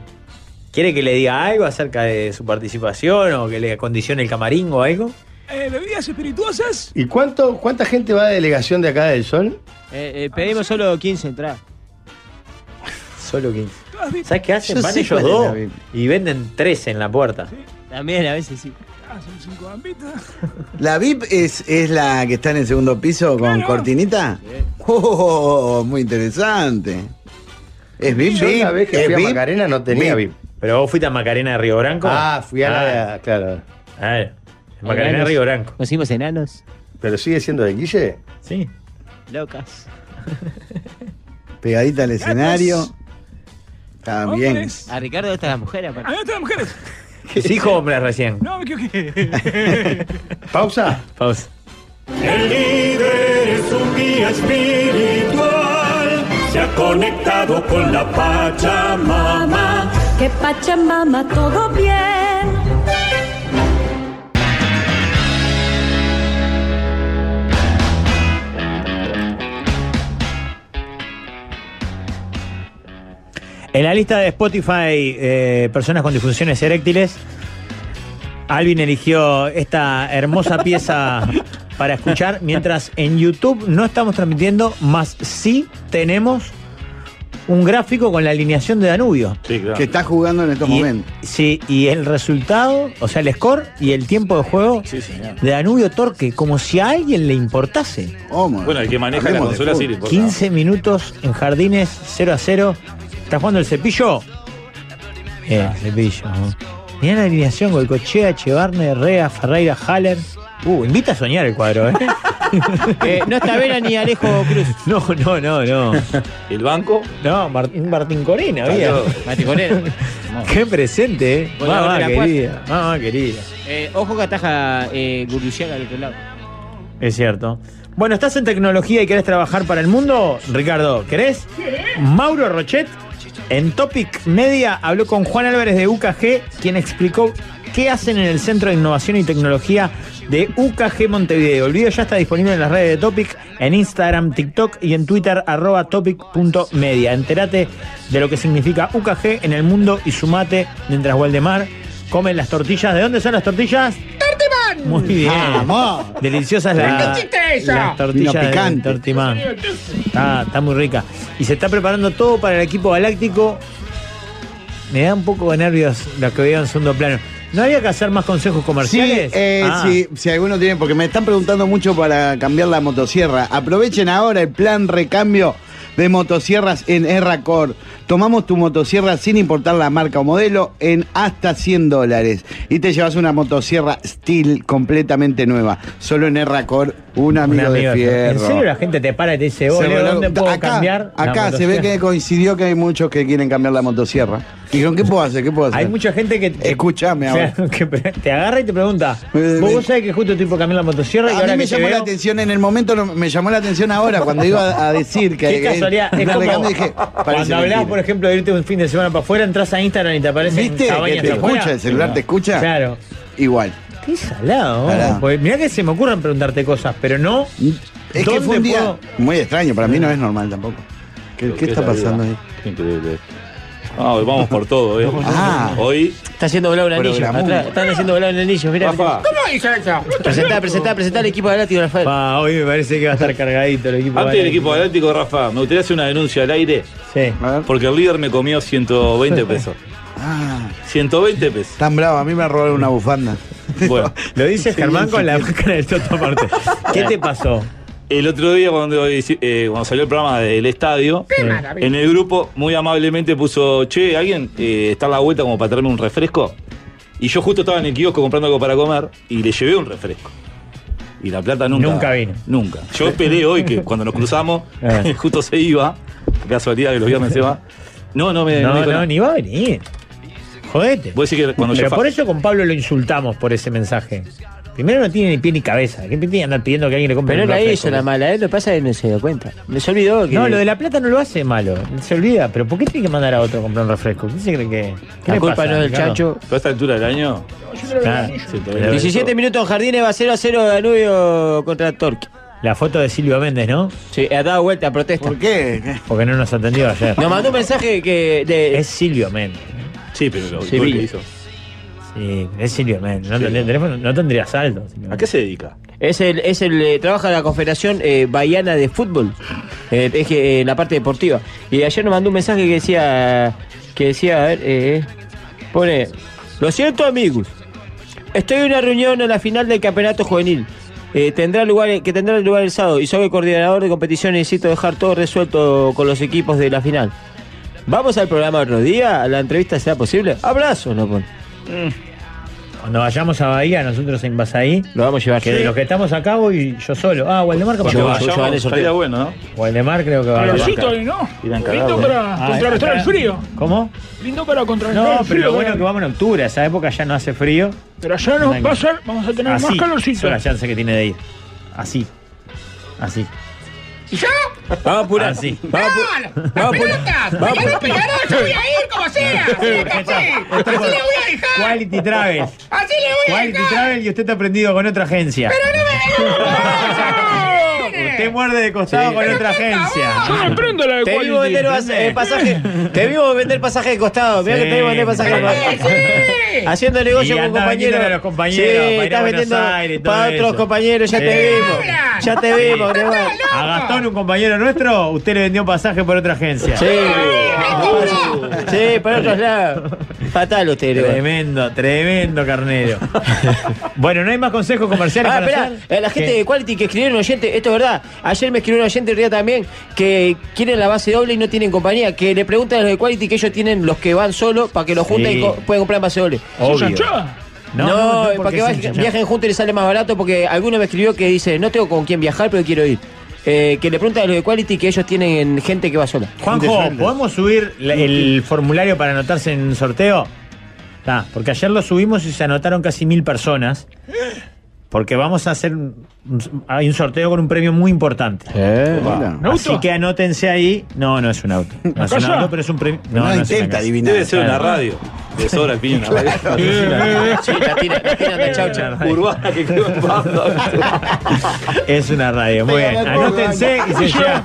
S6: ¿Quiere que le diga algo acerca de su participación o que le acondicione el camarín o algo?
S17: Eh, ¿Bebidas espirituosas?
S2: ¿Y cuánto, cuánta gente va de delegación de acá del Sol?
S7: Eh, eh, pedimos solo 15 entradas.
S6: Solo 15. ¿Sabes qué hacen?
S7: Yo
S6: Van
S7: sé
S6: ellos
S7: cuál es
S6: dos
S7: la Biblia.
S6: y venden tres en la puerta.
S7: También, a veces sí.
S17: Hacen Ah, cinco gambitas.
S5: ¿La VIP es, es la que está en el segundo piso con cortinita? Oh, muy interesante. ¿Es VIP?
S2: Yo la vez que
S5: ¿Es
S2: fui a
S5: VIP?
S2: Macarena no tenía VIP.
S6: Pero vos fuiste a Macarena de Río Branco. Ah.
S2: Ah, fui a la. Claro.
S6: Macarena de Río Branco.
S7: Nos hicimos enanos.
S2: ¿Pero sigue siendo de Guille?
S6: Sí.
S7: Locas.
S5: Pegadita al escenario. También.
S7: A Ricardo estas las mujeres, aparte.
S17: Hay otras mujeres.
S6: Dijo hombres recién.
S17: No, me equivoqué.
S2: Pausa.
S6: Pausa.
S14: El líder es un guía espiritual, se ha conectado con la Pachamama.
S10: Que Pachamama, todo bien.
S6: En la lista de Spotify, eh, personas con disfunciones eréctiles, Alvin eligió esta hermosa pieza para escuchar, mientras en YouTube no estamos transmitiendo, más sí tenemos un gráfico con la alineación de Danubio.
S5: Que está jugando en estos
S6: Y-
S5: momentos.
S6: Sí, y el resultado, o sea, el score y el tiempo de juego de Danubio Torque, como si a alguien le importase.
S18: Bueno, el que maneja la
S6: Hablemos de
S18: consola sí
S6: fútbol.
S18: le importa.
S6: 15 minutos en jardines, 0 a 0. ¿Está jugando el cepillo? Eh,
S5: Ah,
S6: cepillo. ¿no? Mirá la alineación, Goicochea, Chevarne, Herrera, Ferreira, Haller. Uh, invita a soñar el cuadro, ¿eh?
S7: Eh, no está Vera ni Alejo Cruz.
S6: No, no, no, no. ¿El banco? No, Martín, Martín Corena había.
S7: Claro. Martín Corena.
S6: Qué presente, ¿eh?
S7: Bueno,
S6: Mamá
S7: la
S6: querida, mamá querida.
S7: Ah, Eh, ojo que ataja eh, Gurusiaga al otro lado.
S6: Es cierto. Bueno, estás en tecnología y querés trabajar para el mundo, Ricardo, ¿querés? Mauro Rochet en Topic Media habló con Juan Álvarez de UKG, quien explicó qué hacen en el Centro de Innovación y Tecnología de UKG Montevideo. El video ya está disponible en las redes de Topic, en Instagram, TikTok y en Twitter, arroba topic.media. Entérate de lo que significa UKG en el mundo y sumate mientras Waldemar come las tortillas. ¿De dónde son las tortillas?
S14: ¡Tortimán!
S6: Muy bien. Deliciosas la-
S14: ¿Qué chiste es eso?
S6: las tortillas
S14: Vino
S6: de
S14: picante.
S6: Tortimán. Está, está muy rica. Y se está preparando todo para el equipo galáctico. Me da un poco de nervios lo que veo en segundo plano. ¿No había que hacer más consejos
S5: Sí,
S6: comerciales?
S5: eh,
S6: Ah,
S5: sí, si alguno tiene, porque me están preguntando mucho para cambiar la motosierra. Aprovechen ahora el plan recambio de motosierras en Erracor. Tomamos tu motosierra sin importar la marca o modelo en hasta 100 dólares. Y te llevas una motosierra Steel completamente nueva. Solo en Erracor, un
S6: un
S5: amigo,
S6: amigo.
S5: de fierro.
S6: ¿En serio la gente te para y te dice,
S5: Se
S6: "Ole,
S5: voló-
S6: ¿dónde puedo
S5: acá,
S6: cambiar? la
S5: Acá se ve
S6: motosierra?"
S5: que coincidió que hay muchos que quieren cambiar la motosierra. Dijeron, ¿qué puedo hacer? ¿Qué puedo hacer?
S6: Hay mucha gente que.
S5: Escuchame
S6: o sea,
S5: ahora.
S6: que te agarra y te pregunta. ¿Vos, vos sabés que justo estoy por cambiar la motosierra y
S5: A
S6: ahora
S5: mí me
S6: que te
S5: llamó la
S6: veo-
S5: atención en el momento, no- me llamó la atención ahora cuando iba a- a decir que.
S6: Qué casualidad.
S5: que-
S6: Es como
S5: Ricardo, dije, parece
S6: cuando hablás,
S5: mentira.
S6: por ejemplo, de irte un fin de semana para afuera, entras a Instagram y te aparecen
S5: ¿Viste? Que
S6: cabañas
S5: te
S6: afuera.
S5: escucha, el celular te escucha.
S6: Claro.
S5: Igual.
S6: Qué salado. ¿no?
S5: Salado.
S6: Porque mirá que se me ocurren preguntarte cosas, pero no.
S5: Es que
S6: ¿dónde
S5: fue un día
S6: puedo-
S5: muy extraño, para mí no es normal tampoco. ¿Qué, qué está pasando ahí?
S18: Increíble. Ah, hoy vamos por todo, ¿eh?
S5: Ah.
S18: Hoy.
S7: Está haciendo volar un anillo.
S18: Programundo.
S7: Atrás, están haciendo volar un anillo, mirá.
S18: Rafa.
S7: ¿Cómo hizo eso? Presentá, presentá, presentá al equipo galáctico, Rafael.
S6: Pa, Ah, hoy me parece que va a estar cargadito el equipo.
S18: Antes del equipo galáctico, Rafa, me gustaría hacer una denuncia al aire.
S6: Sí.
S18: Porque el líder me comió 120 pesos.
S5: Ah,
S18: 120 pesos.
S5: tan bravo, a mí me robaron una bufanda.
S18: Bueno.
S6: Lo dice Germán con la máscara del Toto Marte. ¿Qué te pasó?
S18: El otro día cuando, eh, cuando salió el programa del estadio,
S6: Qué
S18: eh,
S6: maravilla.
S18: en el grupo muy amablemente puso, che, ¿alguien eh, está a la vuelta como para traerme un refresco? Y yo justo estaba en el kiosco comprando algo para comer y le llevé un refresco. Y la plata nunca,
S6: Nunca vino.
S18: Nunca. Yo esperé hoy que cuando nos cruzamos,
S6: Eh.
S18: justo se iba, Qué casualidad que los viernes se va. No, no me
S6: No,
S18: dijo
S6: no,
S18: nada.
S6: ni va a venir. Jodete.
S18: Vos decís que cuando
S6: Pero
S18: se fa-
S6: por eso con Pablo lo insultamos por ese mensaje. Primero no tiene ni pie ni cabeza. ¿Qué tiene que andar pidiendo que alguien le compre
S7: Pero
S6: un
S7: la
S6: refresco?
S7: hizo la mala, él lo que pasa es que no se dio cuenta. Me se olvidó que.
S6: No, lo de la plata no lo hace malo. Se olvida. Pero ¿por qué tiene que mandar a otro a comprar un refresco? ¿Quién se cree que.? ¿Qué
S7: La
S6: le
S7: culpa
S6: pasa,
S7: no es del
S6: Ricardo?
S7: Chacho.
S18: ¿Toda esta altura del año?
S6: Ah, pero-
S7: 17 minutos en jardines, va 0 a 0 Danubio contra Torque.
S6: La foto de Silvio Méndez, ¿no?
S7: Sí, ha dado vuelta a protesta.
S5: ¿Por qué?
S6: Porque no nos atendió ayer.
S7: Nos mandó un mensaje que. De...
S6: Es Silvio Méndez.
S18: Sí, pero el gol que
S6: Sevilla.
S18: hizo.
S6: Sí, es Silverman. No,
S18: Sí.
S6: tendría teléfono, no tendría saldo.
S18: ¿A qué se dedica?
S7: Es el, es el eh, trabaja en la Confederación eh, Bahiana de Fútbol, eh, es que, eh, la parte deportiva. Y ayer nos mandó un mensaje que decía, que decía, a ver, eh, pone, lo siento amigos, estoy en una reunión en la final del campeonato juvenil. eh, tendrá lugar, que tendrá lugar el sábado y soy el coordinador de competición y necesito dejar todo resuelto con los equipos de la final. Vamos al programa otro día, la entrevista será posible. Abrazo, no pone.
S6: Cuando vayamos a Bahía, nosotros en Basaí.
S7: Lo vamos a llevar.
S6: Que
S7: Sí.
S6: de los que estamos acá voy yo solo. Ah, Waldemar capaz.
S18: Cuando
S6: que va.
S18: vayamos, estaría bueno, ¿no?
S6: Waldemar creo que va.
S18: Pero
S6: a
S18: sí, todavía
S17: no.
S18: Irán
S17: Lindo
S18: cagados.
S17: para
S6: Ah,
S17: contrarrestar
S6: acá-
S17: el frío.
S6: ¿Cómo?
S17: Lindo para contrarrestar
S6: No,
S17: el
S6: pero
S17: frío.
S6: lo bueno es que vamos en octubre, a esa época ya no hace frío.
S17: Pero allá no va a ser, vamos a tener más
S6: Esa
S17: calorcito.
S6: es la chance que tiene de ir. Así. Así.
S19: ¿Y yo?
S6: Vamos a apurar. Así.
S19: ¡No! ¡Las pelotas! ¡Mañana pegará! ¡Yo voy a ir como sea! ¡Así de café! ¡Así le voy a dejar!
S6: Quality Travel.
S19: ¡Así le voy a
S6: Quality
S19: dejar!
S6: Travel y usted está prendido con otra agencia. Usted muerde de costado con otra agencia.
S17: Yo me prendo la de
S7: Ah, Te vivo
S17: Quality.
S7: vender pas- eh, pasaje. Te vivo vender pasaje de costado. Mira que te vivo vender pasaje de costado. Haciendo negocio
S6: Y
S7: con
S6: andá
S7: compañeros.
S6: vendiéndole a los compañeros,
S7: Sí,
S6: para ir a
S7: estás
S6: Buenos
S7: vendiendo
S6: Aires, todo
S7: para otros
S6: eso.
S7: compañeros, ya
S6: Sí.
S7: te vimos. Ya te vimos, te vimos.
S6: A Gastón, un compañero nuestro, usted le vendió un pasaje por otra agencia.
S7: Sí. Sí, para otros lados. Fatal usted, Leo.
S6: Tremendo, tremendo carnero. bueno, no hay más consejos comerciales.
S7: Ah,
S6: para
S7: espera,
S6: hacer?
S7: la gente
S6: ¿Qué?
S7: de Quality que escribió un oyente, esto es verdad. Ayer me escribió un oyente Ría también que quieren la base doble y no tienen compañía. Que le preguntan a los de Quality que ellos tienen los que van solo para que los junten
S6: Sí.
S7: y co- pueden comprar en base doble. No,
S6: No, no, no,
S7: para
S6: porque
S7: que
S6: es
S7: vayan-
S6: hincha, ya.
S7: viajen juntos y les sale más barato porque alguno me escribió que dice, no tengo con quién viajar, pero quiero ir. Eh, que le preguntan a los de Quality que ellos tienen gente que va sola.
S6: Juanjo, ¿podemos subir la- el formulario para anotarse en el sorteo? Está, porque ayer lo subimos y se anotaron casi mil personas. Porque vamos a hacer un, un- hay un sorteo con un premio muy importante.
S16: mira. ¿Un
S6: Así
S16: auto?
S6: que anótense ahí. No, no es un auto. No es un
S16: casa?
S6: auto, pero es un premio.
S16: No
S6: es una
S16: intenta
S6: casa.
S16: adivinar. Debe
S18: ser una radio. De sobra el piño en la radio.
S7: Sí, la tiran, la tiran de chaucha.
S18: Urbana que quedó en
S6: Es una radio, muy bien. Anótense y se lleva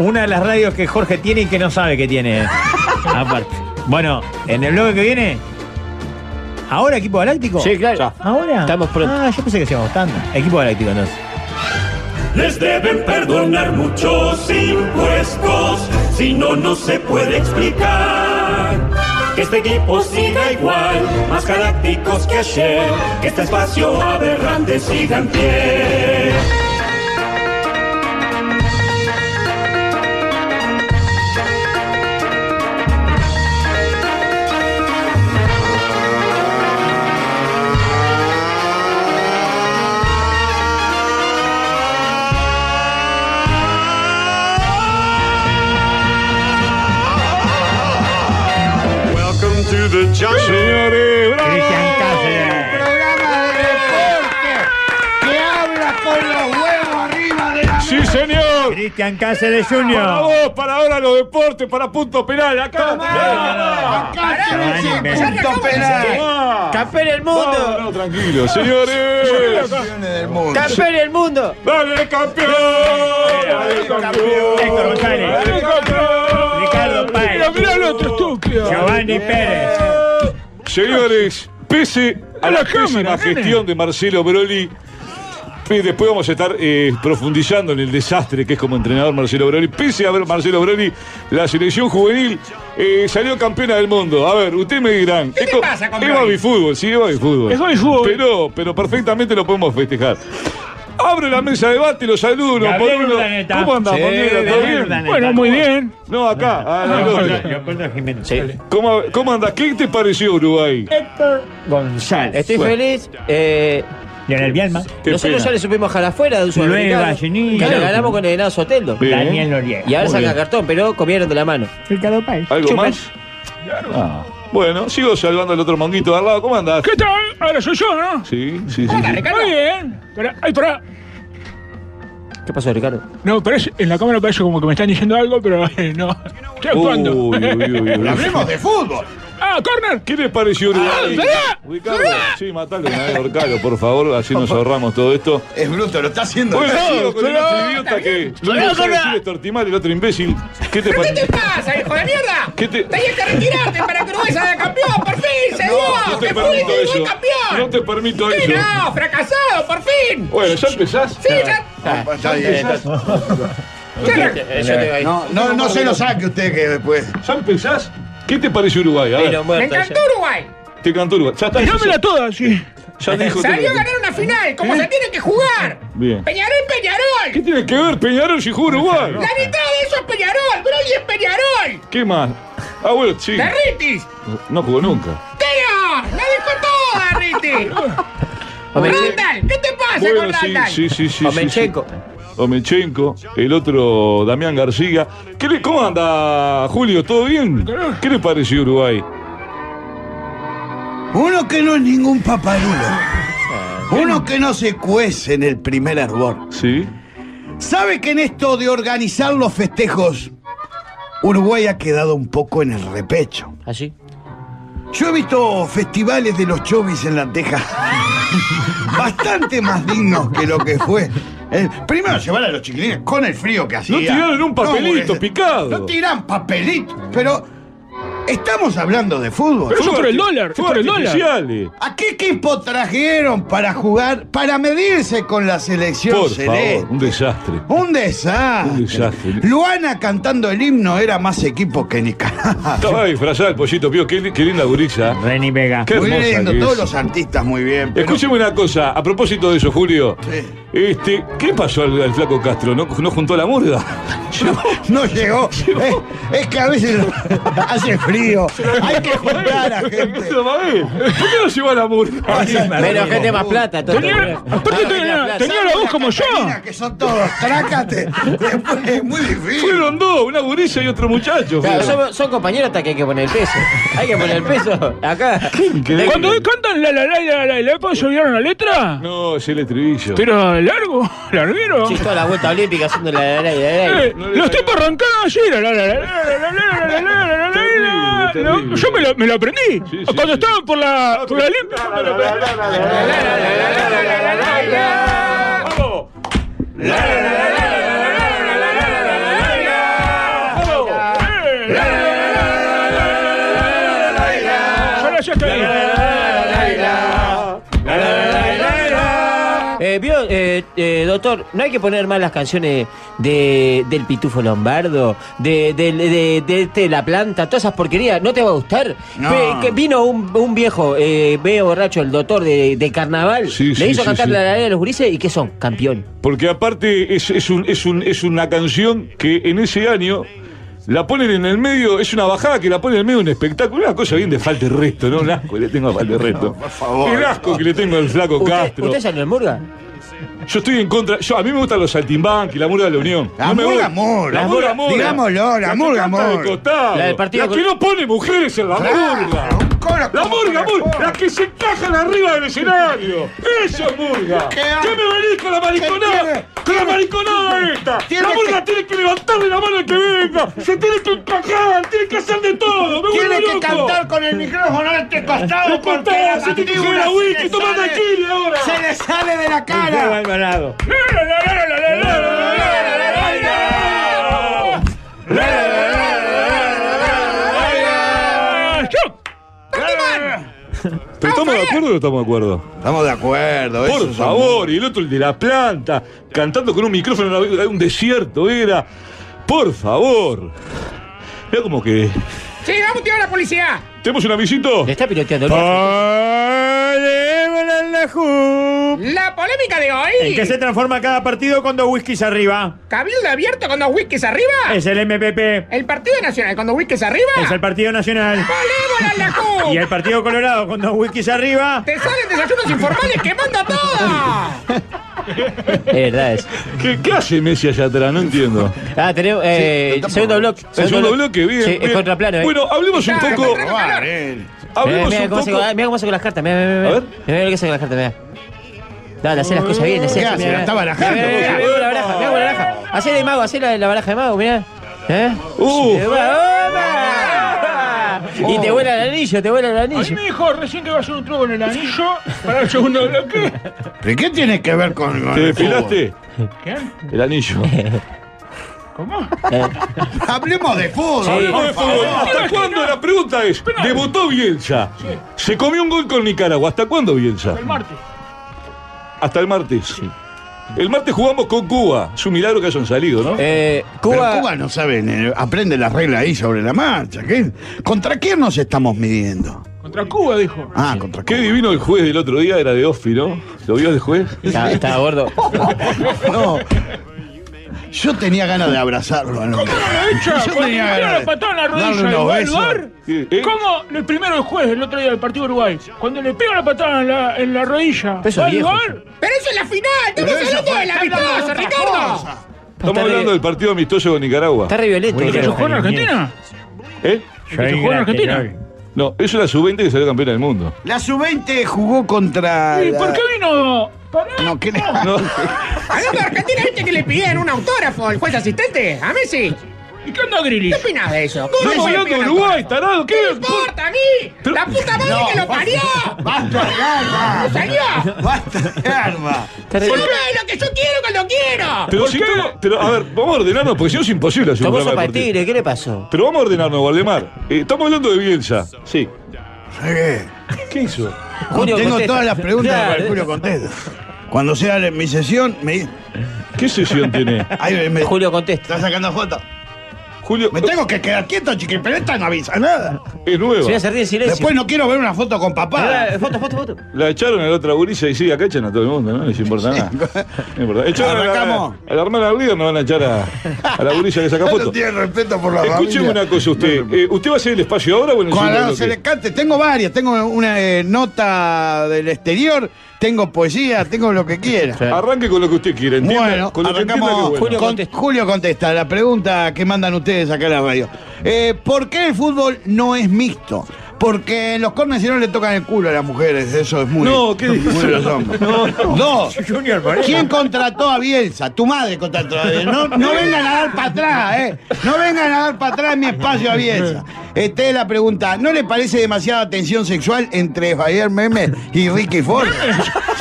S6: una de las radios que Jorge tiene y que no sabe que tiene. eh. Aparte. Bueno, en el bloque que viene. ¿Ahora equipo galáctico?
S7: Sí, claro.
S6: ¿Ahora? Estamos
S7: pronto.
S6: Ah, yo pensé que se iba gustando. Equipo galáctico entonces.
S19: Les deben perdonar muchos impuestos, si no, no se puede explicar. Que este equipo siga igual, más galácticos que ayer, que este espacio aberrante siga en pie.
S20: Welcome to the
S6: Cristian Cáceres.
S20: Programa de deporte que habla con los huevos arriba de la
S6: Sí, señor. Cristian Cáceres Junior.
S21: Para vos, para ahora los deportes, para punto penal. Acá.
S6: Giovanni Mendes.
S7: ¡Campeón del
S21: No, no, tranquilo, señores.
S7: ¡Campeón del mundo!
S21: ¡Dale, campeón! ¡Dale, campeón!
S6: Héctor González.
S21: ¡Dale, campeón!
S6: Ricardo Páez.
S21: Mira, mira el otro estúpido.
S6: Giovanni Pérez.
S21: Señores, pese a la pésima gestión de Marcelo Broli, pe- después vamos a estar eh, profundizando en el desastre que es como entrenador Marcelo Broli. Pese a ver Marcelo Broli, la selección juvenil eh, salió campeona del mundo. A ver, ustedes me dirán.
S19: ¿Qué te
S21: co-
S19: pasa con
S21: es
S19: Broli?
S21: babifútbol, sí, es babifútbol.
S19: Es babifútbol.
S21: Pero, pero perfectamente lo podemos festejar. Abro la mesa de debate, los saludo uno por
S6: Gabriel
S21: uno.
S6: Urdaneta.
S21: ¿Cómo andan,
S6: Sí,
S21: Monera? ¿Todo
S6: Gabriel
S21: bien?
S6: Urdaneta. Bueno, muy bien.
S21: Ah, No, acá. a la gloria.
S6: Jiménez.
S21: ¿Cómo, ¿Cómo andas? ¿Qué te pareció Uruguay?
S6: Héctor González.
S7: Estoy
S21: Bueno.
S7: feliz. Eh,
S6: Lionel Bielma.
S7: Nosotros ya le supimos dejar afuera de un
S6: Luis
S7: sudamericano,
S6: Vallenilla.
S7: Que le ganamos con el Henao Soteldo.
S6: Bien. Daniel Noriega.
S7: Y ahora
S6: Muy
S7: saca
S6: bien.
S7: cartón, pero comieron de la mano.
S6: Ricardo Páez.
S21: ¿Algo más? Ah. Bueno, sigo saludando al otro monguito de al lado. ¿Cómo andás?
S17: ¿Qué tal? Ahora soy yo, ¿no?
S21: Sí, sí, sí. sí.
S17: Muy bien. Pero, ay, pará.
S7: ¿Qué pasó, Ricardo?
S17: No, parece, en la cámara parece como que me están diciendo algo, pero eh, no. Estoy actuando.
S21: Uy, uy, uy, uy.
S17: Hablemos de fútbol.
S21: ¡Ah, corner! ¿Qué les pareció
S17: Ah,
S21: Uruguay? Ricardo, sí, matalo, una vez, ahorcalo, por favor, así nos ahorramos todo esto. Es bruto, lo está haciendo. Bueno,
S19: Está
S21: sigo con el
S19: bien.
S21: otro idiota que
S19: Está
S21: lo
S19: bien.
S21: único que
S19: Está
S21: sabe
S19: bien.
S21: decir es Tortimar, el otro imbécil. ¿Qué te
S19: ¿Pero qué
S21: parece?
S19: te pasa, hijo de mierda?
S21: ¿Qué te-
S19: Tenías que retirarte para que Uruguay sea campeón, por fin, se dio.
S21: no te
S19: Te
S21: permito
S19: fuiste,
S21: eso.
S19: Uruguay campeón.
S21: No te permito
S19: Sí,
S21: eso.
S19: no, fracasado, por fin.
S21: Bueno, ¿ya empezás?
S19: Sí, ya.
S21: Ah,
S22: Ah,
S21: Está bien, está-
S22: No, no, no se lo saque usted que después.
S21: ¿Ya empezás? ¿Qué te parece Uruguay? A ver.
S19: Me encantó Uruguay.
S21: Te cantó Uruguay. Ya está.
S19: Dámela
S21: toda, sí. Ya dijo
S19: Salió a
S21: todo.
S19: ganar una final, como se tiene que jugar.
S21: Bien.
S19: Peñarol, Peñarol.
S21: ¿Qué tiene que ver Peñarol si juega Uruguay?
S19: La mitad de eso es Peñarol, Broly es Peñarol.
S21: ¿Qué más? Ah, bueno, sí.
S19: La Ritis.
S21: No jugó nunca.
S19: ¡Tera! ¡La dejó toda, Ritis! Randall, ¿qué te pasa con
S21: Bueno, sí,
S19: Ah, Randall?
S21: sí, sí, sí. Omenchenko. Omenchenko, el otro Damián García. ¿Qué le, ¿Cómo anda, Julio? ¿Todo bien? ¿Qué le pareció Uruguay?
S5: Uno que no es ningún paparulo.
S21: Ah,
S5: Uno que no se cuece en el primer hervor.
S21: Sí.
S5: ¿Sabe que en esto de organizar los festejos, Uruguay ha quedado un poco en el repecho?
S7: ¿Así?
S5: Yo he visto festivales de los chovis en la Teja bastante más dignos que lo que fue. Eh, primero llevar a los chiquilines con el frío que hacía.
S21: tiraron un papelito
S5: porque-
S21: picado.
S5: ah. No tiran papelito, pero estamos hablando de fútbol.
S21: Pero Fue por el arti- dólar, fue fue por el dólar. artificial. eh.
S5: ¿A qué equipo trajeron para jugar, para medirse con la selección
S21: Por
S5: celeste?
S21: favor, un desastre.
S5: Un desastre.
S21: Un desastre.
S5: Luana cantando el himno era más equipo que Nicaragua.
S21: Estaba disfrazada el pollito pío. Qué, li- qué linda gurisa.
S6: Reni Vega.
S21: Qué
S5: Muy
S21: hermosa
S5: lindo,
S21: que es.
S5: todos los artistas muy bien. pero-
S21: Escúcheme una cosa, a propósito de eso, Julio.
S5: Sí.
S21: Este, ¿Qué pasó al, al flaco Castro? ¿No, no juntó la murga?
S5: No llegó. Eh, es que a veces hace frío. Hay que juntar a gente.
S21: ¿Por qué no llegó a la murga?
S7: Menos gente más plata. todo.
S5: Aparte tenía, la voz como yo. Que son todos, trácate. Después es muy difícil.
S21: Fueron dos, una gurisa y otro muchacho.
S7: Claro,
S21: fueron.
S7: son, son compañeros hasta que hay que poner el peso. Hay que poner el peso acá.
S17: Cuando cantan la la la la la la, ¿puedo olvidar una letra?
S21: No, es el estribillo.
S17: Pero largo, larguero.
S7: Sí, toda la vuelta olímpica haciendo la la la la la.
S17: Eh, los tipos arrancaron ayer. la, la, la, la, la, la, la, la, la, la, la, la, la. No, Yo me lo, me lo aprendí. Cuando estaban por la, por la olímpica. me lo aprendí.
S21: Ah.
S17: Yo ya estoy
S7: Eh, vio, eh, eh, doctor, no hay que poner más las canciones de, del Pitufo Lombardo, de, del- de- de este La Planta, todas esas porquerías, ¿no te va a gustar?
S5: No.
S7: Ve que vino un, un viejo, eh, medio borracho, el doctor de, de Carnaval, le
S21: sí,
S7: hizo
S21: sí,
S7: cantar
S21: sí.
S7: la ladera de los gurises y ¿qué son? Campeón.
S21: Porque aparte es, es un- es un- es una canción que en ese año la ponen en el medio, es una bajada que la ponen en el medio de un espectáculo, una cosa bien de falta de resto, ¿no? Un asco que le tengo a falta de resto. por favor. El asco que le tengo al flaco
S7: ¿Usted,
S21: Castro.
S7: ¿Usted salió en Murga?
S21: Yo estoy en contra. Yo, a mí me gustan los saltimbanqui, la murga de la Unión.
S5: La
S21: me
S5: murga
S21: gusta-
S5: mora,
S21: La murga mora.
S5: digámoslo, la
S21: que
S5: murga
S21: canta de
S5: mora.
S21: costado,
S5: La del partido
S21: la que
S5: con-
S21: no pone mujeres en la murga. La murga, murga. La que se encajan arriba del escenario. Eso es murga.
S19: ¿Qué
S21: ¿Qué,
S19: ha-
S21: me venís con la mariconada? Con la mariconada esta.
S19: tiene
S21: La murga tiene que levantarle la mano al que venga. Se tiene que encajar, tiene que hacer de todo. Me
S19: Tiene
S21: vuelvo
S19: que
S21: loco.
S19: cantar con el micrófono a este costado
S21: De
S19: porque
S21: costado,
S19: la
S21: se tiene que comer a
S19: mandíbula se
S21: whisky,
S19: le
S21: toma
S19: sale-
S21: daiquiri ahora.
S19: Se le sale de la cara.
S6: Alvarado.
S21: ¿Pero estamos de acuerdo o no estamos de acuerdo?
S5: Estamos de acuerdo.
S21: Por
S5: esos son-
S21: favor, y el otro, el de la planta, cantando con un micrófono en la- en un desierto, era. Por favor. Mira como que.
S19: Sí, dame un tiro a la policía.
S21: ¿Tenemos un avisito?
S7: Le está piloteando el
S6: La
S19: La polémica de hoy.
S6: ¿En qué se transforma cada partido con dos whiskies arriba?
S19: Cabildo abierto con dos whiskies arriba.
S6: Es el MPP.
S19: El Partido Nacional con dos whiskies arriba.
S6: Es el Partido Nacional.
S19: ¡Volémonos la Ju!
S6: Y el Partido Colorado con dos whiskies arriba.
S19: Te salen desayunos informales que manda toda.
S7: Es verdad es.
S21: ¿Qué, qué hace Messi allá atrás? No entiendo.
S7: Ah, tenemos eh, segundo bloque.
S21: El segundo bloque, bien.
S7: Sí, es
S21: bien.
S7: contraplano, ¿eh?
S21: Bueno, hablemos un
S7: Está,
S21: poco.
S7: contraplano, claro. Mira,
S21: Hablemos
S7: mira
S21: un
S7: cómo
S21: poco.
S7: se, mira cómo hace con las cartas. Mira, mira, mira.
S21: A
S7: Mira, mira lo que hace con las cartas. Mira. Dale, hacé las cosas bien. Hacé,
S5: ¿Qué
S7: mira,
S5: hace?
S7: mira.
S5: La está barajando.
S7: Mira, mira, mira, mira la baraja. Mira la baraja. Hacé de mago, hacé la, la baraja de mago, mira. ¿Eh?
S21: ¡Uh!
S7: Eh, bueno, ¡opa! Y te vuela el anillo, te vuela el
S17: Oh. A mí
S7: anillo.
S17: me dijo recién que va a hacer un truco en el anillo para el segundo bloque.
S21: ¿Pero qué tiene que ver con.?
S17: con
S21: ¿Te
S17: el
S21: desfilaste?
S17: ¿Qué?
S21: El anillo.
S17: ¿Cómo?
S21: Hablemos de
S17: fútbol,
S21: Hablemos
S17: por
S21: de fútbol.
S17: favor.
S21: ¿Hasta cuándo? La pregunta es: ¿debutó Bielsa? Se comió un gol con Nicaragua. ¿Hasta cuándo Bielsa?
S17: El martes.
S21: Hasta el martes. El martes jugamos con Cuba. Es un milagro que hayan salido, ¿no?
S5: Eh.
S7: Eh,
S5: Pero Cuba no sabe, eh, aprende las reglas ahí sobre la marcha. ¿qué? ¿Contra quién nos estamos midiendo?
S17: Contra Cuba, dijo.
S5: Ah, contra
S21: Qué divino el juez del otro día, era de Offi, ¿no? ¿Lo vio el juez?
S5: Estaba gordo. no. Yo tenía ganas de abrazarlo al hombre.
S17: Hecha,
S5: Yo
S17: cuando
S5: tenía
S17: le
S5: ganas
S17: tiró
S5: de
S17: la patada en la
S5: darle
S17: rodilla
S5: unos
S17: del
S5: besos.
S17: lugar. ¿Cómo? El primero el juez del otro día del partido de Uruguay. Cuando le pega la patada en la, en la rodilla.
S21: Eso
S17: ¿va
S21: es
S17: al
S21: viejo,
S17: gol? Pero eso es la final.
S21: Pero eso hablando fue- de la
S17: Está hablando
S21: amistosa,
S17: de otra
S21: Ricardo.
S17: cosa.
S21: Estamos hablando del partido amistoso con Nicaragua.
S17: Está re violento, Muy ¿El que violento. jugó en Argentina?
S21: ¿Eh?
S17: ¿El que jugó en Argentina?
S21: No, es la sub-20 que salió campeona del mundo.
S5: La sub-20 jugó contra.
S17: ¿Y por qué vino?
S5: No, ¿qué le-
S19: A los de Argentina, viste que le pidieron un autógrafo al juez asistente, a Messi. ¿Y qué onda, Grilly? ¿Qué opinás de eso? ¿Cómo
S21: Estamos
S19: se le
S21: hablando
S19: pide
S21: de
S19: un
S21: Uruguay,
S19: autógrafo?
S21: tarado. ¿Qué?
S19: ¡No importa, a mí! ¡La puta madre que lo parió!
S5: ¡Basta,
S19: garba! ¡Salió! ¡Se lo lo que yo quiero cuando quiero!
S21: Pero si tú no- pero, a ver, vamos a ordenarnos, porque si no es imposible hacer un
S7: Famoso
S21: programa
S7: para
S21: deportivo.
S7: Tigre, ¿qué le pasó?
S21: Pero vamos a ordenarnos, Waldemar. Eh, estamos hablando de Bielsa. Sí. ¿Qué hizo?
S7: Julio
S5: Tengo
S7: contesta.
S5: todas las preguntas
S7: Claro.
S5: para el Julio Contesta. Cuando sea la- mi sesión, me.
S21: ¿Qué sesión tiene?
S5: Julio Contesta. Está Eh, sacando foto.
S21: Julio.
S5: Me tengo que quedar quieto, chiqui, pero esta no avisa nada.
S21: Es nueva. Se voy a hacer
S5: hacer
S21: en silencio.
S5: Después no quiero ver una foto con papá.
S21: Ah,
S5: foto, foto, foto.
S21: La echaron a la otra gurisa y sigue acá echan a todo el mundo, ¿no? Les importa nada. No importa. Echaron a la,
S5: Arrancamos.
S21: a la hermana Ardida, no van a echar a, a la gurisa que saca
S5: No
S21: fotos.
S5: tiene respeto por la
S21: Escúcheme
S5: familia.
S21: una cosa usted. Eh, ¿Usted va a hacer el espacio ahora o en el
S5: Cuando
S21: segundo
S5: se
S21: bloque?
S5: le cante, tengo varias, tengo una eh, nota del exterior, tengo poesía, tengo lo que quiera.
S21: Arranque con lo que usted quiera, entienda.
S5: Bueno,
S21: con lo que entienda que es
S5: arrancamos.
S21: bueno.
S5: Julio, contesta. Julio contesta la pregunta que mandan ustedes acá a la radio. Eh, ¿Por qué el fútbol no es mixto? Porque los cornes si no le tocan el culo a las mujeres, eso es muy.
S21: No, ¿qué
S5: muy
S21: dice?
S5: de los hombres.
S21: No, no.
S5: Dos.
S21: Junior, parece.
S5: ¿Quién contrató a Bielsa? Tu madre contrató a Bielsa. No, no vengan a dar para atrás, ¿eh? No vengan a dar para atrás en mi espacio a Bielsa. Este es la pregunta. ¿No le parece demasiada tensión sexual entre Javier Meme y Ricky Ford?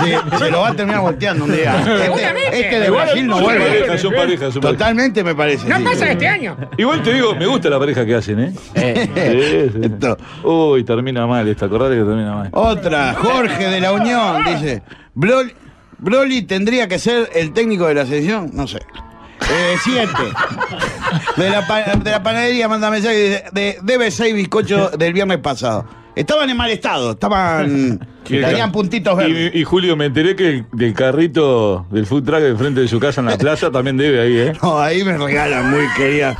S5: Sí, se lo va a terminar volteando un día. Este, este de
S21: Igual,
S5: Brasil no
S21: son
S5: vuelve.
S21: pareja, son pareja, son pareja.
S5: Totalmente me parece. sí.
S19: este año.
S21: Igual te digo, me gusta la pareja que hacen, ¿eh? Sí, sí. Uy, termina mal esta, acordate que termina mal.
S5: Otra, Jorge de la Unión, dice. Broli, Broly tendría que ser el técnico de la selección, no sé. Eh, siete. De la, pa- de la panadería manda mensaje y dice, de, debe seis bizcochos del viernes pasado. Estaban en mal estado, estaban. tenían puntitos verdes.
S21: Y, y Julio, me enteré que el, del carrito del food truck de frente de su casa en la plaza también debe ahí, ¿eh?
S5: No, ahí me regalan, muy querida.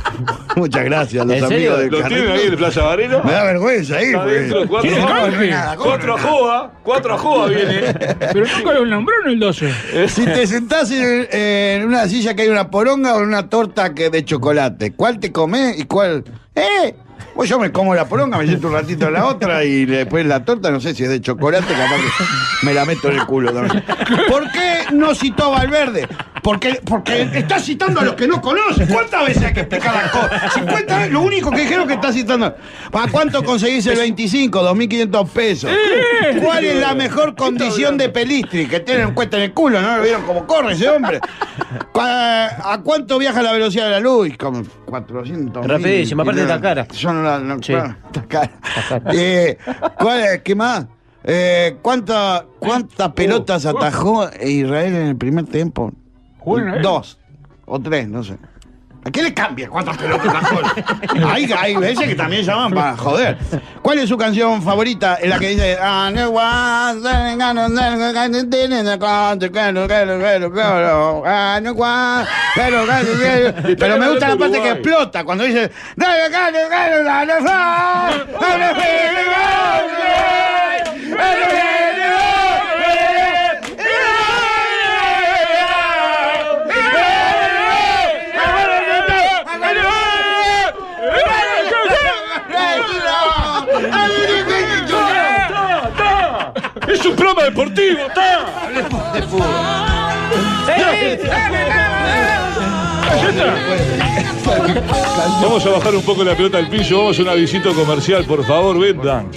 S5: Muchas gracias, los
S21: ¿En
S5: amigos
S21: serio?
S5: del
S21: ¿Lo tienen
S5: carrito.
S21: ahí de Plaza Varela?
S5: Me da vergüenza ahí,
S21: Está
S5: porque-
S21: adentro, cuatro
S5: Sí,
S21: a
S5: no, no hay nada, ¿cómo
S21: Cuatro a
S5: no?
S21: Joa, cuatro a Joa viene.
S17: Pero nunca lo nombró en el 12.
S5: Si te sentás en, en una silla que hay una poronga o en una torta que de chocolate, ¿cuál te comés y cuál? ¡Eh! Pues yo me como la poronga, me siento un ratito en la otra y después la torta, no sé si es de chocolate, capaz que me la meto en el culo también. ¿Por qué no citó a Valverde? Porque, porque está citando a los que no conoce. ¿Cuántas veces hay que explicar las cosas? 50 veces, lo único que dijeron que está citando. ¿Para cuánto conseguís el 25? 2.500 pesos.
S17: Eh.
S5: ¿Cuál es la mejor condición de Pelistri? Que tienen cuesta en el culo, ¿no? ¿Lo vieron cómo corre ese hombre? ¿Cu- ¿A cuánto viaja la velocidad de la luz? Y Como 400.
S7: Rapidísimo, aparte está cara.
S5: Yo no la. No,
S7: Sí.
S5: claro, está cara. Eh, ¿cuál es- ¿Qué más? Eh, ¿cuánta- ¿Cuántas
S7: Uh,
S5: pelotas atajó Israel en el primer tiempo?
S17: Bueno, eh.
S5: Dos o tres, no sé. ¿A qué le cambia cuántas pelotas atajó? hay, hay veces que también llaman para joder. ¿Cuál es su canción favorita? En la que dice. "Ah, no, guá, no, ah, no, no, no, no, tiene la cuenta, claro, claro, claro, claro, ah, no, guá, claro, claro, claro". Pero me gusta la parte que explota cuando dice. "No, no, no, no, no, no, no, no, no,
S17: Ah,
S21: ¡Es un programa deportivo! ¡Está!
S5: no".
S21: Vamos a bajar un poco la pelota al piso, vamos a un avisito comercial, por favor, vendan.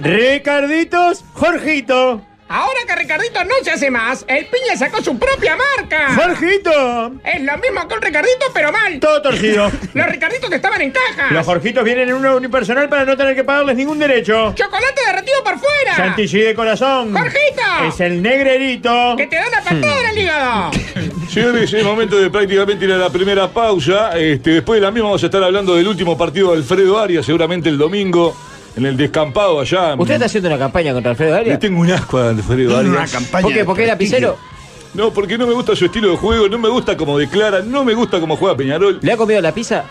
S6: Ricarditos, Jorgito.
S19: Ahora que Ricardito no se hace más, el piña sacó su propia marca.
S6: ¡Jorgito!
S19: Es lo mismo que un Ricardito, pero mal.
S6: Todo torcido.
S19: Los Ricarditos que estaban en caja.
S6: Los Jorgitos vienen en una unipersonal para no tener que pagarles ningún derecho.
S19: Chocolate derretido por fuera.
S6: Santilli de corazón.
S19: ¡Jorgito!
S6: Es el negrerito.
S19: Que te da una patada en el hígado.
S21: Señores, es momento de prácticamente ir a la primera pausa. Este, después de la misma vamos a estar hablando del último partido de Alfredo Arias, seguramente el domingo, en el descampado allá. en-
S7: ¿Usted está haciendo una campaña contra Alfredo
S21: Le
S7: Arias?
S21: tengo un asco a Alfredo Arias.
S7: ¿Por qué? ¿Porque era pisero?
S21: No, porque no me gusta su estilo de juego, no me gusta cómo declara, no me gusta cómo juega Peñarol.
S7: ¿Le ha comido la pizza?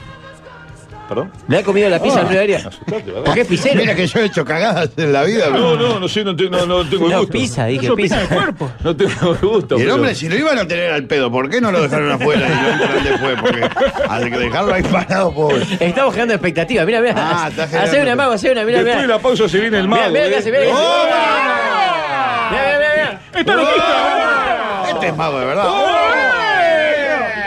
S21: ¿Perdón? Ah.
S7: ¿Le ha comido la pizza a Alfredo Arias? ¿Por qué es pisero?
S5: "Ah, Mira que yo he hecho cagadas en la vida.
S21: No, no, no sé, no, te- no, no tengo
S5: No,
S21: gusto.
S5: pizza, dije, Eso pizza. pizza de cuerpo.
S21: No tengo gusto.
S5: Y el
S21: pero-
S5: hombre, si lo iban a tener al pedo, ¿por qué no lo dejaron afuera y lo entran después? Porque al dejarlo ahí parado, pobre.
S7: Estamos generando expectativas, mira, mira.
S5: Ah, está generando
S7: Hacé una mago, hace una, mira,
S21: Después
S7: mira.
S21: de la pausa se viene el
S7: Mira,
S21: mago.
S7: mira que
S21: ¿eh?
S7: hace, mira que hace.
S6: Oh.
S7: Mira, mira, mira.
S21: ¡Está
S7: Oh.
S5: loquista! Este es mago de
S21: ¡Oh!
S6: Oh.
S7: verdad.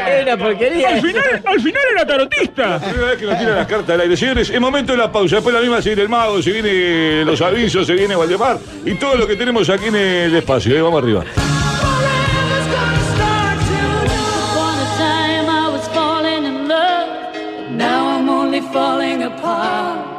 S7: Era porquería.
S17: Al final, al final era tarotista.
S21: Primera vez que nos tiran las cartas al aire. Señores, es momento de la pausa. Después la misma se viene el mago, se viene los avisos, se viene Valdemar y todo lo que tenemos aquí en el espacio. ¿eh? Vamos arriba.
S1: Upon a time I was falling in love, but now I'm only falling apart.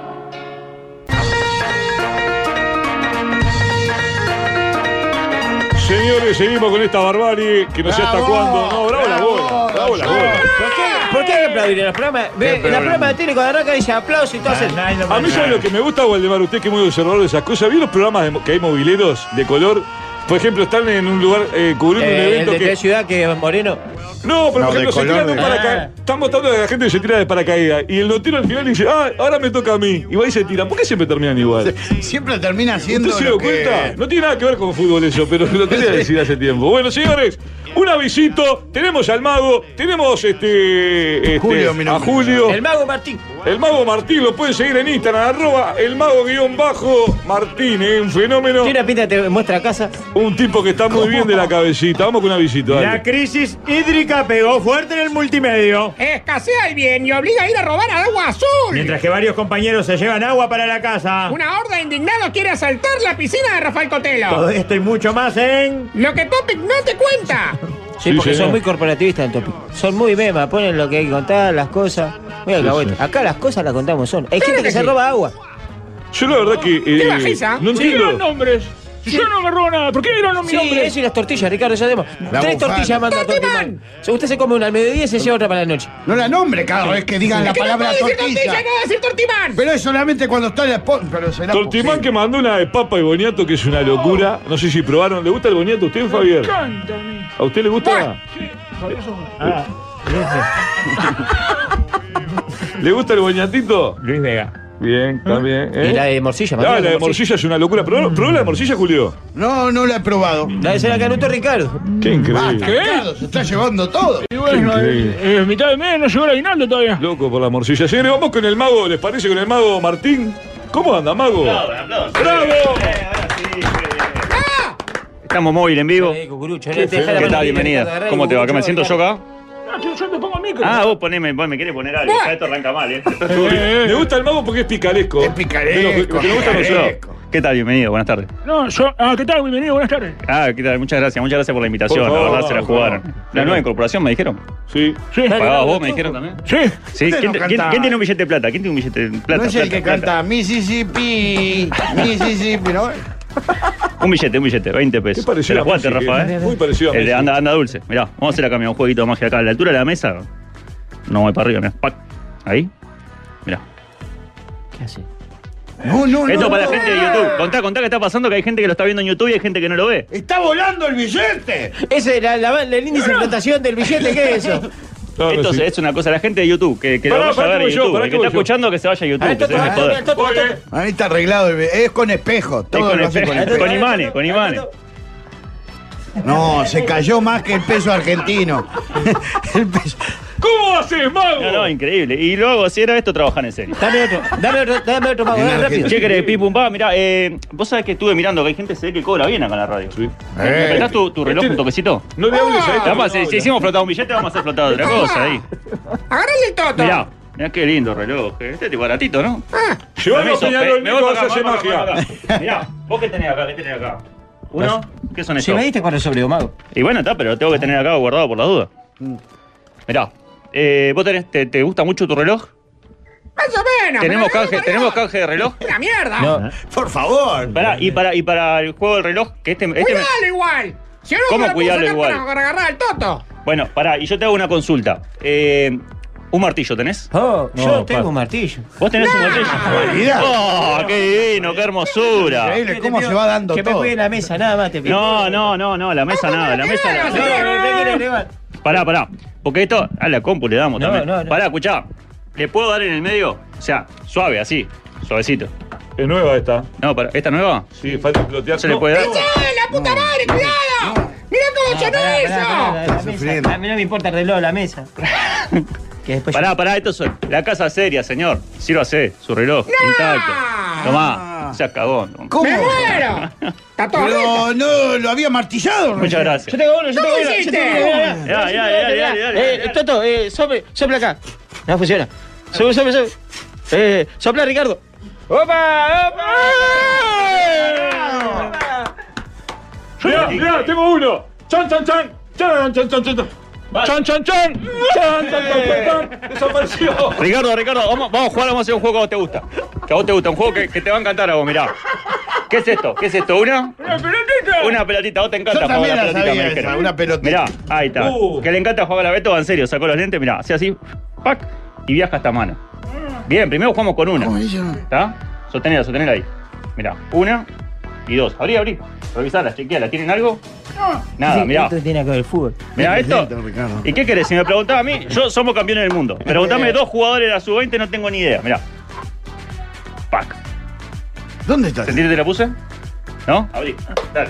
S21: Señores, seguimos con esta barbarie que no sé hasta
S7: Bravo,
S21: cuándo. No, bravo la bola. Bravo la bola.
S7: ¿Por qué, ¿Por qué hay que aplaudir en los programas? Ve, En los programas de tele cuando arranca dice aplauso y todo hacen-
S21: A mí sabe lo que me gusta, Waldemar, usted que es muy observador de esas cosas. ¿Vio los programas de mo- que hay mobileros de color? Por ejemplo, están en un lugar eh, cubriendo un
S7: Eh, el
S21: evento
S7: de
S21: que...
S7: qué ciudad que es moreno. Ah.
S21: No, pero
S7: No,
S21: por
S7: de
S21: ejemplo, se
S7: color,
S21: tiran de
S7: de-
S21: paracaídas. Están votando que la gente se tira de paracaídas. Y el notero al final dice, ah, ahora me toca a mí. Y va y se tira. ¿Por qué siempre terminan igual?
S5: Siempre termina siendo.
S21: ¿Usted se
S5: lo
S21: dio
S5: que-
S21: cuenta? No tiene nada que ver con fútbol eso, pero lo quería decir hace tiempo. Bueno, señores, un avisito. Tenemos al mago, tenemos este, este,
S5: Julio, mi
S21: a
S5: nombre.
S21: Julio.
S7: El mago Martín.
S21: El mago Martín lo pueden seguir en Instagram, arroba el mago guión bajo Martín, ¿eh? un fenómeno.
S7: Tiene una pinta te muestra casa.
S21: Un tipo que está muy bien de la cabecita. Vamos con un avisito. dale.
S6: La crisis hídrica pegó fuerte en el multimedio.
S19: Escasea el bien y obliga a ir a robar al agua azul.
S6: Mientras que varios compañeros se llevan agua para la casa.
S19: Una horda de indignados quiere asaltar la piscina de Rafael Cotelo.
S6: Todo esto y mucho más en...
S19: Lo que Topic no te cuenta.
S7: Sí,
S6: Sí,
S7: porque
S6: señor.
S7: son muy corporativistas en Topic. Son muy memas, ponen lo que hay que contar, las cosas. Muy alcahuete. Acá las cosas las contamos son. Hay
S17: Claro
S7: gente que
S17: que
S7: se
S17: sí.
S7: roba agua.
S21: Yo la verdad que. eh,
S17: ¿Qué bajís, ah?
S21: no
S17: Sí,
S21: entiendo.
S17: los nombres. Si Yo no me robo nada. ¿Por qué dieron mi
S7: Sí,
S17: nombre?
S7: eso y las tortillas, Ricardo, ya sabemos.
S17: La
S7: Tres
S17: bufanda.
S7: tortillas manda Tortimán. Usted se come una al mediodía y se lleva otra para la noche.
S5: No la nombre cada vez que digan la
S7: Es que no
S5: palabra
S7: puede decir
S5: tortilla.
S7: tortilla, no
S19: va a decir tortimán.
S5: Pero es solamente cuando está la po- pero será
S21: Tortimán que mandó una de papa y boniato que es una locura. No sé si probaron. ¿Le gusta el boniato a usted,
S17: Me
S21: Javier?
S17: encanta a mí.
S21: ¿A usted le gusta?
S17: Javier, sos un-
S21: ¿Le gusta el boñatito?
S6: Luis Vega.
S21: Bien, también. ¿eh?
S7: Y la de morcilla,
S21: Ah,
S7: Matías,
S21: la de morcilla es una locura.
S17: Mm.
S21: ¿Probó, probó la de morcilla, Julio?
S5: No, no la he probado.
S7: La de Seracanuto Ricardo.
S21: Qué increíble.
S5: ¿Qué? Se está llevando todo.
S17: Y bueno, eh, eh, mitad de mes no llegó el aguinaldo todavía.
S21: Loco por la morcilla. Señores, vamos con el mago, ¿les parece? Con el mago Martín. ¿Cómo anda, mago? ¡Bravo!
S5: ¡Ah!
S16: Estamos móvil en vivo.
S7: Eh, cucurucho,
S16: ¿Qué
S7: eh, te deja la mano
S16: tal?
S7: libre, Ricardo,
S16: Bienvenida.
S7: agarrá
S16: ¿Cómo
S7: el
S16: te va? ¿Qué me siento
S7: cucurucho,
S16: yo
S7: Ricardo.
S16: acá?
S17: Ah, yo, yo te pongo micro.
S16: Ah, vos poneme, vos me querés poner algo. Ya esto arranca mal, ¿eh?
S21: Me gusta el mago porque es picaresco. Es picaresco. Me gusta a nosotros.
S16: ¿Qué tal? Bienvenido, buenas tardes.
S17: No, yo. Ah, ¿qué tal? Bienvenido, buenas tardes.
S16: Ah, ¿qué tal? Muchas gracias, muchas gracias por la invitación.
S17: Por favor,
S16: la verdad se la
S17: por
S16: jugaron. ¿La nueva incorporación me dijeron?
S21: Sí.
S16: sí. ¿Pagabas vos? ¿Me dijeron también?
S17: Sí.
S16: Sí.
S5: Usted
S16: ¿Quién,
S5: no
S16: te- quién-
S5: canta.
S16: quién tiene un billete de plata? ¿Quién tiene un billete de plata?
S5: no es el
S16: plata,
S5: que
S16: plata?
S5: canta Mississippi, Mississippi, ¿no?
S16: Un billete, un billete, 20 pesos.
S21: Qué parecido
S16: Te la
S21: a
S16: jugaste,
S21: Messi,
S16: Rafa,
S21: que
S16: ¿eh?
S21: es. Muy parecido a
S16: El de
S21: Messi.
S16: anda, anda dulce. Mirá, vamos a hacer acá, mirá, un jueguito de magia acá. A la altura de la mesa. No voy para arriba, mirá. Pac. Ahí. Mirá.
S7: ¿Qué hace?
S5: No, no,
S16: Esto
S5: no,
S16: para
S5: no.
S16: la gente de YouTube. Contá, contá qué está pasando, que hay gente que lo está viendo en YouTube y hay gente que no lo ve.
S5: ¡Está volando el billete!
S7: Ese era la- la- el índice de flotación del billete, ¿qué es eso?
S16: Esto
S7: sí.
S16: es una cosa, la gente de YouTube, que, que lo
S5: Pará,
S16: vaya
S5: pará
S16: a
S5: que
S16: ver
S5: voy
S16: en
S5: yo,
S16: YouTube.
S5: pará
S16: El
S5: que
S16: que
S5: voy
S16: está
S5: yo.
S16: escuchando que se vaya a YouTube. que se deje joder.
S5: Ahí está arreglado el billete. Es con espejo. Todo lo hace con espejo.
S16: Con imanes, con imanes.
S5: No, se cayó más que el peso argentino. El peso-
S21: ¿Cómo haces, mago?
S16: No, no, increíble. Y luego, si era esto, trabajar en serio.
S23: Dame otro, dame otro, dame otro mago, dame rápido.
S16: Che, querés, pim, pum, pa, mirá, eh, vos sabés que estuve mirando que hay gente se ve que cobra bien acá en la radio. Sí. Este
S21: Eh.
S16: ¿Me prestás tu, tu reloj un toquecito?
S21: No le hables a esto,
S16: Capaz,
S21: no
S16: si,
S21: habla.
S16: si hicimos flotar un billete, vamos a hacer flotar otra cosa ahí.
S19: Agarrale el toto.
S16: Mirá, mirá qué lindo reloj. eh. Este es baratito, ¿no?
S21: Llévalo a
S16: Permiso,
S21: Peñarol,
S16: pe- me
S21: Nico,
S16: voy
S21: vas a
S16: para
S21: hacer
S16: acá, me voy para
S21: magia.
S16: acá. Mirá, vos qué tenés acá, qué tenés acá. Uno, ¿qué son
S23: Si
S16: estos?
S23: me diste cuatro sobre mago. Mm.
S16: Y bueno, está, pero lo tengo que tener acá guardado por las dudas. Mirá, eh, vos tenés, te, te gusta mucho tu reloj?
S19: Más o menos.
S16: ¿Tenemos canje, ¿Tenemos canje de reloj?
S19: La mierda.
S16: Por favor. Pará, y para, y para el juego del reloj, que este, este me-
S19: Cuidalo igual. Si no,
S16: ¿Cómo
S19: me lo puedo
S16: cuidarlo
S19: sacar
S16: igual?
S19: para- Para agarrar el toto.
S16: Bueno, pará, y yo te hago una consulta. Eh, ¿Un martillo tenés?
S23: Oh,
S16: No,
S23: yo tengo
S16: pa-
S23: un martillo.
S16: ¿Vos tenés un martillo?
S23: Ah, Olvidate.
S16: ¡Oh, qué divino, qué hermosura!
S23: Te pido Que me cuide la mesa, nada más te pido.
S16: No, no, no, no, la mesa nada, la mesa
S23: Ah, No, no,
S16: nada.
S23: no, no, no, no, no.
S16: Pará, pará. Porque esto a la compu le damos
S23: No,
S16: también.
S23: no, no.
S16: Pará, escuchá. ¿Le puedo dar en el medio? O sea, suave, así, suavecito.
S21: Es nueva esta.
S16: No, pará, ¿esta nueva?
S21: Sí, falta explotear.
S16: ¿Se le puede
S23: Este
S16: dar?
S19: ¡Eh, la puta madre, cuidado! ¡Mirá cómo sonó
S23: pará,
S19: eso!
S23: pará, pará, la mesa. A mí no me importa el reloj, la mesa.
S16: Pará, pará, esto es la casa seria, señor. Sí lo hace, su reloj, intacto. Tomá, sea cagón.
S19: ¿Cómo? ¡Me muero! Está todo
S5: Pero no, lo había martillado.
S16: Muchas gracias.
S7: Yo tengo uno, yo
S19: ¿Cómo
S7: tengo uno. yo
S19: hiciste?
S7: tengo uno.
S16: Ya, ya, ya, ya, ya, ya.
S7: Eh, Toto, eh, sople, sopla acá. No funciona. Sople, sople, sople. Eh, sopla, Ricardo. ¡Opa! ¡Opa!
S21: Mirá, mirá, tengo uno. Chan, chan, chan. Chan, chan, chan, chan. Chan, chan, chan. Chan, chan, chan, chan, chan. Desapareció.
S16: Ricardo, Ricardo, vamos, vamos a jugar, vamos a hacer un juego que a vos te gusta. Que a vos te gusta, un juego que, que te va a encantar a vos, mirá. ¿Qué es esto? ¿Qué es esto? ¿Una?
S21: ¡Una pelotita!
S16: Una pelotita, a vos te encanta jugar
S2: Yo también
S16: a la
S2: la
S16: pelotita,
S2: sabía
S16: me
S2: esa,
S16: dijeron.
S2: una pelotita.
S16: Mirá, ahí está.
S2: Uh.
S16: Que le encanta jugar a la Beto, va en serio, sacó los lentes, mirá, hace así, pac, y viaja hasta mano. Bien, primero jugamos con una. ¿Está? Sostenela, sostenela ahí. Mirá, una y dos. Abrí, abrí. Revisala, chequeala. ¿Tienen algo? Nada,
S23: Sí,
S16: mirá.
S23: Esto tiene que ver el fútbol.
S16: Mirá esto. ¿Y qué querés? Si me preguntaba a mí, yo somos campeones del mundo.
S23: Eh.
S16: Preguntame dos jugadores de la sub-20, no tengo ni idea. Mirá. Pac.
S5: ¿Dónde estás?
S16: ¿Sentiste que te la puse? ¿No? Abrí. Dale.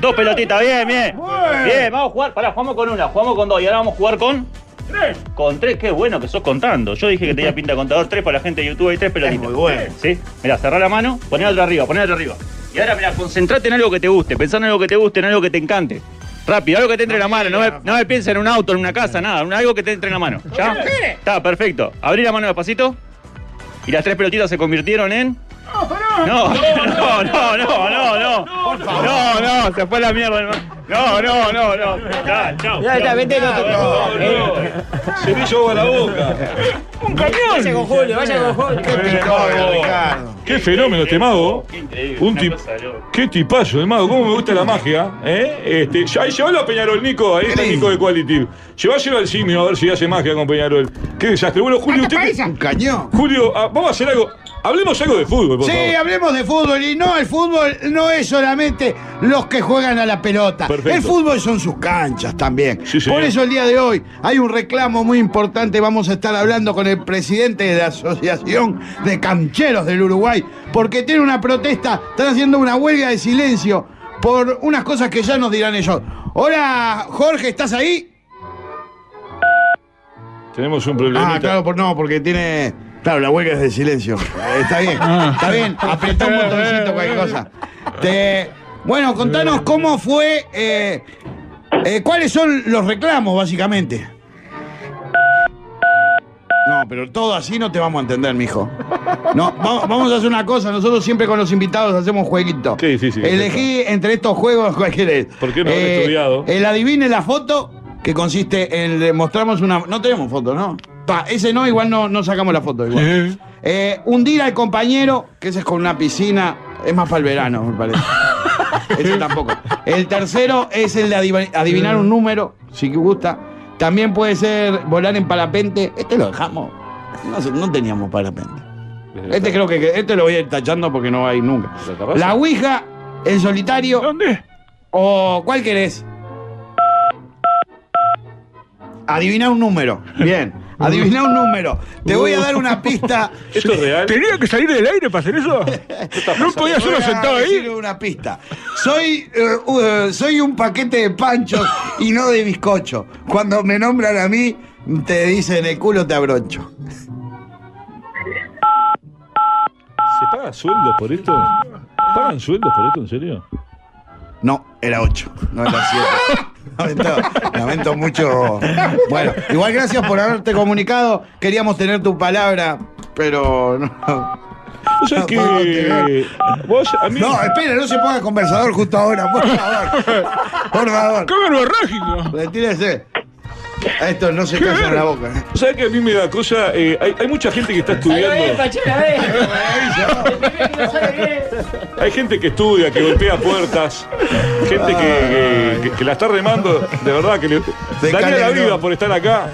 S16: Dos pelotitas, bien, bien. Bien, vamos a jugar. Pará, jugamos con una, jugamos con dos y ahora vamos a jugar con. Tres. Con tres, qué bueno que sos contando. Yo dije que tenía pinta de contador, tres para la gente de YouTube y tres pelotitas. muy bueno. ¿Sí? Mirá, cerrá la mano, poné otra arriba, poné otra arriba. Y ahora, mirá, concentrate en algo que te guste, pensá en algo que te guste, en algo que te encante. Rápido, algo que te entre en la mano, no me, no me pienses en un auto, en una casa, nada, en algo que te entre en la mano. ¿Ya? Está, perfecto. Abrí la mano despacito. Y las tres pelotitas se convirtieron en. No, no, no, no, no, no. No, no, se fue la mierda, hermano. No, no, no, no. Ya, chao.
S23: Ya está, vete el otro.
S21: Se me llevó a la boca.
S23: Un camión. Vaya con Julio, vaya con Julio.
S21: Qué fenómeno este mago. Un tip- Qué tipazo, el mago. Cómo me gusta la magia. ¿eh? Este, ya, ahí llévalo a Peñarol, Nico. Ahí está Nico de Quality. Llévaselo al simio a ver si hace magia con Peñarol. Qué desastre. Bueno, Julio, usted.
S5: Un cañón.
S21: Julio, ah, vamos a hacer algo. Hablemos algo de fútbol, por
S5: Sí,
S21: favor.
S5: hablemos de fútbol y no, el fútbol no es solamente los que juegan a la pelota.
S21: Perfecto.
S5: El fútbol son sus canchas también.
S21: señor.
S5: Por eso el día de hoy hay un reclamo muy importante. Vamos a estar hablando con el presidente de la Asociación de Cancheros del Uruguay, porque tiene una protesta, están haciendo una huelga de silencio por unas cosas que ya nos dirán ellos. Hola, Jorge, ¿estás ahí?
S21: Tenemos un problemita.
S5: Ah, claro, por, no, porque tiene. Claro, la huelga es de silencio. Eh, Está bien,
S21: Ah.
S5: está bien. Apretá un botoncito, cualquier cosa. Te- Bueno, contanos cómo fue. eh, eh, ¿Cuáles son los reclamos, básicamente? No, pero todo así no te vamos a entender, mijo. No, va- vamos a hacer una cosa. Nosotros siempre con los invitados hacemos jueguito.
S21: Qué difícil.
S5: Elegí entre estos juegos cualquiera. es.
S21: ¿Por qué no habrán estudiado?
S5: El adivine la foto, que consiste en le mostramos una. No tenemos foto, ¿no? Pa, ese no, igual no, no sacamos la foto. Igual. Eh, hundir al compañero, que ese es con una piscina. Es más para el verano, me parece. Ese tampoco. El tercero es el de adiv- adivinar un número, si gusta. También puede ser volar en parapente. Este lo dejamos. No, sé, no teníamos parapente. Este creo que este lo voy a ir tachando porque no va a ir nunca. La Ouija, el solitario. ¿Dónde? ¿O cuál querés? Adivina un número. Bien. Adivina un número. Te voy a dar una pista.
S21: Uh. ¿Esto es real?
S5: ¿Tenía que salir del aire para hacer eso?
S21: No podía hacerlo sentado ahí.
S5: una pista. Soy, eh, uh, soy un paquete de panchos y no de bizcocho. Cuando me nombran a mí, Te dicen el culo te abrocho.
S21: ¿Se paga sueldos por esto? ¿Pagan sueldos por esto, en serio?
S5: No, era 8, no era 7. Lamento, lamento mucho. Bueno, igual gracias por haberte comunicado. Queríamos tener tu palabra, pero no.
S21: ¿Vos sabés
S5: No, no,
S21: que vos a mí
S5: No, espera, no se ponga conversador justo ahora, por favor. Por favor. ¡Qué
S21: verborrágico!
S5: Retírese. A esto no se calla en la boca. ¿eh?
S21: ¿Vos sabés que a mí me da cosa? Eh, hay, hay mucha gente que está
S5: Ahí
S21: estudiando. Hay gente que estudia, que golpea puertas. Gente que, que- que- que la está remando. De verdad que le daría la
S23: calentó.
S21: vida por estar acá.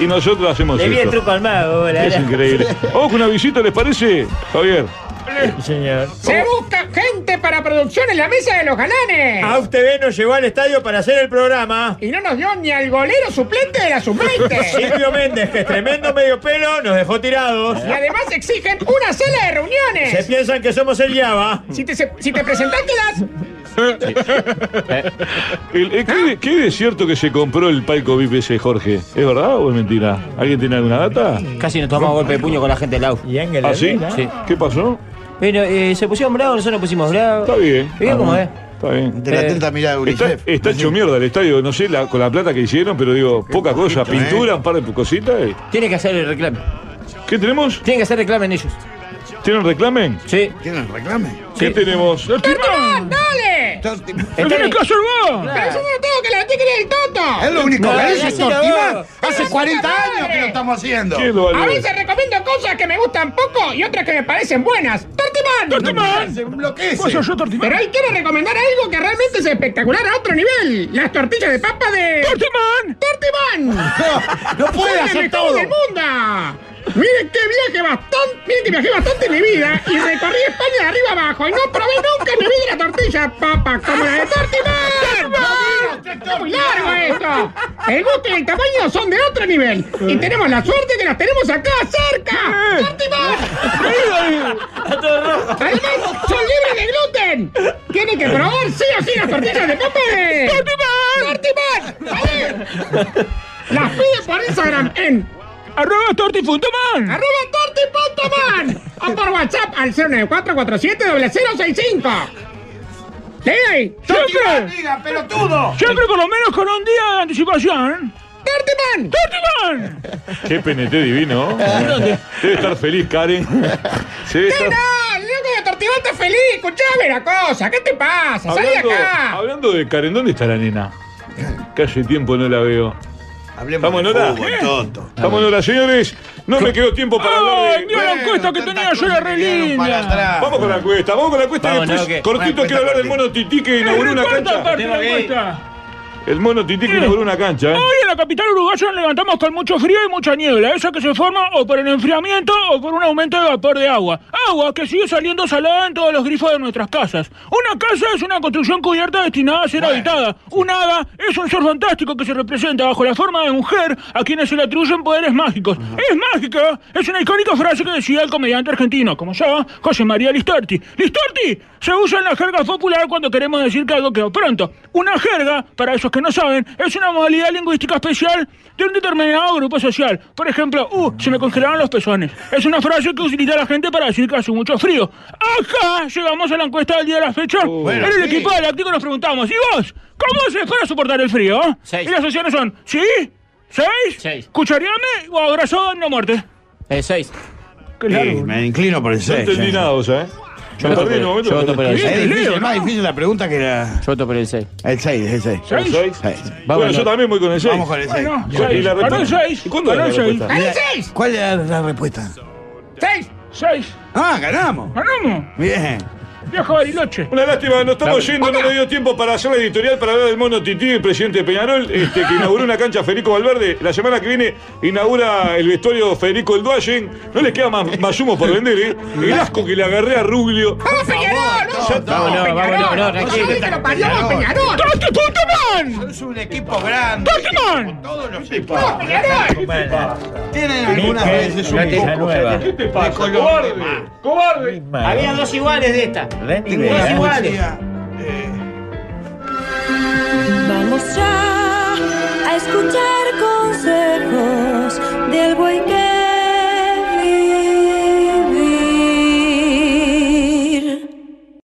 S21: Y nosotros hacemos
S23: Le vi el
S21: esto.
S23: truco al mago, boludo.
S4: ¿eh?
S21: Es increíble. Vamos con una visita, ¿les parece, Javier?
S23: Señor.
S19: Se busca gente para producción en la mesa de los galanes.
S21: Ah,
S23: A usted nos llegó al estadio para hacer el programa.
S19: Y no nos dio ni al golero suplente de la
S23: Silvio
S19: sub-20.
S23: Méndez, que es tremendo medio pelo, nos dejó tirados.
S19: Y además exigen una sala de
S23: Se
S19: reuniones.
S23: piensan que somos el Java.
S19: Si te, se- si te presentás, quedás.
S21: El- eh, ¿qué, qué desierto que se compró el palco VIP ese, Jorge? ¿Es verdad o es mentira? ¿Alguien tiene alguna data?
S4: Casi nos tomamos golpe de puño con la gente del AUF.
S21: ¿Ah, sí? ¿Qué pasó?
S4: Bueno, eh, se pusieron bravos, nosotros nos pusimos bravos.
S21: Está bien.
S4: ¿Viste cómo es?
S21: Está bien.
S4: De la atenta
S5: mirada de
S21: Eh, Está, está hecho mierda el estadio, no sé la- con la plata que hicieron, pero digo, poca cosa. Pintura, un par de cositas. y-
S4: Tiene que hacer el reclame.
S21: ¿Qué tenemos?
S4: Tienen que hacer reclamen ellos.
S21: ¿Tienen reclamen?
S4: Sí.
S5: ¿Tienen reclamen?
S21: ¿Qué tenemos?
S19: ¡Tortimán, dale!
S21: ¡Lo tenés que hacer vos!
S19: ¡Pero yo no tengo que la tiene el Toto!
S5: Es lo único que dice
S19: hacelo
S5: Tortimán.
S19: vos.
S5: Hace
S19: Pero
S5: 40
S19: puta
S5: años que lo estamos haciendo.
S21: ¿Quién lo va a
S19: A
S21: leer?
S19: veces recomiendo cosas que me gustan poco y otras que me parecen buenas. ¡Tortimán!
S5: ¡Tortimán! Se enloquece. Vos sos yo, Tortimán.
S19: Pero hoy quiero recomendar algo que realmente es espectacular a otro nivel. Las tortillas de papa de... ¡Tortimán! ¡Tortimán!
S5: No puede
S19: Son las
S5: hacer
S19: mejores
S5: todo.
S19: del mundo! Miren qué viaje bastante, miren que viajé bastante en mi vida y recorrí España de arriba abajo y no probé nunca en mi vida la tortilla papa como la de Tortimán. ¡Está muy largo esto! El gusto y el tamaño son de otro nivel y tenemos la suerte que las tenemos acá cerca. ¡Tortimán! Además, son libres de gluten. Tienen que probar sí o sí las tortillas de papa de ¡Tortimán! ¡Tortimán! Las pide por Instagram en arroba torti.man arroba torti.man o por WhatsApp al 09447-0065 Ley,
S17: Siempre.
S19: diga, pelotudo.
S17: Siempre por lo menos con un día de anticipación.
S19: ¡Tortiman!
S17: ¡Tortiman!
S21: Qué PNT divino. Debe estar feliz, Karen. Se debe
S19: ¿Qué
S21: estar-
S19: no? El loco de Tortimán está feliz. Escuchame la cosa. ¿Qué te pasa? Salí de
S21: Hablando,
S19: acá.
S21: hablando de Karen, ¿dónde está la nena? Que hace tiempo no la veo. ¿Estamos en
S5: de
S21: hora?
S5: fútbol,
S21: ¿Eh?
S5: tonto.
S21: Estamos en hora, señores. No me quedó tiempo para hablar de...
S17: ¡Ay, mira la encuesta que tenía yo, era re linda!
S21: Vamos con la cuesta, vamos con la cuesta y
S17: Vamos,
S21: después,
S17: no, que-
S21: cortito,
S17: una
S21: quiero hablar del
S17: encuesta
S21: mono Tití que
S17: Es
S21: inauguró
S17: re
S21: una
S17: corta,
S21: cancha.
S17: aparte, la encuesta.
S21: El mono Tití que inauguró una cancha, ¿eh?
S17: Hoy en la capital uruguaya nos levantamos con mucho frío y mucha niebla, esa que se forma o por el enfriamiento o por un aumento de vapor de agua. Agua que sigue saliendo salada en todos los grifos de nuestras casas. Una casa es una construcción cubierta destinada a ser habitada. Un hada es un ser fantástico que se representa bajo la forma de mujer a quienes se le atribuyen poderes mágicos. ¡Es mágica! Es una icónica frase que decía el comediante argentino, como ya, José María Listorti. ¡Listorti! Se usa en la jerga popular cuando queremos decir que algo quedó pronto. Una jerga, para esos que no saben, es una modalidad lingüística especial de un determinado grupo social. Por ejemplo, ¡uh! Se me congelaron los pezones. Es una frase que utiliza la gente para decir que hace mucho frío. ¡Acá! Llegamos a la encuesta del día de la fecha.
S23: Bueno,
S17: en el
S23: sí.
S17: equipo galáctico nos preguntamos, ¿y vos? ¿Cómo haces para soportar el frío? Y las opciones son, ¿sí? ¿Seis? ¿Cuchareame o abrazado en la muerte?
S4: Eh, seis.
S5: Sí, me inclino por el
S4: No
S5: 6.
S4: entendí nada,
S21: vos, ¿eh?
S4: Yo voto por el- yo voto por el
S5: Es
S4: seis.
S5: difícil, es más difícil la pregunta que la.
S4: Yo voto por el 6.
S5: El 6, el 6.
S21: ¿El seis? Bueno, yo también voy con el 6.
S5: Vamos con el 6.
S21: ¿Y la respuesta? ¿Cuándo era la respuesta?
S5: ¿Cuál era la respuesta?
S17: ¡Seis! ¡Seis!
S5: Ah, ganamos.
S17: ¡Ganamos!
S5: Bien.
S17: Viejo Bariloche.
S21: Una lástima, no estamos yendo, no me dio tiempo para hacer la editorial para hablar del mono Tití, el presidente de Peñarol, este, que inauguró una cancha Federico Valverde. La semana que viene inaugura el vestuario Federico El Duayen. No le queda más, más humo por vender, ¿eh? El asco que le agarré a Ruglio.
S19: ¡Vamos, Peñarol! ¡Vamos,
S21: Ya está.
S19: Peñarol! ¡No sabés que lo parió Peñarol!
S17: ¡Torti Puntamán!
S5: Es un equipo grande.
S17: ¡Tortimán!
S5: Todos los
S19: ¡Vamos, Peñarol!
S5: Tienen algunas veces un poco.
S21: ¿Qué te pasa? ¡Cobarde! ¡Cobarde!
S4: Había dos iguales de esta.
S23: idea.
S4: Dos iguales.
S10: Vamos ya a escuchar consejos.
S1: del buey que